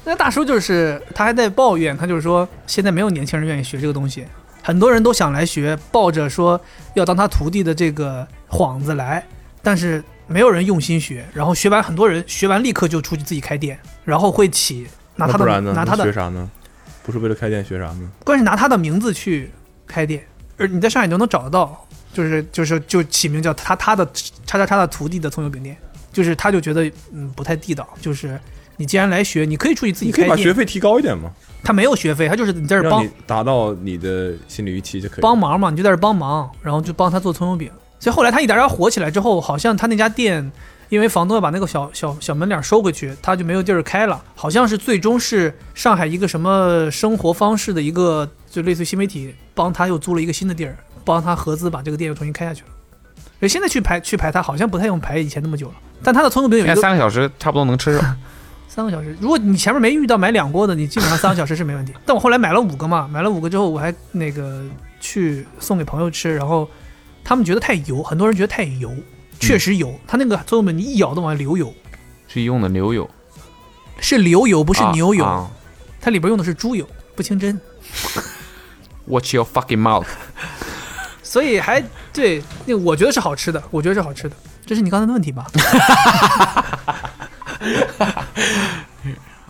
[SPEAKER 4] 那大叔就是他还在抱怨，他就是说现在没有年轻人愿意学这个东西，很多人都想来学，抱着说要当他徒弟的这个幌子来，但是没有人用心学，然后学完很多人学完立刻就出去自己开店，然后会起拿
[SPEAKER 2] 那
[SPEAKER 4] 他
[SPEAKER 2] 不
[SPEAKER 4] 的
[SPEAKER 2] 然呢？
[SPEAKER 4] 拿他
[SPEAKER 2] 那
[SPEAKER 4] 的
[SPEAKER 2] 学啥呢？不是为了开店学啥呢？
[SPEAKER 4] 关键是拿他的名字去开店，而你在上海都能找得到，就是就是就起名叫他他的叉叉叉的徒弟的葱油饼店，就是他就觉得嗯不太地道，就是你既然来学，你可以出去自己
[SPEAKER 2] 你可以
[SPEAKER 4] 开
[SPEAKER 2] 把学
[SPEAKER 4] 店，
[SPEAKER 2] 费提高一点嘛，
[SPEAKER 4] 他没有学费，他就是你在这儿
[SPEAKER 2] 让
[SPEAKER 4] 帮
[SPEAKER 2] 你达到你的心理预期就可以了。
[SPEAKER 4] 帮忙嘛，你就在这儿帮忙，然后就帮他做葱油饼。所以后来他一点点火起来之后，好像他那家店因为房东要把那个小小小门脸收回去，他就没有地儿开了。好像是最终是上海一个什么生活方式的一个，就类似于新媒体帮他又租了一个新的地儿，帮他合资把这个店又重新开下去了。所以现在去排去排他好像不太用排以前那么久了，但他的葱油饼有
[SPEAKER 3] 现在
[SPEAKER 4] 一个
[SPEAKER 3] 三个小时差不多能吃上。
[SPEAKER 4] 三个小时，如果你前面没遇到买两锅的，你基本上三个小时是没问 题。但我后来买了五个嘛，买了五个之后，我还那个去送给朋友吃，然后他们觉得太油，很多人觉得太油，
[SPEAKER 3] 嗯
[SPEAKER 4] 确实油，它那个葱油饼你一咬都往外流油，
[SPEAKER 3] 是用的牛油，
[SPEAKER 4] 是流油，不
[SPEAKER 3] 不
[SPEAKER 4] 是牛油，
[SPEAKER 3] 啊
[SPEAKER 4] 它里边用的是猪油，不清真，
[SPEAKER 3] Watch your fucking mouth！
[SPEAKER 4] 所以还对那我觉得是好吃的，我觉得是好吃的，这是你刚才的问题吧？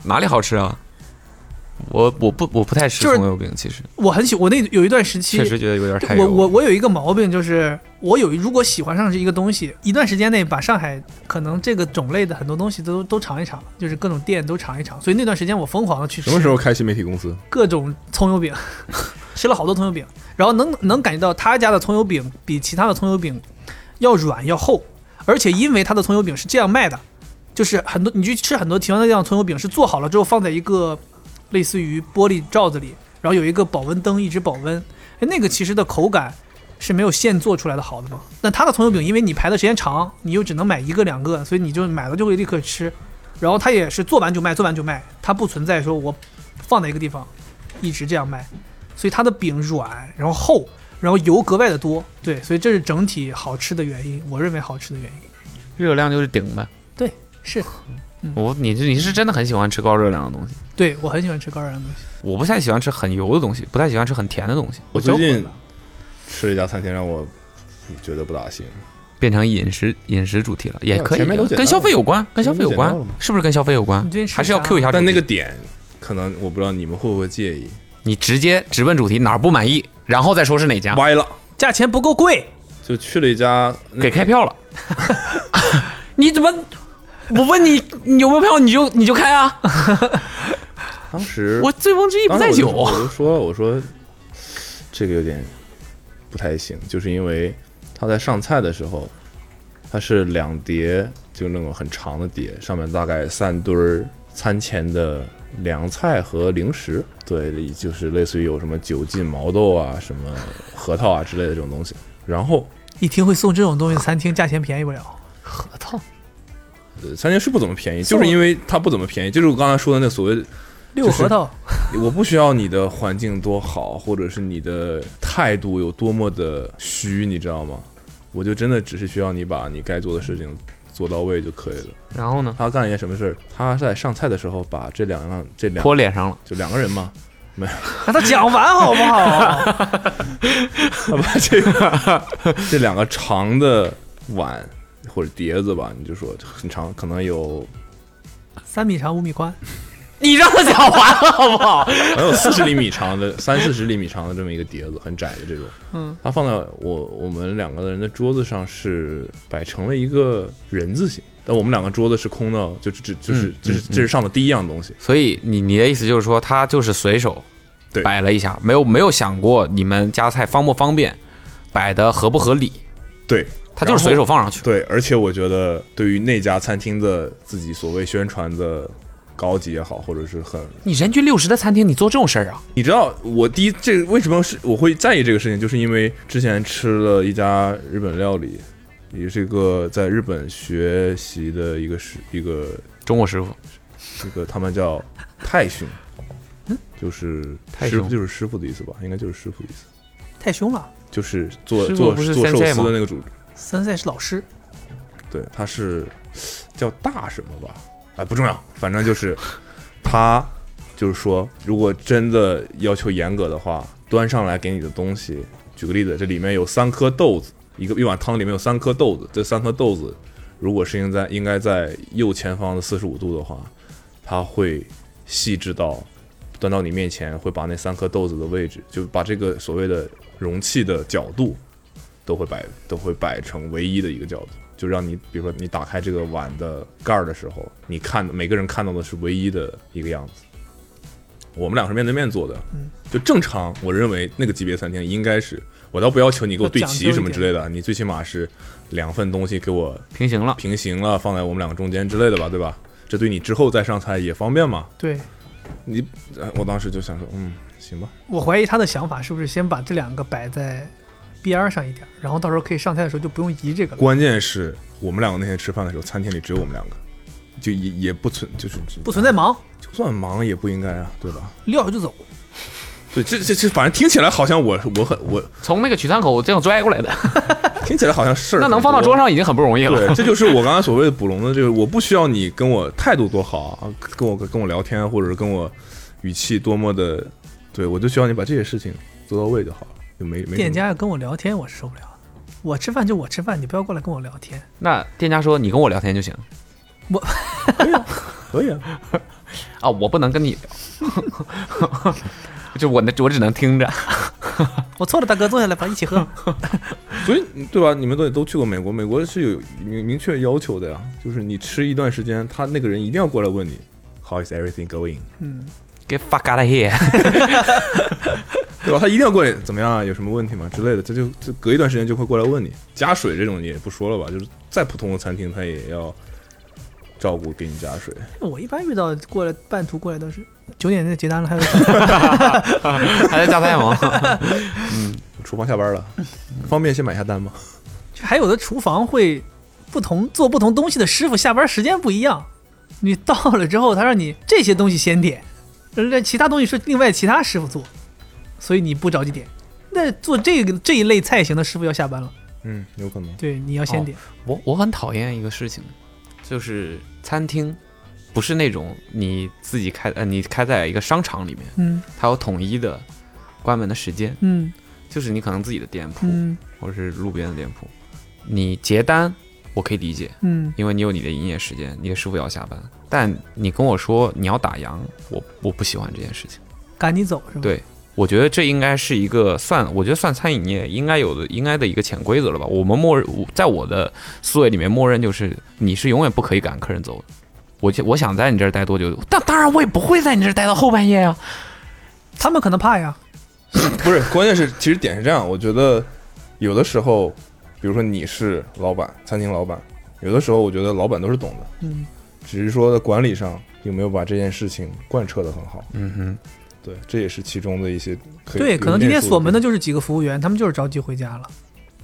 [SPEAKER 3] 哪里好吃啊？我我不我不太吃
[SPEAKER 4] 就是
[SPEAKER 3] 葱油饼，其实
[SPEAKER 4] 我很喜，我那有一段时期
[SPEAKER 3] 确实觉得有点太油
[SPEAKER 4] 我
[SPEAKER 3] 了。
[SPEAKER 4] 我我有一个毛病，就是我有如果喜欢上是一个东西，一段时间内把上海可能这个种类的很多东西都都尝一尝，就是各种店都尝一尝。所以那段时间我疯狂的去吃
[SPEAKER 2] 什么时候开新媒体公司？
[SPEAKER 4] 各种葱油饼， 吃了好多葱油饼，然后能能感觉到他家的葱油饼比其他的葱油饼要软要厚，而且因为他的葱油饼是这样卖的，就是很多你去吃很多地方的那样葱油饼是做好了之后放在一个类似于玻璃罩子里，然后有一个保温灯一直保温，哎，那个其实的口感是没有现做出来的好的嘛。那他的葱油饼因为你排的时间长，你又只能买一个两个，所以你就买了就会立刻吃。然后它也是做完就卖，做完就卖，它不存在说我放在一个地方一直这样卖，所以它的饼软，然后厚，然后油格外的多，对，所以这是整体好吃的原因，我认为好吃的原因
[SPEAKER 3] 热量就是顶的。
[SPEAKER 4] 是
[SPEAKER 3] 我你这你是真的很喜欢吃高热量的东西，
[SPEAKER 4] 对我很喜欢吃高热量的东西，
[SPEAKER 3] 我不太喜欢吃很油的东西，不太喜欢吃很甜的东西。
[SPEAKER 2] 我
[SPEAKER 3] 交
[SPEAKER 2] 最
[SPEAKER 3] 混
[SPEAKER 2] 近
[SPEAKER 3] 了
[SPEAKER 2] 吃了一家餐厅，让我觉得不咋行。前面都简单了嘛
[SPEAKER 3] 变成饮食饮食主题了，也可以的跟消费有关，跟消费有关，是不是跟消费有关
[SPEAKER 4] 你最近？吃
[SPEAKER 3] 还是要
[SPEAKER 4] 啥
[SPEAKER 3] Q 一下主题。
[SPEAKER 2] 但那个点，可能我不知道你们会不会介意，
[SPEAKER 3] 你直接直问主题哪儿不满意，然后再说是哪家，
[SPEAKER 2] 歪了。
[SPEAKER 4] 价钱不够贵，
[SPEAKER 2] 就去了一家那
[SPEAKER 3] 给开票了。你怎么？我问你，你有没有票，你就你就开啊！
[SPEAKER 2] 当时
[SPEAKER 3] 我醉翁之意不
[SPEAKER 2] 当时
[SPEAKER 3] 在
[SPEAKER 2] 我就
[SPEAKER 3] 酒，
[SPEAKER 2] 我就说我说这个有点不太行，就是因为他在上菜的时候，它是两碟，就那种很长的碟，上面大概三堆儿餐前的凉菜和零食，对，就是类似于有什么九进毛豆啊、什么核桃啊之类的这种东西。然后
[SPEAKER 4] 一听会送这种东西的餐厅价钱便宜不了，
[SPEAKER 3] 核桃
[SPEAKER 2] 呃餐厅是不怎么便宜，
[SPEAKER 4] 送
[SPEAKER 2] 就是因为它不怎么便宜，就是我刚才说的那所谓
[SPEAKER 4] 六核桃、
[SPEAKER 2] 我不需要你的环境多好，或者是你的态度有多么的虚，你知道吗？我就真的只是需要你把你该做的事情做到位就可以了。
[SPEAKER 3] 然后呢？
[SPEAKER 2] 他干了一件什么事儿？他在上菜的时候把这两样这两
[SPEAKER 3] 泼脸上了，
[SPEAKER 2] 就两个人嘛，
[SPEAKER 4] 让他讲完好不好？
[SPEAKER 2] 他把这个这两个长的碗或者碟子吧，你就说很长，可能有
[SPEAKER 4] 三米长五米宽，
[SPEAKER 3] 你让他讲完了好不好？
[SPEAKER 2] 可能有四十厘米长的三四十厘米长的这么一个碟子，很窄的这种。
[SPEAKER 4] 嗯，
[SPEAKER 2] 它放在我我们两个人的桌子上是摆成了一个人字形，但我们两个桌子是空的，哦就只只就是
[SPEAKER 3] 嗯
[SPEAKER 2] 这是这是上的第一样东西。
[SPEAKER 3] 所以你你的意思就是说，他就是随手
[SPEAKER 2] 对
[SPEAKER 3] 摆了一下，没有没有想过你们夹菜方不方便，摆的合不合理，
[SPEAKER 2] 对，
[SPEAKER 3] 他就是随手放上去。
[SPEAKER 2] 对，而且我觉得对于那家餐厅的自己所谓宣传的高级也好，或者是很，
[SPEAKER 3] 你人均六十的餐厅，你做这种事儿啊？
[SPEAKER 2] 你知道我第一这个为什么是我会在意这个事情，就是因为之前吃了一家日本料理。也是一个在日本学习的一个是一个
[SPEAKER 3] 中国师傅，
[SPEAKER 2] 这个他们叫太兄，就是
[SPEAKER 3] 太
[SPEAKER 2] 师
[SPEAKER 3] 兄
[SPEAKER 2] 傅就是师傅的意思吧，应该就是师傅的意思，
[SPEAKER 4] 太凶了。
[SPEAKER 2] 就是做
[SPEAKER 3] 师傅
[SPEAKER 2] 做
[SPEAKER 3] 不是
[SPEAKER 2] 做寿
[SPEAKER 3] sensei
[SPEAKER 2] 司
[SPEAKER 3] 吗
[SPEAKER 2] 的那个主，
[SPEAKER 4] 三赛是老师，
[SPEAKER 2] 对，他是叫大什么吧，哎，不重要，反正就是他就是说，如果真的要求严格的话，端上来给你的东西，举个例子，这里面有三颗豆子，一个一碗汤里面有三颗豆子，这三颗豆子如果是应在应该在右前方的四十五度的话，它会细致到端到你面前，会把那三颗豆子的位置，就把这个所谓的容器的角度，都会摆都会摆成唯一的一个角度，就让你比如说你打开这个碗的盖儿的时候，你看每个人看到的是唯一的一个样子。我们俩是面对面做的，就正常，我认为那个级别餐厅应该是，我倒不要求你给我对齐什么之类的，啊你最起码是两份东西给我
[SPEAKER 3] 平行了，
[SPEAKER 2] 平行了，放在我们两个中间之类的吧，对吧？这对你之后再上菜也方便嘛。
[SPEAKER 4] 对
[SPEAKER 2] 你，呃我当时就想说，嗯，行吧，
[SPEAKER 4] 我怀疑他的想法是不是先把这两个摆在边儿上一点儿，然后到时候可以上菜的时候就不用移这个了。
[SPEAKER 2] 关键是我们两个那天吃饭的时候，餐厅里只有我们两个，就也也不存就是
[SPEAKER 4] 不存在忙，
[SPEAKER 2] 就算忙也不应该啊，对吧？
[SPEAKER 4] 撂下就走。
[SPEAKER 2] 对，这这这，反正听起来好像我我很我
[SPEAKER 3] 从那个取餐口这样拽过来 的，
[SPEAKER 2] 听起来好像事儿
[SPEAKER 3] 那能放到
[SPEAKER 2] 很多
[SPEAKER 3] 桌上已经很不容易
[SPEAKER 2] 对，
[SPEAKER 3] 了。
[SPEAKER 2] 这就是我刚才所谓的捕龙的这个，我不需要你跟我态度多好啊，跟我跟我聊天，或者是跟我语气多么的，对我就需要你把这些事情做到位就好了，就没没什么
[SPEAKER 4] 店家要跟我聊天，我是受不了的。我吃饭就我吃饭，你不要过来跟我聊天。
[SPEAKER 3] 那店家说你跟我聊天就行
[SPEAKER 2] 可以啊，
[SPEAKER 3] 啊，我不能跟你聊， 就我那我只能听着。
[SPEAKER 4] 我错了，大哥，坐下来吧，一 起喝。
[SPEAKER 2] 所以你对吧？你们都都去过美国，美国是有明明确要求的呀，就是你吃一段时间，他那个人一定要过来问你 How is everything going，
[SPEAKER 3] Get fuck out of here！
[SPEAKER 2] 对吧？他一定要过来怎么样啊？有什么问题吗之类的，这就就隔一段时间就会过来问你。加水这种你也不说了吧，就是再普通的餐厅他也要照顾给你加水。
[SPEAKER 4] 我一般遇到过来半途过来都是九点就结单了，还有
[SPEAKER 3] 还在加菜吗？
[SPEAKER 2] 厨房下班了，方便先买下单吗？
[SPEAKER 4] 就还有的厨房会不同做不同东西的师傅下班时间不一样，你到了之后他让你这些东西先点，人家其他东西是另外其他师傅做，所以你不着急点。那做这个这一类菜型的师傅要下班了，
[SPEAKER 2] 嗯，有可能。
[SPEAKER 4] 对，你要先点。
[SPEAKER 3] 我我很讨厌一个事情，就是餐厅不是那种你自己开呃你开在一个商场里面，
[SPEAKER 4] 嗯
[SPEAKER 3] 它有统一的关门的时间，
[SPEAKER 4] 嗯
[SPEAKER 3] 就是你可能自己的店铺、
[SPEAKER 4] 嗯
[SPEAKER 3] 或者是路边的店铺，你结单我可以理解，
[SPEAKER 4] 嗯，
[SPEAKER 3] 因为你有你的营业时间，你的师傅也要下班。但你跟我说你要打烊，我我不喜欢这件事情。
[SPEAKER 4] 赶你走是吧？
[SPEAKER 3] 对我觉得这应该是一个算，我觉得算餐饮业应该有的应该的一个潜规则了吧。我们默认，我在我的思维里面，默认就是你是永远不可以赶客人走的。我就我想在你这儿待多久，但当然我也不会在你这儿待到后半夜啊。
[SPEAKER 4] 他们可能怕呀，
[SPEAKER 2] 不是，关键是其实点是这样，我觉得有的时候，比如说你是老板，餐厅老板，有的时候我觉得老板都是懂的，
[SPEAKER 4] 嗯，
[SPEAKER 2] 只是说在管理上有没有把这件事情贯彻得很好。
[SPEAKER 3] 嗯哼，。
[SPEAKER 2] 对，这也是其中的一些可以
[SPEAKER 4] 对，可能今天锁门的
[SPEAKER 2] 就
[SPEAKER 4] 就是几个服务员，他们就是着急回家了。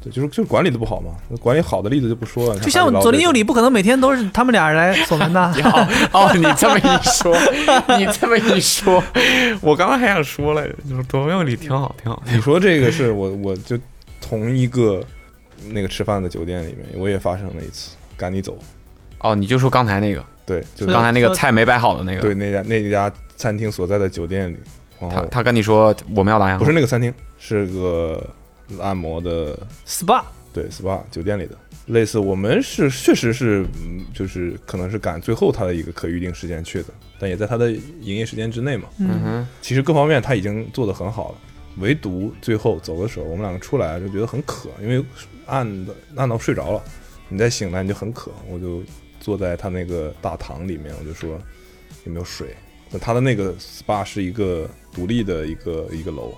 [SPEAKER 2] 对，就是就是管理的不好嘛，那管理好的例子就不说了，
[SPEAKER 4] 就像左邻右里，不可能每天都是他们俩来锁门的
[SPEAKER 3] 哦哦，你这么一说，你这么一说，我刚刚还想说来着，就是左右里挺好，挺好。
[SPEAKER 2] 你说这个是我我就同一个那个吃饭的酒店里面，我也发生了一次，赶你走，
[SPEAKER 3] 哦，你就说刚才那 个，
[SPEAKER 2] 对，就
[SPEAKER 4] 对
[SPEAKER 3] 刚才那个菜没摆好的那个，
[SPEAKER 2] 对，那家那家餐厅所在的酒店里，然
[SPEAKER 3] 他
[SPEAKER 2] 后
[SPEAKER 3] 他跟你说我们要打烊，
[SPEAKER 2] 不是那个餐厅，是个按摩的，
[SPEAKER 4] SPA
[SPEAKER 2] 对 SPA 酒店里的，类似我们是确实是，嗯就是可能是赶最后他的一个可预定时间去的，但也在他的营业时间之内嘛。
[SPEAKER 3] 嗯哼，
[SPEAKER 2] 其实各方面他已经做得很好了，唯独最后走的时候，我们两个出来就觉得很渴，因为按的按到睡着了，你再醒来你就很渴，我就坐在他那个大堂里面，我就说有没有水？那他的那个 SPA 是一个独立的一个一个楼，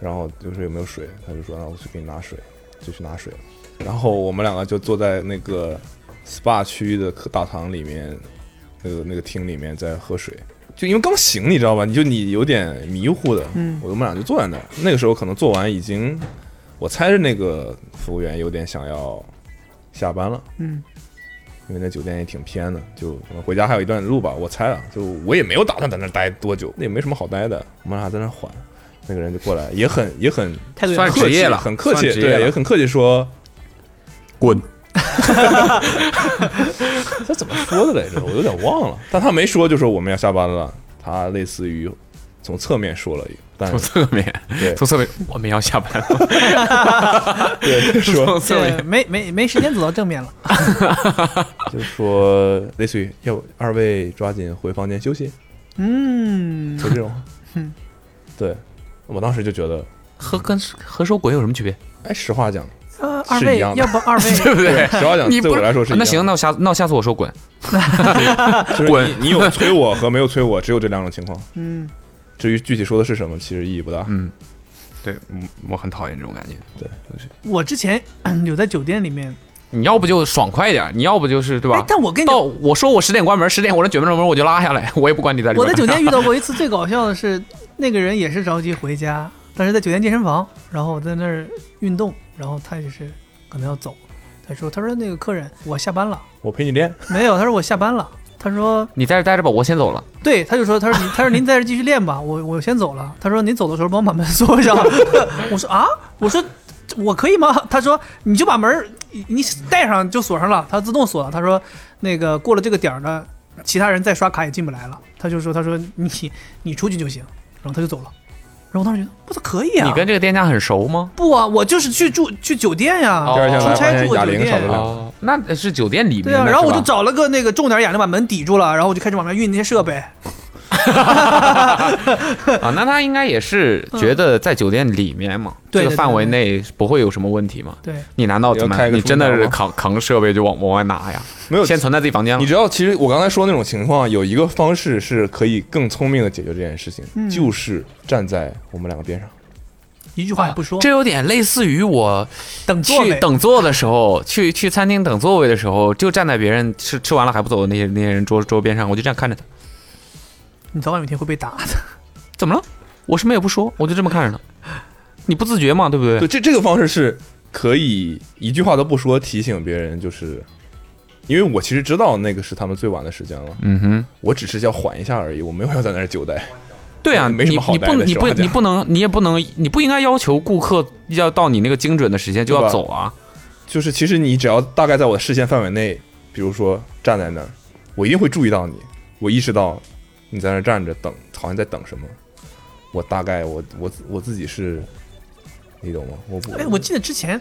[SPEAKER 2] 然后就是有没有水，他就说那我去给你拿水，就去拿水了。然后我们两个就坐在那个 SPA 区域的客大堂里面，那个那个厅里面在喝水，就因为刚醒，你知道吧？你就你有点迷糊的，嗯，我们俩就坐在那儿。那个时候可能做完已经，我猜是那个服务员有点想要下班了，
[SPEAKER 4] 嗯，
[SPEAKER 2] 因为那酒店也挺偏的，就回家还有一段路吧，我猜啊，就我也没有打算在那儿待多久，那也没什么好待的，我们俩在那儿缓。那个人就过来，也很也很
[SPEAKER 4] 态度也
[SPEAKER 3] 算
[SPEAKER 4] 好
[SPEAKER 3] 是
[SPEAKER 2] 客
[SPEAKER 3] 职
[SPEAKER 2] 气
[SPEAKER 3] 业了
[SPEAKER 2] 很客气，
[SPEAKER 3] 算职业了
[SPEAKER 2] 对，也很客气说，
[SPEAKER 3] 滚。
[SPEAKER 2] 他怎么说的来着？我有点忘了，但他没说就说我们要下班了，他类似于从侧面说了一个，但
[SPEAKER 3] 从侧面，
[SPEAKER 2] 对
[SPEAKER 3] 从侧面，我们要下班了。
[SPEAKER 2] 对说
[SPEAKER 3] 从侧
[SPEAKER 4] 对，
[SPEAKER 3] 面，
[SPEAKER 4] 没没没时间走到正面了。
[SPEAKER 2] 就说类似于要不二位抓紧回房间休息，
[SPEAKER 4] 嗯
[SPEAKER 3] 嗯
[SPEAKER 2] 就， 这种。对，我当时就觉得，
[SPEAKER 3] 和跟和手鬼有什么区别？
[SPEAKER 2] 哎，实话讲，
[SPEAKER 4] 啊二
[SPEAKER 2] 是一
[SPEAKER 4] 位，
[SPEAKER 2] 样的
[SPEAKER 4] 要不二位
[SPEAKER 3] 对不对？
[SPEAKER 2] 实话讲，
[SPEAKER 3] 你不
[SPEAKER 2] 对我来说是一
[SPEAKER 3] 那
[SPEAKER 2] 样
[SPEAKER 3] 行，那我下那我下次我说滚，
[SPEAKER 2] 就是
[SPEAKER 3] 滚
[SPEAKER 2] 你！你有催我和没有催我，只有这两种情 况。
[SPEAKER 4] 嗯，
[SPEAKER 2] 至于具体说的是什么，其实意义不大。
[SPEAKER 3] 嗯，对，嗯我很讨厌这种感觉。
[SPEAKER 4] 我之前 有在酒店里面，
[SPEAKER 3] 你要不就爽快一点，你要不就是对
[SPEAKER 4] 哎
[SPEAKER 3] 吧，？
[SPEAKER 4] 但我跟你
[SPEAKER 3] 到
[SPEAKER 4] 讲，
[SPEAKER 3] 我说我十点关门，十点我那卷门门我就拉下来，我也不管你在里
[SPEAKER 4] 我
[SPEAKER 3] 边。
[SPEAKER 4] 在酒店遇到过一次最搞笑的是，那个人也是着急回家，但是在酒店健身房，然后我在那儿运动，然后他也是可能要走，他说他说那个客人我下班了，
[SPEAKER 2] 我陪你练，
[SPEAKER 4] 没有，他说我下班了，他说
[SPEAKER 3] 你在这待着吧，我先走了。
[SPEAKER 4] 对，他就说他说您他说您在这继续练吧，我我先走了，他说您走的时候帮我把门锁上，我说啊，我说我可以吗？他说你就把门儿你你带上就锁上了，它自动锁了，他说那个过了这个点儿呢，其他人再刷卡也进不来了，他就说他说你你出去就行，然后他就走了，然后我当时觉得我操可以啊，
[SPEAKER 3] 你跟这个店家很熟吗？
[SPEAKER 4] 不啊，我就是去住去酒店呀、
[SPEAKER 3] 哦
[SPEAKER 2] 第二天来
[SPEAKER 4] 出差
[SPEAKER 2] 发现
[SPEAKER 4] 住
[SPEAKER 2] 哑
[SPEAKER 4] 酒
[SPEAKER 2] 铃少了
[SPEAKER 4] 店。
[SPEAKER 2] 两个。
[SPEAKER 3] 哦，那是酒店里面的
[SPEAKER 4] 对啊，然后我
[SPEAKER 3] 是
[SPEAKER 4] 就
[SPEAKER 3] 吧
[SPEAKER 4] 找了个那个重点儿哑铃把门抵住了，然后我就开始往上运那些设备。
[SPEAKER 3] 啊，那他应该也是觉得在酒店里面嘛，
[SPEAKER 4] 嗯
[SPEAKER 3] 这
[SPEAKER 4] 对对
[SPEAKER 3] 个
[SPEAKER 4] 对
[SPEAKER 3] 范围内不会有什么问题嘛。
[SPEAKER 4] 对，
[SPEAKER 3] 你难道
[SPEAKER 2] 你要
[SPEAKER 3] 怎么
[SPEAKER 2] 开？个
[SPEAKER 3] 你真的
[SPEAKER 2] 空调
[SPEAKER 3] 是
[SPEAKER 2] 吗
[SPEAKER 3] 扛扛个设备就往往外拿呀？
[SPEAKER 2] 没有
[SPEAKER 3] 先存在自己房间了
[SPEAKER 2] 你。知道，其实我刚才说那种情况，有一个方式是可以更聪明的解决这件事情，就是站在我们两个边上。
[SPEAKER 4] 一句话也不说，
[SPEAKER 3] 哦这有点类似于我
[SPEAKER 4] 等座
[SPEAKER 3] 去
[SPEAKER 4] 位。
[SPEAKER 3] 等座的时候，去去餐厅等座位的时候，就站在别人吃吃完了还不走的那些那些人桌桌边上，我就这样看着他，
[SPEAKER 4] 你早晚有一天会被打的。
[SPEAKER 3] 怎么了？我什么也不说，我就这么看着他。你不自觉嘛，对不对？
[SPEAKER 2] 对，这这个方式是可以一句话都不说提醒别人，就是因为我其实知道那个是他们最晚的时间了，
[SPEAKER 3] 嗯哼，
[SPEAKER 2] 我只是要缓一下而已，我没有要在那儿久待。
[SPEAKER 3] 对啊，
[SPEAKER 2] 没什么好
[SPEAKER 3] 你
[SPEAKER 2] 待的
[SPEAKER 3] 你
[SPEAKER 2] 实
[SPEAKER 3] 不
[SPEAKER 2] 话
[SPEAKER 3] 你不
[SPEAKER 2] 讲
[SPEAKER 3] 你不能你也不能你不应该要求顾客要到你那个精准的时间就
[SPEAKER 2] 对
[SPEAKER 3] 要
[SPEAKER 2] 吧
[SPEAKER 3] 走啊。
[SPEAKER 2] 就是其实你只要大概在我的视线范围内，比如说站在那儿，我一定会注意到你，我意识到你在那儿站着等，好像在等什么。我大概我我我自己是，你懂吗？我不
[SPEAKER 4] 哎，我记得之前，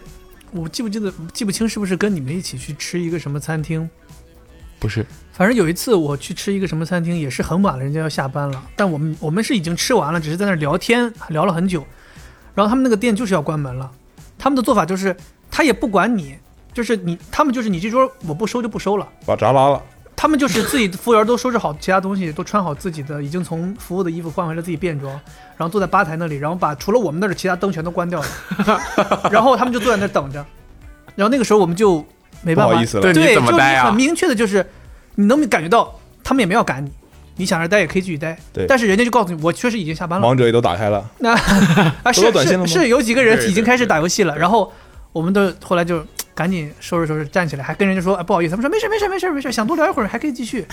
[SPEAKER 4] 我记不记得记不清是不是跟你们一起去吃一个什么餐厅？
[SPEAKER 3] 不是，
[SPEAKER 4] 反正有一次我去吃一个什么餐厅，也是很晚了，人家要下班了，但我们我们是已经吃完了，只是在那儿聊天，聊了很久。然后他们那个店就是要关门了，他们的做法就是他也不管你，就是你他们就是你这桌我不收就不收了。
[SPEAKER 2] 把闸拉了，
[SPEAKER 4] 他们就是自己服务员都收拾好其他东西，都穿好自己的，已经从服务的衣服换回了自己便装，然后坐在吧台那里，然后把除了我们那儿的其他灯全都关掉了， 然后他们就坐在那儿等着，然后那个时候我们就没办法，
[SPEAKER 2] 不好意思了
[SPEAKER 3] 对你
[SPEAKER 4] 对，
[SPEAKER 3] 怎么
[SPEAKER 4] 就是
[SPEAKER 3] 待啊
[SPEAKER 4] 很明确的就是，你能感觉到他们也没有赶你，你想着待也可以继续待，
[SPEAKER 2] 对
[SPEAKER 4] 但是人家就告诉你，我确实已经下班了，
[SPEAKER 2] 王者也都打开了，
[SPEAKER 4] 那啊
[SPEAKER 2] 收
[SPEAKER 4] 是
[SPEAKER 2] 到短信了
[SPEAKER 4] 是
[SPEAKER 2] 吗
[SPEAKER 4] 是有几个
[SPEAKER 3] 对
[SPEAKER 4] 人
[SPEAKER 3] 对
[SPEAKER 4] 已经开始
[SPEAKER 3] 对
[SPEAKER 4] 打游戏了，然后我们的后来就赶紧收拾收拾站起来，还跟人家说、哎、不好意思，他们说没事没事没事没事，想多聊一会儿还可以继续。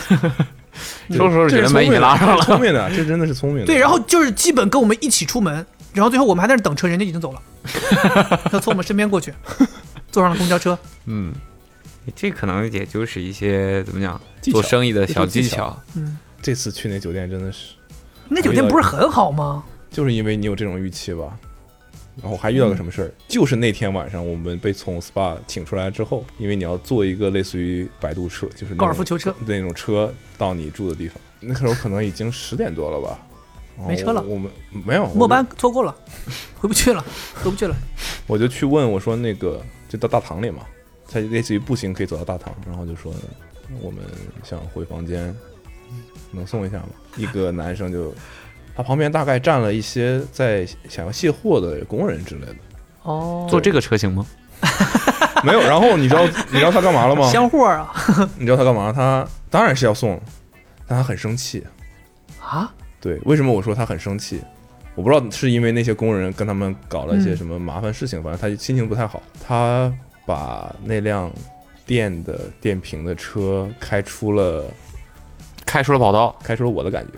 [SPEAKER 3] 收拾收拾
[SPEAKER 2] 这
[SPEAKER 3] 觉
[SPEAKER 2] 是
[SPEAKER 3] 得
[SPEAKER 2] 聪
[SPEAKER 3] 门已
[SPEAKER 2] 明
[SPEAKER 3] 经
[SPEAKER 2] 的
[SPEAKER 3] 拉
[SPEAKER 2] 嗯这
[SPEAKER 3] 上了
[SPEAKER 2] 是。聪明的，这真的是聪明的。
[SPEAKER 4] 嗯 对，然后就是基本跟我们一起出门，然后最后我们还在那儿等车，人家已经走了，他从我们身边过去，坐上了公交车。
[SPEAKER 3] 嗯，这可能也就是一些怎么讲
[SPEAKER 2] 技巧
[SPEAKER 3] 做生意的小
[SPEAKER 2] 这
[SPEAKER 3] 技
[SPEAKER 2] 就是技巧
[SPEAKER 4] 嗯，
[SPEAKER 2] 这次去那酒店真的是，
[SPEAKER 4] 那酒店不是很好吗？
[SPEAKER 2] 就是因为你有这种预期吧。然后还遇到
[SPEAKER 4] 嗯
[SPEAKER 2] 个什么事儿、就是那天晚上我们被从 SPA 请出来之后，因为你要坐一个类似于摆渡车，就是那种
[SPEAKER 4] 高尔夫球车
[SPEAKER 2] 那种车到你住的地方。那时候可能已经十点多了吧，然后
[SPEAKER 4] 没车了
[SPEAKER 2] 我们没有
[SPEAKER 4] 末班，错过了，回不去了，回不去了。
[SPEAKER 2] 我就我就去问我说那个就到大堂里嘛，它类似于步行可以走到大堂，然后就说我们想回房间，能送一下吗？一个男生就他旁边大概站了一些在想要卸货的工人之类的，
[SPEAKER 4] 哦，
[SPEAKER 3] 坐这个车行吗？
[SPEAKER 2] 没有。然后你知道你知道他干嘛了 吗？
[SPEAKER 4] 香货啊
[SPEAKER 2] 你知道他干嘛？他当然是要送，但他很生气。
[SPEAKER 4] 啊！
[SPEAKER 2] 对，为什么我说他很生气？我不知道是因为那些工人跟他们搞了一些
[SPEAKER 4] 嗯
[SPEAKER 2] 什么麻烦事情，反正他心情不太好。他把那辆电的电瓶的车开出了，
[SPEAKER 3] 开出了跑道，
[SPEAKER 2] 开出了我的感觉。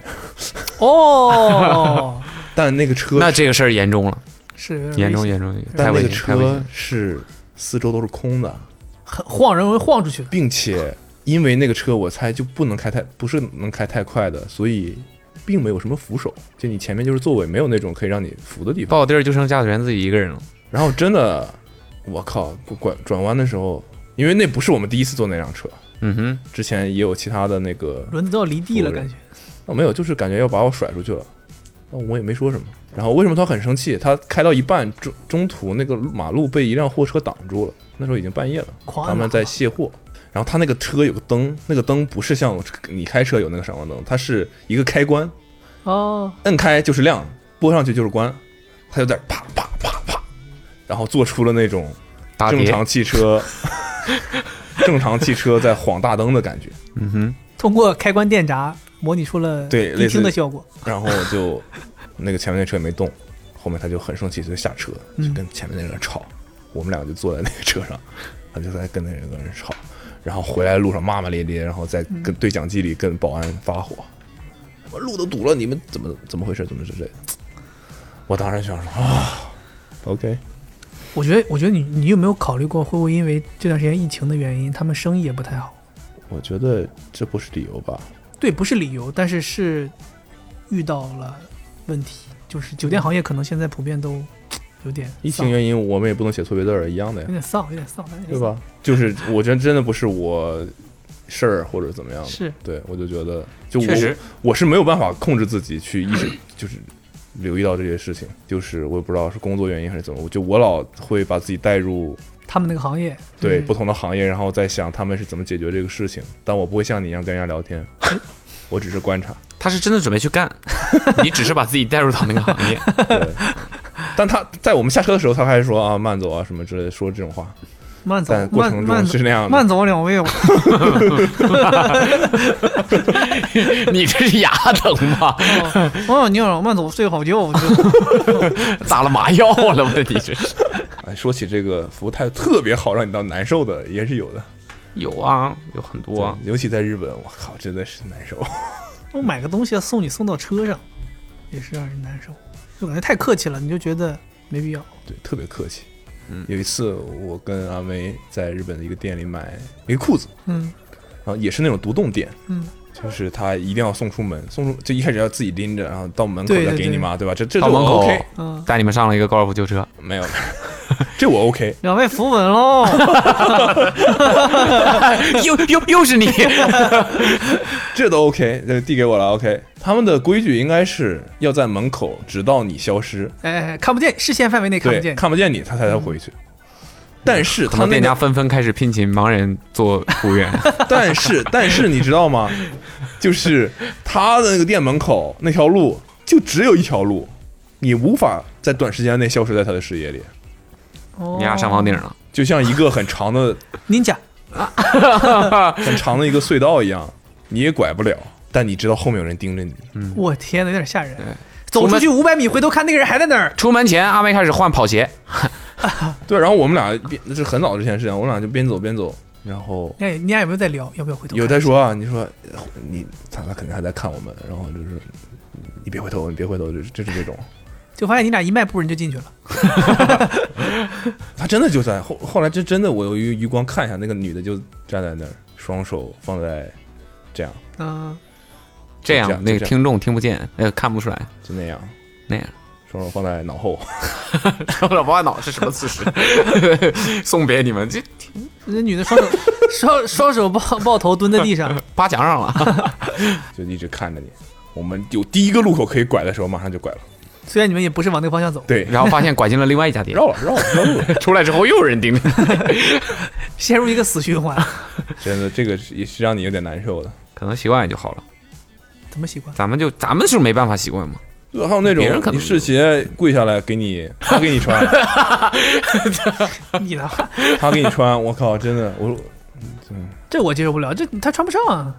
[SPEAKER 4] 哦，
[SPEAKER 2] 但那个车，
[SPEAKER 3] 那这个事儿严重了，
[SPEAKER 4] 是有点
[SPEAKER 3] 嗯严重
[SPEAKER 4] 危险
[SPEAKER 3] 严重，太
[SPEAKER 2] 但那
[SPEAKER 3] 危
[SPEAKER 2] 个
[SPEAKER 3] 险，太危
[SPEAKER 2] 车
[SPEAKER 3] 险。
[SPEAKER 2] 是四周都是空的，
[SPEAKER 4] 很晃人容易晃出去的。
[SPEAKER 2] 并且因为那个车，我猜就不能开太，不是能开太快的，所以并没有什么扶手，就你前面就是座位，没有那种可以让你扶的地方。
[SPEAKER 3] 到地儿就剩驾驶员自己一个人了。
[SPEAKER 2] 然后真的，我靠，转转弯的时候，因为那不是我们第一次坐那辆车，
[SPEAKER 3] 嗯哼，
[SPEAKER 2] 之前也有其他的那个，
[SPEAKER 4] 轮子都要离地了，
[SPEAKER 2] 夫人
[SPEAKER 4] 感觉
[SPEAKER 2] 那没有，就是感觉要把我甩出去了，那我也没说什么。然后为什么他很生气？他开到一半中中途那个马路被一辆货车挡住了，那时候已经半夜了，
[SPEAKER 4] 狂啊
[SPEAKER 2] 他们在卸货。然后他那个车有个灯，那个灯不是像你开车有那个闪光灯，它是一个开关，
[SPEAKER 4] 哦，
[SPEAKER 2] 摁开就是亮，拨上去就是关，他就在啪啪啪啪，然后做出了那种
[SPEAKER 3] 打
[SPEAKER 2] 正
[SPEAKER 3] 碟，
[SPEAKER 2] 常汽车，正常汽车在晃大灯的感觉，
[SPEAKER 3] 嗯哼，
[SPEAKER 4] 通过开关电闸模拟出了
[SPEAKER 2] 对类
[SPEAKER 4] 迪
[SPEAKER 2] 似
[SPEAKER 4] 厅的效果。
[SPEAKER 2] 然后就那个前面那车也没动，后面他就很生气，就下车就跟前面那人吵，我们两个就坐在那个车上，他就在跟那个人吵，然后回来路上骂骂咧咧，然后再跟对讲机里跟保安发火，我路都堵了，你们怎么怎么回事，怎么是这的？我当时想说啊，OK，
[SPEAKER 4] 我觉得，我觉得你你有没有考虑过，会不会因为这段时间疫情的原因，他们生意也不太好？
[SPEAKER 2] 我觉得这不是理由吧？
[SPEAKER 4] 对，不是理由，但是是遇到了问题，就是酒店行业可能现在普遍都有点
[SPEAKER 2] 嗯疫
[SPEAKER 4] 丧
[SPEAKER 2] 情原因，我们也不能写错别字儿，一样的呀
[SPEAKER 4] 有。点丧，有点丧，有点丧
[SPEAKER 2] 对？吧？就是我觉得真的不是我事儿或者怎么样的，
[SPEAKER 4] 是
[SPEAKER 2] 对我就觉得就
[SPEAKER 3] 确
[SPEAKER 2] 我
[SPEAKER 3] 实
[SPEAKER 2] 我是没有办法控制自己去意识，就是留意到这些事情，就是我也不知道是工作原因还是怎么，我就我老会把自己带入
[SPEAKER 4] 他们那个行业，
[SPEAKER 2] 对
[SPEAKER 4] 嗯
[SPEAKER 2] 不同的行业，然后再想他们是怎么解决这个事情，但我不会像你一样跟人家聊天，
[SPEAKER 4] 哎
[SPEAKER 2] 我只是观察。
[SPEAKER 3] 他是真的准备去 干，你只是把自己带入到那个行业。
[SPEAKER 2] 对但他在我们下车的时候，他还说啊慢走啊什么之类的，说这种话，
[SPEAKER 4] 慢走
[SPEAKER 2] 但，过
[SPEAKER 4] 慢
[SPEAKER 2] 程
[SPEAKER 4] 慢
[SPEAKER 2] 中
[SPEAKER 4] 走
[SPEAKER 2] 是，那样的，
[SPEAKER 4] 慢走两位，我
[SPEAKER 3] 你这是牙疼吗？
[SPEAKER 4] 我想尿了，慢走睡个好觉。我觉得
[SPEAKER 3] 打了麻药了吗？你这是
[SPEAKER 2] 哎，说起这个服务态度特别好，让你到难受的也是有的。
[SPEAKER 3] 有啊，有很多啊。
[SPEAKER 2] 对尤其在日本，我靠，真的是难受。
[SPEAKER 4] 我买个东西要送你送到车上，也是让人难受，就感觉太客气了，你就觉得没必要。
[SPEAKER 2] 对，特别客气。
[SPEAKER 3] 嗯
[SPEAKER 2] 有一次我跟阿梅在日本的一个店里买一个裤子，
[SPEAKER 4] 嗯
[SPEAKER 2] 然后也是那种独栋店，
[SPEAKER 4] 嗯，
[SPEAKER 2] 就是他一定要送出门，送出就一开始要自己拎着，然后到门口
[SPEAKER 4] 对
[SPEAKER 2] 再
[SPEAKER 4] 对
[SPEAKER 2] 给你
[SPEAKER 4] 对
[SPEAKER 2] 嘛，对吧？这这
[SPEAKER 3] 到
[SPEAKER 2] 就
[SPEAKER 3] 门口
[SPEAKER 2] OK，
[SPEAKER 4] 嗯，
[SPEAKER 3] 带你们上了一个高尔夫球车，
[SPEAKER 2] 没有， 这我 OK。
[SPEAKER 4] 两位扶稳 喽。
[SPEAKER 3] 又又 又是你，
[SPEAKER 2] 这都 OK，这递给我了 OK。他们的规矩应该是要在门口，直到你消失，
[SPEAKER 4] 哎，看不见，视线范围内看不
[SPEAKER 2] 对，
[SPEAKER 4] 见。
[SPEAKER 2] 看不见你，他才能回去。但是
[SPEAKER 3] 可
[SPEAKER 2] 他
[SPEAKER 3] 能
[SPEAKER 2] 那
[SPEAKER 3] 店
[SPEAKER 2] 个
[SPEAKER 3] 家纷纷开始聘请盲人做服务员。
[SPEAKER 2] 但是但是你知道吗？就是他的那个店门口那条路就只有一条路，你无法在短时间内消失在他的视野里，
[SPEAKER 4] 哦
[SPEAKER 3] 你俩上房顶了，
[SPEAKER 2] 就像一个很长的
[SPEAKER 4] 您讲，
[SPEAKER 2] 很长的一个隧道一样，你也拐不了。但你知道后面有人盯着你，
[SPEAKER 4] 我天哪，有点吓人
[SPEAKER 3] 对。
[SPEAKER 4] 走出去五百米，回头看那个人还在那儿。
[SPEAKER 3] 出门前阿妹开始换跑鞋，
[SPEAKER 2] 对。然后我们俩边那是很早之前的事情，我们俩就边走边走，然后
[SPEAKER 4] 哎，你俩有没有在聊？要不要回头看？
[SPEAKER 2] 有在说啊，你说呃你他他肯定还在看我们，然后就是你别回头，你别回头，就是就是这种。
[SPEAKER 4] 就哎发现你俩一迈步你就进去了。
[SPEAKER 2] 他真的就在后后来，就真的我有余余光看一下，那个女的就站在那儿，双手放在这样，
[SPEAKER 4] 嗯，
[SPEAKER 2] 就这
[SPEAKER 3] 这样
[SPEAKER 2] 样
[SPEAKER 3] 那
[SPEAKER 2] 就
[SPEAKER 3] 个
[SPEAKER 2] 这样
[SPEAKER 3] 听众听不见，呃，看不出来
[SPEAKER 2] 就那样，
[SPEAKER 3] 那样。
[SPEAKER 2] 双手放在脑后。
[SPEAKER 3] 老王脑是什么姿势？ 送别你们，这
[SPEAKER 4] 那女的双 手双双手抱抱头蹲在地上，
[SPEAKER 3] 扒墙上了。
[SPEAKER 2] 就一直看着你。我们有第一个路口可以拐的时候，马上就拐了。
[SPEAKER 4] 虽然你们也不是往那个方向走，
[SPEAKER 2] 对，
[SPEAKER 3] 然后发现拐进了另外一家店，
[SPEAKER 2] 绕了绕了绕路了。
[SPEAKER 3] 出来之后又有人盯着，
[SPEAKER 4] 陷入一个死 循环。
[SPEAKER 2] 真的，这个是也是让你有点难受的。
[SPEAKER 3] 可能习惯也就好了。
[SPEAKER 4] 怎么习惯？
[SPEAKER 3] 咱们就咱们是没办法习惯嘛，
[SPEAKER 2] 对，还有那
[SPEAKER 3] 别人
[SPEAKER 2] 种
[SPEAKER 3] 可能
[SPEAKER 2] 你试鞋跪下来给 你，他给你穿，
[SPEAKER 4] 你呢？
[SPEAKER 2] 他给你穿，我靠，真的，我
[SPEAKER 4] 这我接受不了，这他穿不上啊，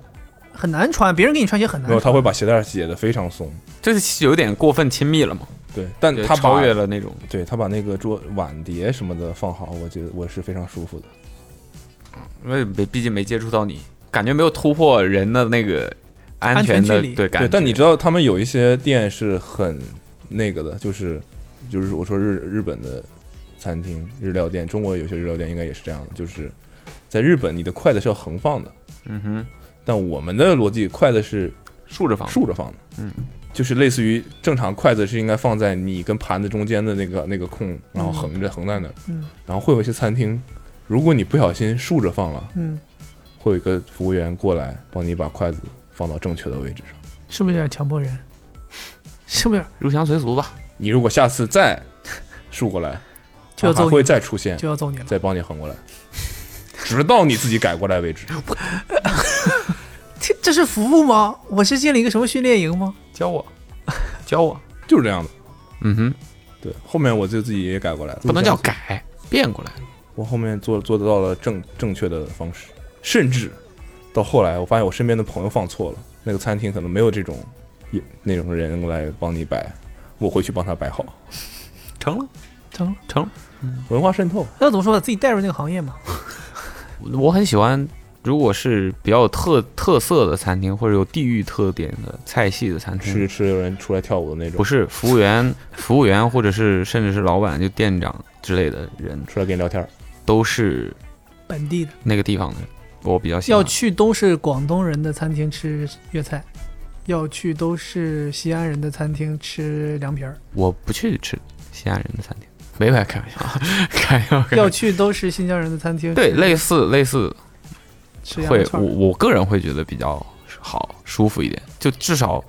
[SPEAKER 4] 很难穿，别人给你穿鞋很难
[SPEAKER 2] 没有，
[SPEAKER 4] 穿。
[SPEAKER 2] 他会把鞋带解得非常松。
[SPEAKER 3] 这是有点过分亲密了嘛，
[SPEAKER 2] 对，但
[SPEAKER 3] 就
[SPEAKER 2] 他
[SPEAKER 3] 超
[SPEAKER 2] 把
[SPEAKER 3] 越了那种。
[SPEAKER 2] 对他把那个桌碗碟什么的放好，我觉得我是非常舒服的。
[SPEAKER 3] 因为没，毕竟没接触到你，感觉没有突破人的那个安全的
[SPEAKER 4] 安全距离
[SPEAKER 3] 对感
[SPEAKER 2] 对，
[SPEAKER 3] 觉。
[SPEAKER 2] 但你知道他们有一些店是很那个的，就是就是我说日日本的餐厅日料店，中国有些日料店应该也是这样的，就是在日本你的筷子是要横放的，
[SPEAKER 3] 嗯哼，
[SPEAKER 2] 但我们的逻辑筷子是
[SPEAKER 3] 竖着放，
[SPEAKER 2] 竖着放的，嗯，就是类似于正常筷子是应该放在你跟盘子中间的那个那个空，然后横着横在那儿，
[SPEAKER 4] 嗯
[SPEAKER 2] 然后会有一些餐厅，如果你不小心竖着放了，
[SPEAKER 4] 嗯，
[SPEAKER 2] 会有一个服务员过来帮你把筷子放到正确的位置上。
[SPEAKER 4] 是不是有点强迫人？是不是
[SPEAKER 3] 入乡随俗吧。
[SPEAKER 2] 你如果下次再竖过 来，
[SPEAKER 4] 就要
[SPEAKER 2] 它还
[SPEAKER 4] 揍
[SPEAKER 2] 会
[SPEAKER 4] 你，
[SPEAKER 2] 再出现，
[SPEAKER 4] 就要揍你了？
[SPEAKER 2] 再帮你横过来，直到你自己改过来为 止。
[SPEAKER 4] 这这是服务吗？我是进了一个什么训练营吗？
[SPEAKER 3] 教我，教我。
[SPEAKER 2] 就是这样的。
[SPEAKER 3] 嗯哼，
[SPEAKER 2] 对，后面我就自己也改过来了，
[SPEAKER 3] 不能叫改，变过来。
[SPEAKER 2] 我后面做做到了正正确的方式，甚至到后来，我发现我身边的朋友放错了，那个餐厅可能没有这种也那种人来帮你摆，我回去帮他摆好，
[SPEAKER 3] 成了，
[SPEAKER 4] 成了，
[SPEAKER 3] 成了。
[SPEAKER 2] 文化渗透。
[SPEAKER 4] 那怎么说呢？自己带入那个行业嘛。
[SPEAKER 3] 我很喜欢，如果是比较有特特色的餐厅，或者有地域特点的菜系的餐厅，
[SPEAKER 2] 吃着吃着有人出来跳舞的那种，
[SPEAKER 3] 不是服务员、 服务员或者是甚至是老板、就店长之类的人，
[SPEAKER 2] 出来跟你聊天儿，
[SPEAKER 3] 都是
[SPEAKER 4] 本地的
[SPEAKER 3] 那个地方的人。我比较喜欢
[SPEAKER 4] 要去都是广东人的餐厅吃粤菜，要去都是西安人的餐厅吃凉皮儿，
[SPEAKER 3] 我不去吃西安人的餐厅，没白开玩笑， 开玩笑。开
[SPEAKER 4] 要
[SPEAKER 3] 玩笑
[SPEAKER 4] 去都是新疆人的餐厅
[SPEAKER 3] 对
[SPEAKER 4] 吃
[SPEAKER 3] 类似类似
[SPEAKER 4] 吃羊肉
[SPEAKER 3] 会，
[SPEAKER 4] 串
[SPEAKER 3] 我
[SPEAKER 4] 儿。
[SPEAKER 3] 我个人会觉得比较好舒服一点，就至少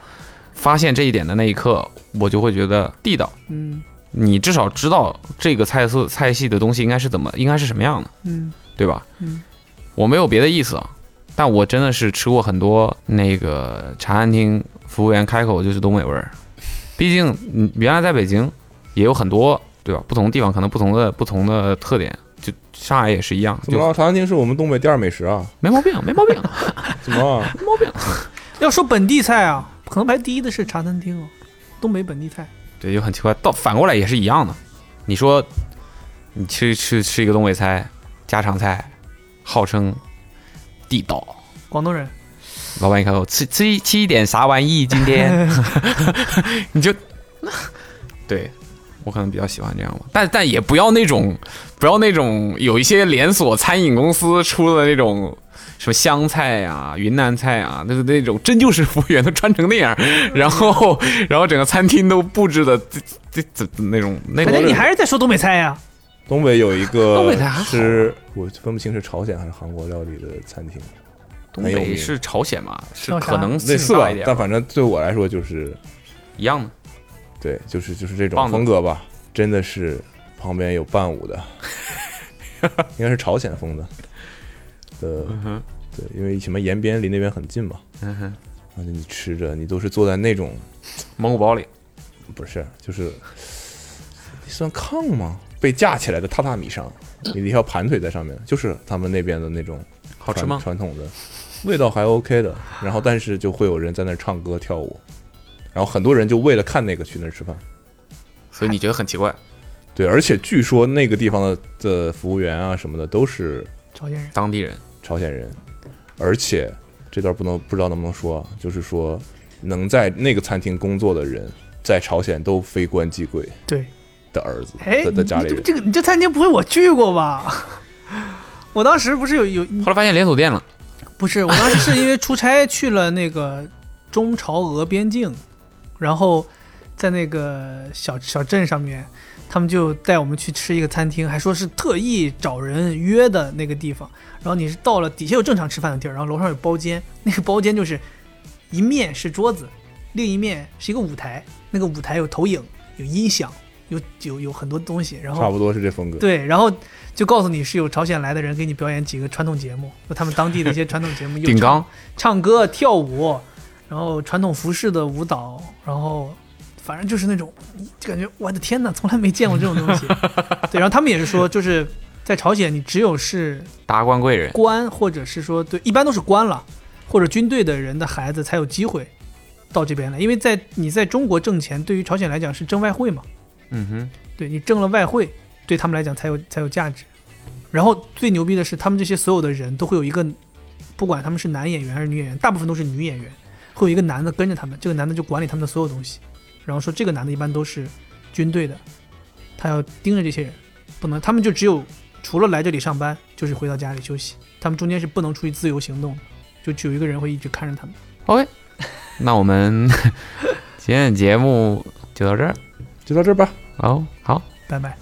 [SPEAKER 3] 发现这一点的那一刻，我就会觉得地道。
[SPEAKER 4] 嗯
[SPEAKER 3] 你至少知道这个菜色菜系的东西应该是怎么，应该是什么样的，
[SPEAKER 4] 嗯
[SPEAKER 3] 对吧？
[SPEAKER 4] 嗯，
[SPEAKER 3] 我没有别的意思啊，但我真的是吃过很多那个茶餐厅服务员开口就是东北味儿，毕竟你原来在北京也有很多，对吧？不同地方可能不同的不同的特点，就上海也是一样，
[SPEAKER 2] 怎么
[SPEAKER 3] 就
[SPEAKER 2] 了？茶餐厅是我们东北第二美食啊？
[SPEAKER 3] 没毛病，没毛病。
[SPEAKER 2] 怎么了？
[SPEAKER 4] 要说本地菜啊，可能排第一的是茶餐厅哦，东北本地菜。
[SPEAKER 3] 对，就很奇怪。倒反过来也是一样的。你说你去去吃一个东北菜、家常菜，号称地道，
[SPEAKER 4] 广东人，
[SPEAKER 3] 老板一开口吃吃吃一点啥玩意？今天你就对我可能比较喜欢这样吧，但但也不要那种不要那种有一些连锁餐饮公司出的那种。什么湘菜呀、云南菜啊，那那种真就是服务员都穿成那样，然后然后整个餐厅都布置的这这这这那种那
[SPEAKER 4] 感觉
[SPEAKER 3] 种
[SPEAKER 4] 哎你还是在说东北菜呀、
[SPEAKER 2] 东北有一
[SPEAKER 3] 东
[SPEAKER 2] 个
[SPEAKER 3] 北的还好啊
[SPEAKER 2] 是，我分不清是朝鲜还是韩国料理的餐厅，
[SPEAKER 3] 东
[SPEAKER 2] 很有
[SPEAKER 3] 北
[SPEAKER 2] 名
[SPEAKER 3] 是朝鲜嘛，是
[SPEAKER 4] 叫啥
[SPEAKER 3] 可能
[SPEAKER 2] 类
[SPEAKER 3] 性
[SPEAKER 2] 似
[SPEAKER 3] 大
[SPEAKER 2] 吧
[SPEAKER 3] 一？点
[SPEAKER 2] 但反正对我来说就是
[SPEAKER 3] 一样的。
[SPEAKER 2] 对，就是就是这
[SPEAKER 3] 棒
[SPEAKER 2] 种
[SPEAKER 3] 子
[SPEAKER 2] 风格吧，真的是旁边有伴舞 的，应该是朝鲜风的，呃，
[SPEAKER 3] 嗯哼
[SPEAKER 2] 对，因为什么延边离那边很近嘛，
[SPEAKER 3] 嗯哼，
[SPEAKER 2] 然后你吃着，你都是坐在那种
[SPEAKER 3] 蒙古包里
[SPEAKER 2] 不是，就是算炕吗？被架起来的榻榻米上，你一条盘腿在上面，就是他们那边的那种
[SPEAKER 3] 好吃
[SPEAKER 2] 传
[SPEAKER 3] 吗？
[SPEAKER 2] 传统的，味道还 OK 的。然后但是就会有人在那儿唱歌跳舞，然后很多人就为了看那个去那儿吃饭。
[SPEAKER 3] 所以你觉得很奇怪？
[SPEAKER 2] 对，而且据说那个地方的的服务员啊什么的都是
[SPEAKER 4] 朝鲜人。
[SPEAKER 3] 当地人
[SPEAKER 2] 朝鲜人，而且这段不能不知道能不能说啊，就是说能在那个餐厅工作的人，在朝鲜都非官即贵
[SPEAKER 4] 对，
[SPEAKER 2] 的儿子
[SPEAKER 4] 哎，
[SPEAKER 2] 的
[SPEAKER 4] 你
[SPEAKER 2] 的家里
[SPEAKER 4] 你
[SPEAKER 2] 人
[SPEAKER 4] 这。这个你这餐厅不会我去过吧？ 我当时不是有有
[SPEAKER 3] 后来发现连锁店了，
[SPEAKER 4] 不是，我当时是因为出差去了那个中朝俄边境，然后在那个小小镇上面，他们就带我们去吃一个餐厅，还说是特意找人约的那个地方。然后你是到了底下有正常吃饭的地儿，然后楼上有包间，那个包间就是一面是桌子，另一面是一个舞台，那个舞台有投影、有音响、有有有很多东西，然后
[SPEAKER 2] 差不多是这风格，
[SPEAKER 4] 对，然后就告诉你是有朝鲜来的人给你表演几个传统节目，就他们当地的一些传统节目，有
[SPEAKER 3] 顶
[SPEAKER 4] 唱
[SPEAKER 3] 缸
[SPEAKER 4] 唱歌、跳舞，然后传统服饰的舞蹈，然后反正就是那种，就感觉我的天哪，从来没见过这种东西。对，然后他们也是说，就是在朝鲜，你只有是
[SPEAKER 3] 达官贵人，
[SPEAKER 4] 官，或者是说对，一般都是官了，或者军队的人的孩子才有机会到这边来，因为在你在中国挣钱，对于朝鲜来讲是挣外汇嘛。
[SPEAKER 3] 嗯哼，
[SPEAKER 4] 对你挣了外汇，对他们来讲才有才有价值。然后最牛逼的是，他们这些所有的人都会有一个，不管他们是男演员还是女演员，大部分都是女演员，会有一个男的跟着他们，这个男的就管理他们的所有东西。然后说这个男的一般都是军队的，他要盯着这些人，不能他们就只有除了来这里上班，就是回到家里休息，他们中间是不能出去自由行动的，就只有一个人会一直看着他们。
[SPEAKER 3] 那我们 今天的节目就到这儿
[SPEAKER 2] 就到这儿吧。
[SPEAKER 3] 哦，好。
[SPEAKER 4] 拜拜。